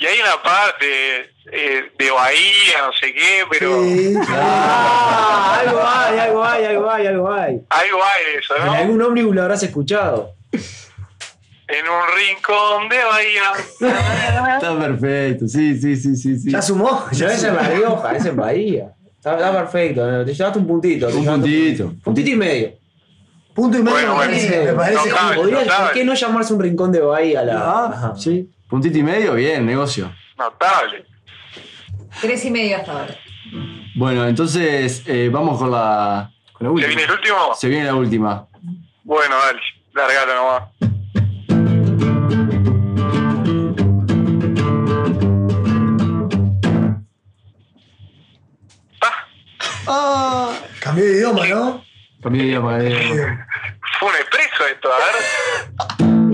Speaker 12: Y hay una parte eh, de Bahía, no sé qué, pero.
Speaker 13: Ah, algo hay, algo hay, algo hay, algo hay.
Speaker 12: Algo hay de eso,
Speaker 13: En
Speaker 12: ¿no?
Speaker 13: algún ómnibus lo habrás escuchado.
Speaker 12: en un rincón de Bahía.
Speaker 4: Está perfecto, sí, sí, sí, sí. sí.
Speaker 6: Ya sumó.
Speaker 4: Ya
Speaker 6: Ya es en La
Speaker 4: sumó.
Speaker 6: Rioja, es en Bahía. Está, está perfecto. ¿no? Te llevaste un puntito. Un puntito. Puntito y medio.
Speaker 5: Punto y medio
Speaker 6: me parece.
Speaker 5: me parece.
Speaker 6: Podría- ¿Por qué no llamarse un rincón de Bahía? a La...
Speaker 4: Ah, sí. Puntito y medio, bien, negocio.
Speaker 12: Notable.
Speaker 7: Tres y medio hasta ahora.
Speaker 4: Bueno, entonces eh, vamos con la, con la última. ¿Se viene el
Speaker 12: último?
Speaker 4: Se viene la última.
Speaker 12: Bueno, dale, largalo nomás.
Speaker 5: Ah, cambió de idioma, ¿no?
Speaker 4: Cambié de idioma, eh.
Speaker 12: Fue un expreso eh. esto, a ver.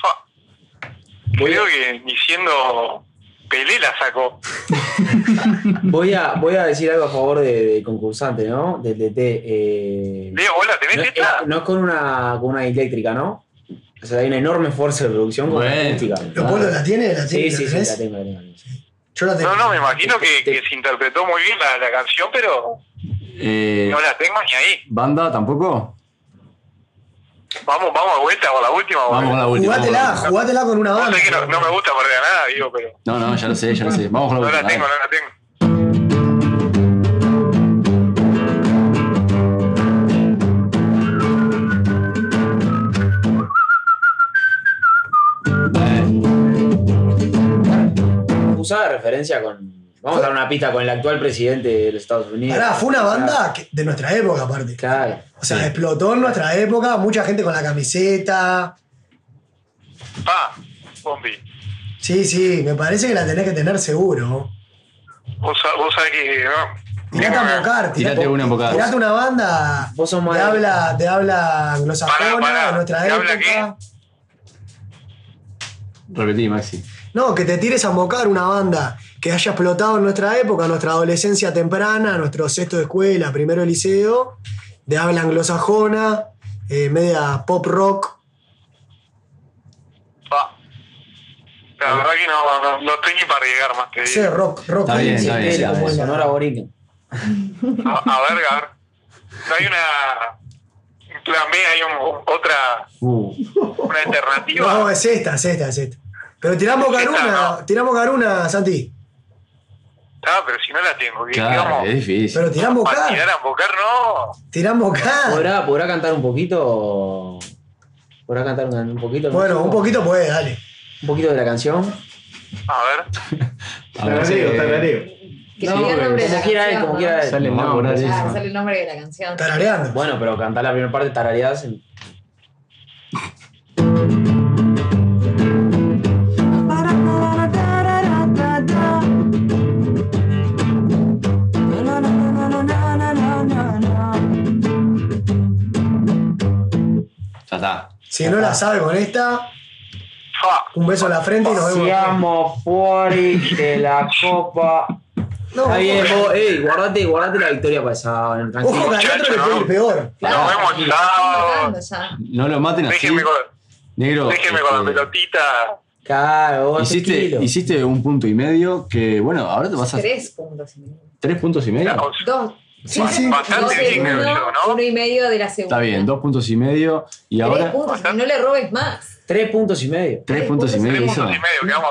Speaker 12: Fa. Creo que ni siendo Pelé la sacó.
Speaker 6: Voy a, voy a decir algo a favor de- del concursante, ¿no? Del DT. Eh,
Speaker 12: hola,
Speaker 6: no, es- no es con una, con una eléctrica, ¿no? O sea, hay un enorme esfuerzo de producción con la eléctrica.
Speaker 5: Leopoldo, ¿la tiene? ¿La tiene?
Speaker 6: Sí, sí,
Speaker 5: ¿La
Speaker 6: sí,
Speaker 5: tenés?
Speaker 6: la tengo, la tengo.
Speaker 12: No, no, me imagino que, que se interpretó muy bien la, la canción, pero
Speaker 4: Eh,
Speaker 12: no la tengo ni ahí.
Speaker 4: ¿Banda tampoco?
Speaker 12: Vamos, vamos de vuelta por la última.
Speaker 4: Vamos con la última.
Speaker 5: Jugátela, jugátela con una banda.
Speaker 12: No, no me gusta perder a nada, digo, pero
Speaker 4: No, no, ya lo sé, ya lo sé. Vamos con la
Speaker 12: no
Speaker 4: última.
Speaker 12: la tengo, no la tengo.
Speaker 6: Usada de referencia con. Vamos a dar una pista con el actual presidente de los Estados Unidos.
Speaker 5: Pará, fue una banda que- de nuestra época, aparte.
Speaker 6: Claro.
Speaker 5: O sea, explotó en nuestra época, mucha gente con la camiseta.
Speaker 12: Pa, Bombi.
Speaker 5: Sí, sí, me parece que la tenés que tener seguro.
Speaker 12: Vos, sa- vos sabés que. No,
Speaker 5: Tirate a Mocar,
Speaker 4: Tirate una embocada.
Speaker 5: Tirate una banda te habla, te habla anglosajona de
Speaker 6: Ah,
Speaker 5: nuestra época.
Speaker 4: Repetí, Maxi.
Speaker 5: No, que te tires a mocar una banda que haya explotado en nuestra época, nuestra adolescencia temprana, nuestro sexto de escuela, primero de liceo, de habla anglosajona, eh, media pop rock.
Speaker 6: Ah.
Speaker 12: la verdad que no, no, no estoy ni para llegar más, te digo.
Speaker 5: Sí, rock, rock.
Speaker 4: Está bien, está bien.
Speaker 6: Sí,
Speaker 4: está bien.
Speaker 6: Sonora Borinquen.
Speaker 12: A, a ver, a ver. No hay una. un plan B, hay un- otra.
Speaker 6: Uh.
Speaker 12: Una alternativa.
Speaker 5: No, es esta, es esta, es esta. Pero tiramos caruna, tiramos caruna, Santi.
Speaker 12: Ah, pero si no la tengo, Ah, ¿qué?
Speaker 4: Claro, es difícil.
Speaker 5: Pero tiramos
Speaker 12: Para
Speaker 5: mocar,
Speaker 12: tirar a Bocar no.
Speaker 5: tiramos mocar.
Speaker 6: ¿Podrá, ¿Podrá cantar un poquito? ¿Podrá cantar un, un poquito?
Speaker 5: Bueno, un poquito puede, dale.
Speaker 6: Un poquito de la canción.
Speaker 12: A ver.
Speaker 6: Talareo, talareo.
Speaker 7: Que sería el nombre de la
Speaker 6: como quiera él,
Speaker 7: canción,
Speaker 6: como
Speaker 7: ¿no?
Speaker 6: quiera él.
Speaker 7: Sale
Speaker 6: No, por eso.
Speaker 7: Ah, sale el nombre de la canción.
Speaker 6: Bueno, pero cantar la primera parte tarareadas. en-
Speaker 4: Ya está.
Speaker 5: Si no la sabe con esta, un beso en la frente y nos vemos.
Speaker 6: Seamos fuori de la copa. Está bien, vos, ey, guardate, guardate la victoria para esa. no, tranquilo.
Speaker 5: Ojo, que al otro le fue el peor.
Speaker 6: Claro.
Speaker 4: No lo maten así.
Speaker 12: Déjenme con,
Speaker 4: Negro, este,
Speaker 12: déjenme con la pelotita.
Speaker 6: Claro, vos
Speaker 4: hiciste,
Speaker 6: tranquilo.
Speaker 4: hiciste un punto y medio que, bueno, ahora te vas a...
Speaker 7: Tres puntos. y medio.
Speaker 4: ¿Tres puntos y medio?
Speaker 7: Dos.
Speaker 4: Sí, sí. Bastante
Speaker 7: Dos de
Speaker 4: bien, creo
Speaker 7: uno,
Speaker 4: yo,
Speaker 7: Uno y medio de la segunda.
Speaker 4: Está bien, dos puntos y medio. Y
Speaker 7: Tres
Speaker 4: ahora...
Speaker 7: puntos, y no le robes más.
Speaker 6: Tres puntos y medio.
Speaker 4: Tres puntos y medio hizo.
Speaker 12: quedamos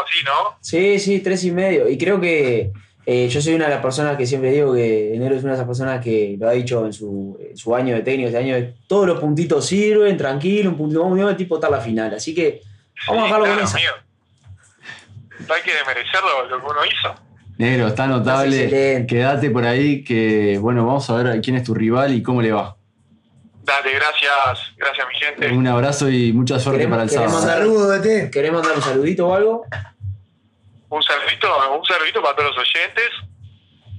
Speaker 12: así, ¿no?
Speaker 6: Sí, sí, tres y medio. Y creo que eh, yo soy una de las personas que siempre digo que Enero es una de esas personas que lo ha dicho en su, en su año de técnico, ese año de todos los puntitos sirven, tranquilo, un puntito muy bien, tipo está la final. Así que vamos a dejarlo con esa.
Speaker 12: No hay que desmerecer lo, lo que uno hizo.
Speaker 4: Negro, está notable. Quédate por ahí que, bueno, vamos a ver quién es tu rival y cómo le va.
Speaker 12: Dale, gracias, gracias mi gente.
Speaker 4: Un abrazo y mucha suerte para el sábado.
Speaker 5: mandar,
Speaker 6: ¿Querés mandar un saludito o algo?
Speaker 12: Un saludito, un saludito para todos los oyentes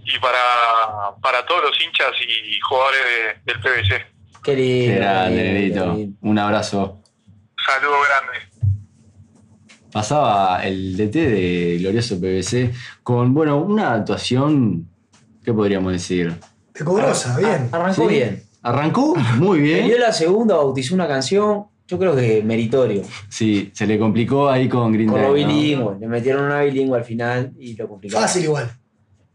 Speaker 12: y para, para todos los hinchas y jugadores de- del PBC.
Speaker 6: Qué lindo.
Speaker 4: Qué grande, Negrito. Un abrazo.
Speaker 12: Saludo grande.
Speaker 4: Pasaba el DT de Glorioso PBC con, bueno, una actuación, ¿qué podríamos decir?
Speaker 5: Decorosa, bien.
Speaker 6: Arrancó
Speaker 4: Sí.
Speaker 6: bien.
Speaker 4: Arrancó muy bien.
Speaker 6: Dio la segunda, bautizó una canción, yo creo que meritorio.
Speaker 4: Sí, se le complicó ahí con Green
Speaker 6: Con
Speaker 4: Day,
Speaker 6: lo
Speaker 4: ¿no?
Speaker 6: bilingüe, le metieron una bilingüe al final y lo complicaron.
Speaker 5: Fácil igual.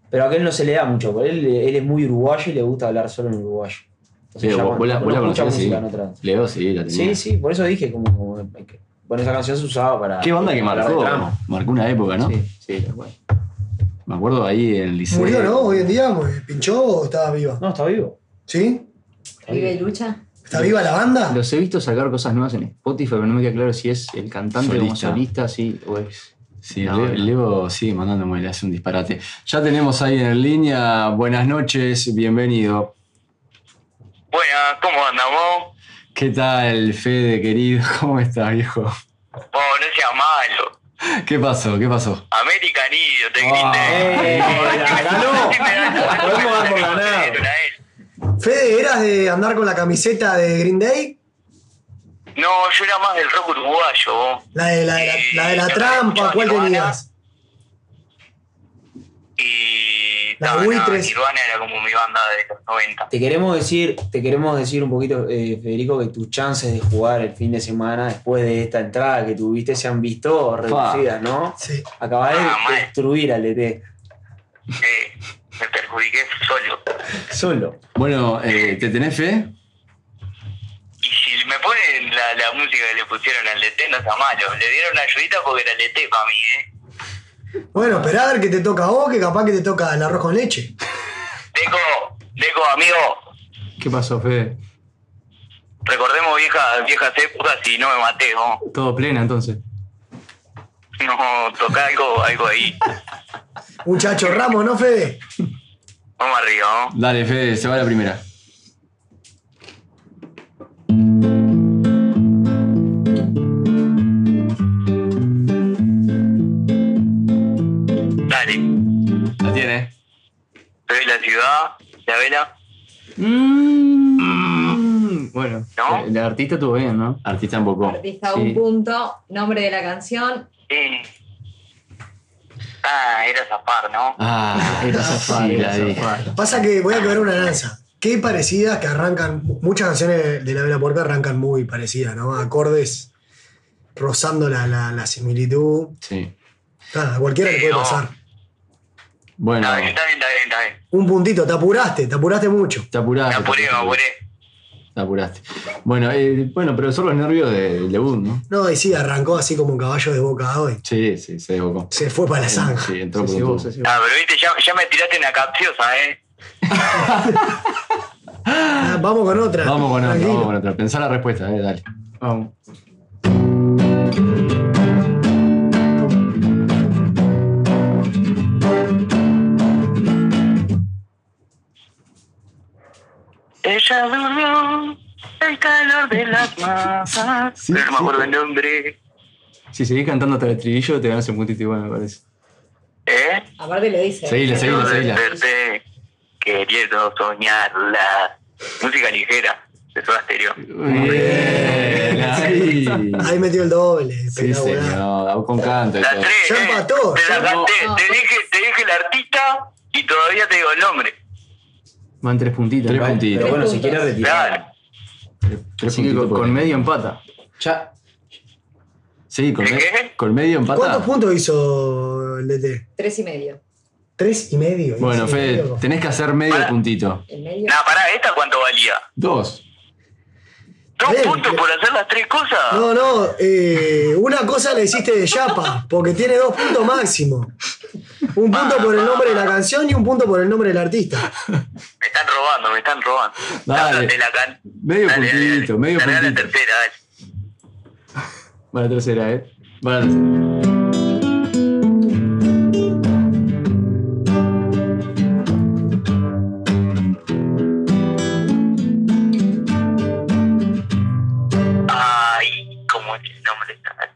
Speaker 6: Pero a aquel no se le da mucho, porque él, él es muy uruguayo y le gusta hablar solo en uruguayo. Entonces
Speaker 4: Pero
Speaker 6: ya
Speaker 4: vos-
Speaker 6: cuando-
Speaker 4: vos la-
Speaker 6: no
Speaker 4: vos la
Speaker 6: escucha
Speaker 4: conocías, sí.
Speaker 6: música en otra-
Speaker 4: Leo, sí, la
Speaker 6: Sí,
Speaker 4: tenía.
Speaker 6: sí, por eso dije como. como- eh, bueno, esa canción se usaba para.
Speaker 4: Qué banda que
Speaker 6: para
Speaker 4: marcó.
Speaker 6: reclamo.
Speaker 4: Marcó una época, ¿no? Sí,
Speaker 6: sí, tal cual.
Speaker 4: Me acuerdo ahí en el liceo.
Speaker 5: ¿Murió, no? Hoy en día, mu- ¿pinchó o estaba viva?
Speaker 6: No, está vivo.
Speaker 5: ¿Sí?
Speaker 7: ¿Vive lucha?
Speaker 5: ¿Está viva la banda?
Speaker 11: Los he visto sacar cosas nuevas en Spotify, pero no me queda claro si es el cantante como
Speaker 4: Solista.
Speaker 11: solista, sí, o es.
Speaker 4: Sí, Le- Leo sí, mandándome, le hace un disparate. Ya tenemos ahí en línea. Buenas noches, bienvenido.
Speaker 12: Buenas, ¿cómo andamos?
Speaker 4: ¿Qué tal, Fede, querido? ¿Cómo estás, viejo?
Speaker 12: Oh, no seas malo.
Speaker 4: ¿Qué pasó? ¿Qué pasó?
Speaker 12: American Idiot,
Speaker 5: Ah,
Speaker 12: te
Speaker 5: eh,
Speaker 12: grité.
Speaker 5: Podemos dar por ganado. Fede, ¿eras de andar con la camiseta de Green Day?
Speaker 12: No, yo era más del rock uruguayo, vos.
Speaker 5: La de la, de la- la de la trampa, ¿cuál tenías? Ah,
Speaker 6: La
Speaker 12: No, no,
Speaker 6: buitres.
Speaker 12: Nirvana era como mi banda de los 90.
Speaker 6: Te queremos decir, te queremos decir un poquito, eh, Federico, que tus chances de jugar el fin de semana después de esta entrada que tuviste se han visto reducidas, ¿no?
Speaker 5: Sí.
Speaker 6: Acabás
Speaker 12: Ah,
Speaker 6: de destruir al E DT.
Speaker 12: Me perjudiqué solo.
Speaker 6: Solo.
Speaker 4: Bueno, eh, ¿te tenés fe?
Speaker 12: Si me ponen la, la música que le pusieron al DT, no está malo. Le dieron una ayudita porque era el DT para mí, ¿eh?
Speaker 5: Bueno, esperá a ver que te toca a vos, que capaz que te toca el arroz con leche.
Speaker 12: Deco, Deco, amigo,
Speaker 11: ¿Qué pasó, Fede?
Speaker 12: recordemos viejas, viejas épocas y no me maté, ¿no?
Speaker 11: Todo plena entonces.
Speaker 12: No, toca algo, algo ahí.
Speaker 5: Muchacho Ramos, ¿no, Fede?
Speaker 12: Vamos arriba, ¿no?
Speaker 4: Dale, Fede, se va la primera.
Speaker 12: Dale.
Speaker 4: La tiene.
Speaker 12: Ve la ciudad, la vela.
Speaker 11: Mm, bueno,
Speaker 12: ¿No?
Speaker 11: el artista estuvo bien, ¿no?
Speaker 4: Artista en poco.
Speaker 7: Artista, un punto, nombre de la canción.
Speaker 12: Sí. Ah, era zafar, ¿no?
Speaker 4: Ah,
Speaker 11: era zafar,
Speaker 5: sí,
Speaker 11: era
Speaker 5: la vi.
Speaker 11: zafar.
Speaker 5: Pasa que voy a quebrar una lanza. Qué parecidas que arrancan, muchas canciones de la Vela Puerca arrancan muy parecidas, ¿no? Acordes rozando la, la- la similitud.
Speaker 4: Sí.
Speaker 5: Nada, a cualquiera le puede pasar.
Speaker 4: Bueno.
Speaker 12: Está bien, está bien, está bien.
Speaker 5: Un puntito, te apuraste, te apuraste mucho.
Speaker 4: Te apuraste.
Speaker 12: Me apuré, me apuré.
Speaker 4: Te apuraste. Bueno, eh, bueno, pero son los nervios de- del debut, ¿no?
Speaker 5: No, y sí, arrancó así como un caballo desbocado hoy.
Speaker 4: Sí, sí, se desbocó.
Speaker 5: Se fue para la zanja.
Speaker 4: Sí, entró por un tubo.
Speaker 12: Ah, pero viste, ya, ya me tiraste una capciosa, ¿eh?
Speaker 5: Ah, vamos con otra.
Speaker 4: Vamos con otra,
Speaker 5: Tranquilo.
Speaker 4: vamos con otra. Pensá la respuesta, eh, dale.
Speaker 11: Vamos.
Speaker 12: Ella durmió el calor de las masas.
Speaker 11: Sí,
Speaker 12: pero no
Speaker 11: sí.
Speaker 12: me acuerdo el nombre.
Speaker 11: Si seguís cantando hasta el estribillo, te ganas un puntito igual, me parece.
Speaker 12: ¿Eh?
Speaker 7: Aparte lo dice. ¿eh?
Speaker 11: Seguila, seguila,
Speaker 12: Yo
Speaker 11: seguila.
Speaker 12: desperté Queriendo soñarla. Música ligera. De Soda Stereo.
Speaker 4: Ahí.
Speaker 5: Ahí metió el doble.
Speaker 4: Eh, Sí, señor. Ah, Con canto y todo.
Speaker 5: Ya empató.
Speaker 12: Eh, Te, la
Speaker 5: ya-
Speaker 12: gasté. te dije, te dije el artista y todavía te digo el nombre.
Speaker 11: Van tres puntitos.
Speaker 4: Tres
Speaker 11: ¿no?
Speaker 4: puntitos.
Speaker 11: Pero bueno,
Speaker 4: Tres
Speaker 11: si quieres
Speaker 12: retirar.
Speaker 11: Así que con, con medio empata. Ya.
Speaker 4: Sí, con,
Speaker 11: ¿Qué,
Speaker 4: me-
Speaker 11: qué?
Speaker 4: con medio
Speaker 5: ¿Cuántos
Speaker 4: empata.
Speaker 5: puntos hizo el DT?
Speaker 7: Tres y medio.
Speaker 5: Tres y medio.
Speaker 4: Bueno,
Speaker 5: Sí,
Speaker 4: Fede,
Speaker 5: loco.
Speaker 4: tenés que hacer medio puntito.
Speaker 12: Nah, pará, ¿esta cuánto valía?
Speaker 4: Dos.
Speaker 12: ¿Dos puntos por hacer las tres cosas?
Speaker 5: No, no, eh, una cosa la hiciste de chapa, porque tiene dos puntos máximo. Un punto por el nombre de la canción y un punto por el nombre del artista.
Speaker 12: Me están robando, me están robando.
Speaker 4: Dale.
Speaker 12: Te la can...
Speaker 4: Medio puntito, medio
Speaker 12: Largá la
Speaker 4: puntito.
Speaker 12: tercera, dale.
Speaker 11: Va la tercera, ¿eh? Va la tercera.
Speaker 12: Ay, ¿cómo es que el nombre está?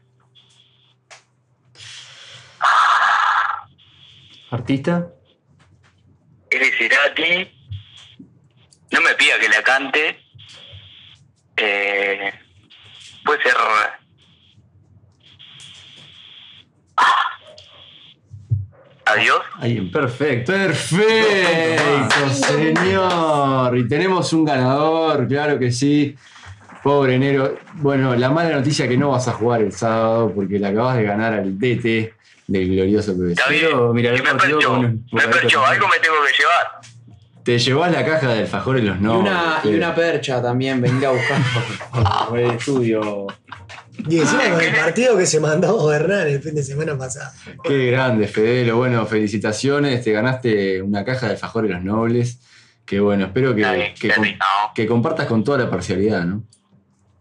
Speaker 11: Artista.
Speaker 12: Eres Cerati. No me pida que la cante. Eh, puede ser. Ah. Adiós.
Speaker 4: Ahí, perfecto, perfecto, señor. Y tenemos un ganador, claro que sí. Pobre Nero. Bueno, la mala noticia es que no vas a jugar el sábado porque le acabas de ganar al DT. del glorioso PBC. Pero mirar el partido con un bocadito de-
Speaker 12: algo me ¿eh? tengo que llevar.
Speaker 4: Te llevas la caja de alfajores los
Speaker 6: y,
Speaker 4: no.
Speaker 6: una, y una percha también, venir a buscar por, por el estudio.
Speaker 5: Y encima con el partido que se mandó Hernán el fin de semana pasado.
Speaker 4: Qué grande, Fedelo. Bueno, felicitaciones. Te ganaste una caja de alfajores los nobles. Que bueno, espero que, que, com- que compartas con toda la parcialidad, ¿no?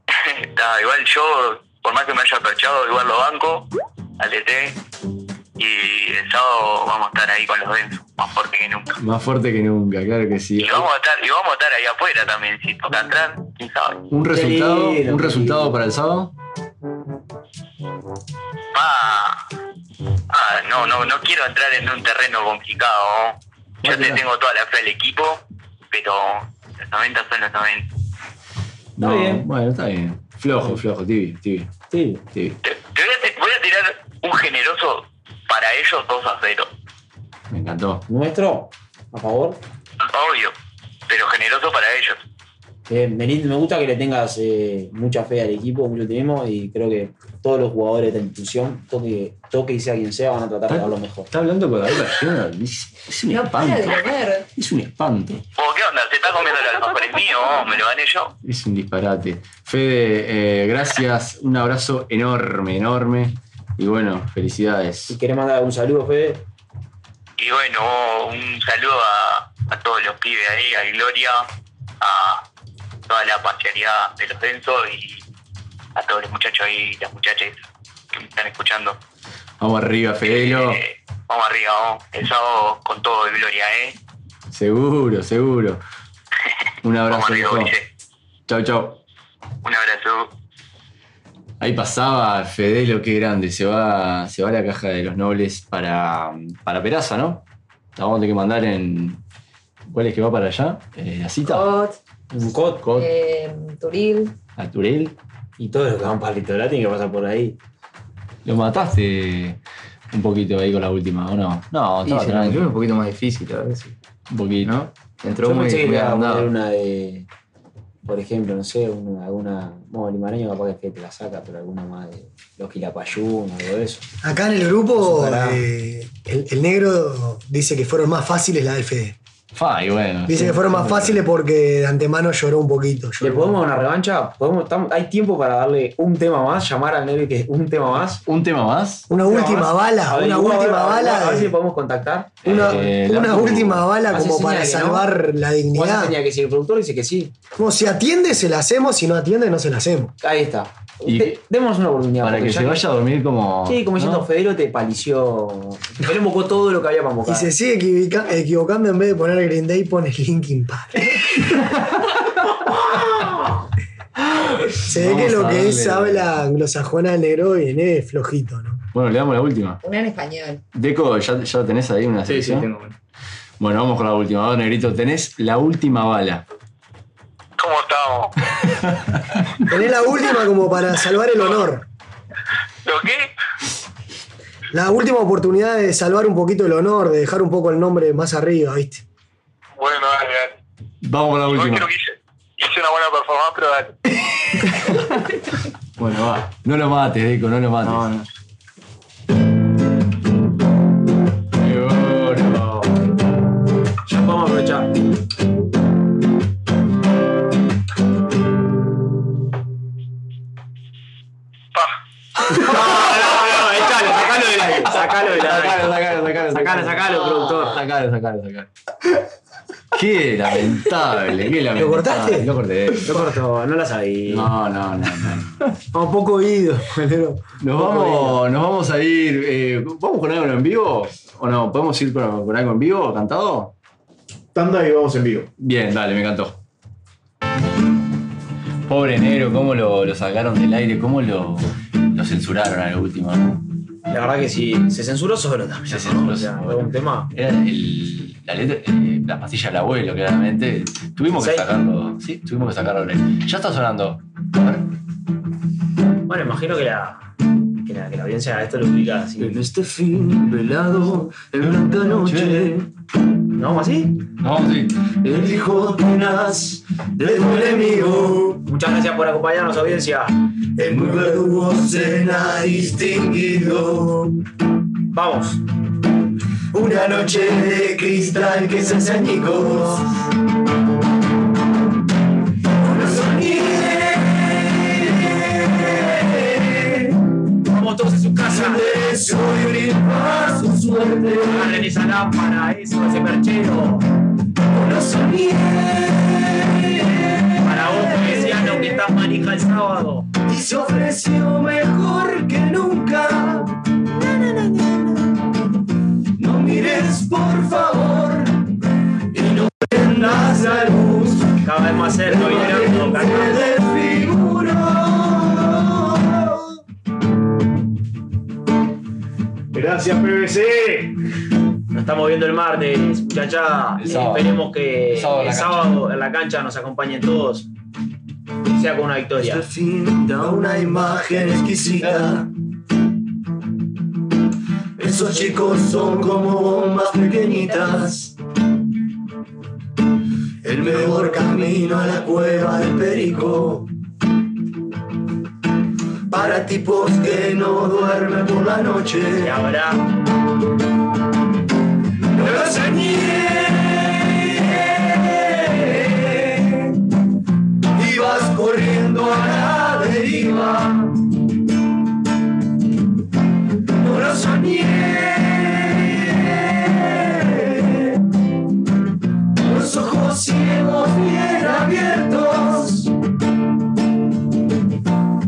Speaker 12: Está, igual yo, por más que me haya perchado, igual lo banco al ET. Y el sábado vamos a estar ahí con los Denso, más fuerte que nunca.
Speaker 4: Más fuerte que nunca, claro que sí.
Speaker 12: Y vamos a estar, y vamos a estar ahí afuera también, si toca entrar, quién sabe.
Speaker 4: Un resultado, un resultado para el sábado.
Speaker 12: Ah, ah, no, no, no quiero entrar en un terreno complicado. ¿no? Yo te tengo toda la fe al equipo, pero los 90 son los 90.
Speaker 4: No, bueno, está bien. Flojo, flojo, tibio, tibio. Tibio.
Speaker 12: Te voy a, te- voy a tirar un generoso para ellos 2 a 0.
Speaker 4: Me encantó.
Speaker 6: ¿Nuestro? ¿A favor?
Speaker 12: Obvio, pero generoso para ellos.
Speaker 6: Eh, me, lindo- me gusta que le tengas eh, mucha fe al equipo, mucho tenemos y creo que todos los jugadores de la institución, toque, toque y sea quien sea, van a tratar de dar lo mejor.
Speaker 4: Está hablando con la boca llena. Es, es un
Speaker 7: Para de
Speaker 4: espanto.
Speaker 7: comer.
Speaker 4: Es un espanto.
Speaker 12: ¿O Oh, qué onda? ¿Se está comiendo el alfajor es mío? ¿no? ¿Me lo gané yo?
Speaker 4: Es un disparate. Fede, eh, gracias. Un abrazo enorme, enorme. Y bueno, felicidades.
Speaker 6: Si querés mandar un saludo, Fede,
Speaker 12: Y bueno, oh, un saludo a, a todos los pibes ahí, a Gloria, a toda la parcialidad de los densos y a todos los muchachos ahí y las muchachas que me están escuchando.
Speaker 4: Vamos arriba, Fedelo.
Speaker 12: Vamos arriba, vamos. El sábado con todo de Gloria, ¿eh?
Speaker 4: Seguro, seguro. Un abrazo.
Speaker 12: arriba,
Speaker 4: viejo.
Speaker 12: Ulises.
Speaker 4: Chau, chau.
Speaker 12: Un abrazo.
Speaker 4: Ahí pasaba Fedelo, qué grande. Se va, se va a la caja de los nobles para, para Peraza, ¿no? La vamos a tener que mandar en. ¿Cuál es que va para allá? Eh, la cita. Un cot. cot.
Speaker 7: Eh, Turil.
Speaker 4: A Turel.
Speaker 6: Y todos los que van para el litoral tienen que pasar por ahí.
Speaker 4: Lo mataste un poquito ahí con la última, ¿o no? No,
Speaker 6: Sí,
Speaker 4: estaba
Speaker 6: se la
Speaker 4: tranquilo.
Speaker 6: metió
Speaker 4: un poquito más difícil, a ver si. Un poquito.
Speaker 6: Entró Yo
Speaker 4: muy-
Speaker 6: pensé que
Speaker 4: muy
Speaker 6: le iba a
Speaker 4: agrandado.
Speaker 6: poner una de, por ejemplo, no sé, una, alguna, bueno, limareño capaz que te la saca, pero alguna más de los quilapayún, algo de eso.
Speaker 5: Acá en el grupo,
Speaker 6: Ojalá.
Speaker 5: eh, el, el negro dice que fueron más fáciles la del Fede.
Speaker 4: Fa, y bueno.
Speaker 5: Dice
Speaker 6: Ah, Sí,
Speaker 5: que fueron más
Speaker 6: sí.
Speaker 5: fáciles porque de antemano lloró un poquito.
Speaker 6: ¿Le podemos dar una revancha? ¿Podemos, estamos- ¿Hay tiempo para darle un tema más? ¿Llamar al negro y que un tema más?
Speaker 4: ¿Un tema más?
Speaker 5: Una última bala, una
Speaker 6: Averigua,
Speaker 5: última
Speaker 6: a ver,
Speaker 5: bala
Speaker 6: A ver
Speaker 5: de-
Speaker 6: si podemos contactar.
Speaker 5: Una, una última
Speaker 6: Ah,
Speaker 5: bala como para salvar la dignidad.
Speaker 6: tenía que si el productor dice que sí.
Speaker 5: Como si atiende, se la hacemos. Si no atiende, no se la hacemos.
Speaker 6: Ahí está.
Speaker 5: Y-
Speaker 6: Te- Demos una oportunidad.
Speaker 5: Para
Speaker 6: porque
Speaker 5: que
Speaker 6: ya
Speaker 5: se vaya a dormir
Speaker 4: como-
Speaker 6: Sí, como diciendo, Federo te palició. Federo invocó todo lo que había para
Speaker 5: Y
Speaker 6: invocar.
Speaker 5: se sigue equivoca- equivocando en vez de poner Green Day, pone Linkin Park. se ve que
Speaker 4: Vamos
Speaker 5: lo
Speaker 4: a
Speaker 5: que es
Speaker 4: darle-
Speaker 5: habla anglosajona del negro viene flojito, ¿no?
Speaker 4: Bueno, le damos la última.
Speaker 7: Una en español.
Speaker 4: Deco, ¿ya, ya tenés ahí una
Speaker 5: Sí, sí,
Speaker 4: selección?
Speaker 5: tengo
Speaker 4: Bueno, vamos con la última. A ver, Negrito, tenés la última bala.
Speaker 12: ¿Cómo estamos?
Speaker 5: Tenés la última como para salvar el honor.
Speaker 12: ¿Lo qué?
Speaker 5: La última oportunidad de salvar un poquito el honor, de dejar un poco el nombre más arriba, ¿viste?
Speaker 12: Bueno, dale, dale.
Speaker 4: Vamos con la última.
Speaker 12: Hice una buena performance, pero dale.
Speaker 4: Bueno, va. No lo mates, Deco, no lo mates. No, no. Seguro.
Speaker 6: Ya podemos aprovechar.
Speaker 4: No, échalo, sacalo del aire.
Speaker 6: Sacalo del
Speaker 4: Sacalo, sacalo,
Speaker 6: aire.
Speaker 4: sacalo.
Speaker 6: Sacalo, sacalo, productor.
Speaker 4: Sacalo, sacalo, sacalo. Qué lamentable, qué lamentable.
Speaker 6: cortaste?
Speaker 4: Lo corté.
Speaker 6: Lo cortó, no la sabía.
Speaker 4: No, no, no.
Speaker 5: Un poco oído, pero.
Speaker 4: Nos vamos, nos vamos a ir. eh, ¿Vamos con algo en vivo? ¿O no? ¿Podemos ir con, con algo en vivo? ¿Cantado?
Speaker 14: Tanda y vamos en vivo.
Speaker 4: Bien, dale, me encantó. Pobre negro, cómo lo, lo sacaron del aire, cómo lo, lo censuraron a lo último.
Speaker 6: La verdad que sí, se censuró solo también.
Speaker 4: Se censuró solo.
Speaker 6: tema.
Speaker 4: Era el- la letra, eh, la pastilla del abuelo, claramente. Tuvimos que sacarlo. Sí, tuvimos que sacarlo. del aire. Ya está sonando.
Speaker 15: Bueno, imagino que la, que la, que la audiencia a esto lo ubica así. En este fin velado, en blanca noche. ¿No vamos así?
Speaker 4: No, sí.
Speaker 15: El hijo tenaz de tu enemigo. Muchas gracias por acompañarnos, audiencia.
Speaker 3: En nuevo será distinguido.
Speaker 8: Vamos.
Speaker 3: Una noche de cristal que se hace añicos. Con los sonidos. Vamos todos a su casa. Soy brindar su suerte. Organiza lámpara, eso ese perchero. Con los sonidos. Para vos, poesiano, que estás manija el sábado. Y se ofreció mejor que nunca. Na, na, na, na. No mires, por favor, y no prendas la luz. Cada vez más cerca, viene el
Speaker 8: Gracias, PBC.
Speaker 6: Nos estamos viendo el martes, muchacha.
Speaker 8: El sábado.
Speaker 6: Esperemos que
Speaker 8: El
Speaker 6: el
Speaker 8: sábado
Speaker 6: sábado,
Speaker 8: en la
Speaker 6: en la cancha nos acompañen todos. Sea con una victoria.
Speaker 3: Da una imagen exquisita. Esos chicos son como bombas pequeñitas. El mejor camino a la cueva del perico. Para tipos que no duermen por la noche. Y ahora. No los añíes. Y vas corriendo a la deriva. No lo soñé. Los ojos ciegos bien abiertos.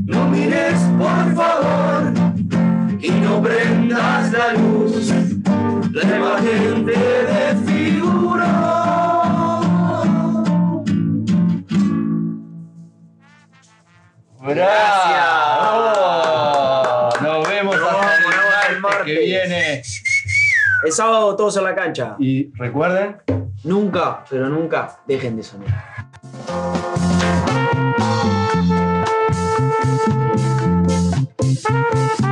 Speaker 3: No mires, por favor, y no prendas la luz. La imagen te desfiguró.
Speaker 4: ¡Gracias! Ah, Nos vemos hasta el martes que viene.
Speaker 6: El sábado todos en la cancha.
Speaker 4: Y recuerden,
Speaker 6: nunca, pero nunca dejen de soñar.
Speaker 3: Thank you.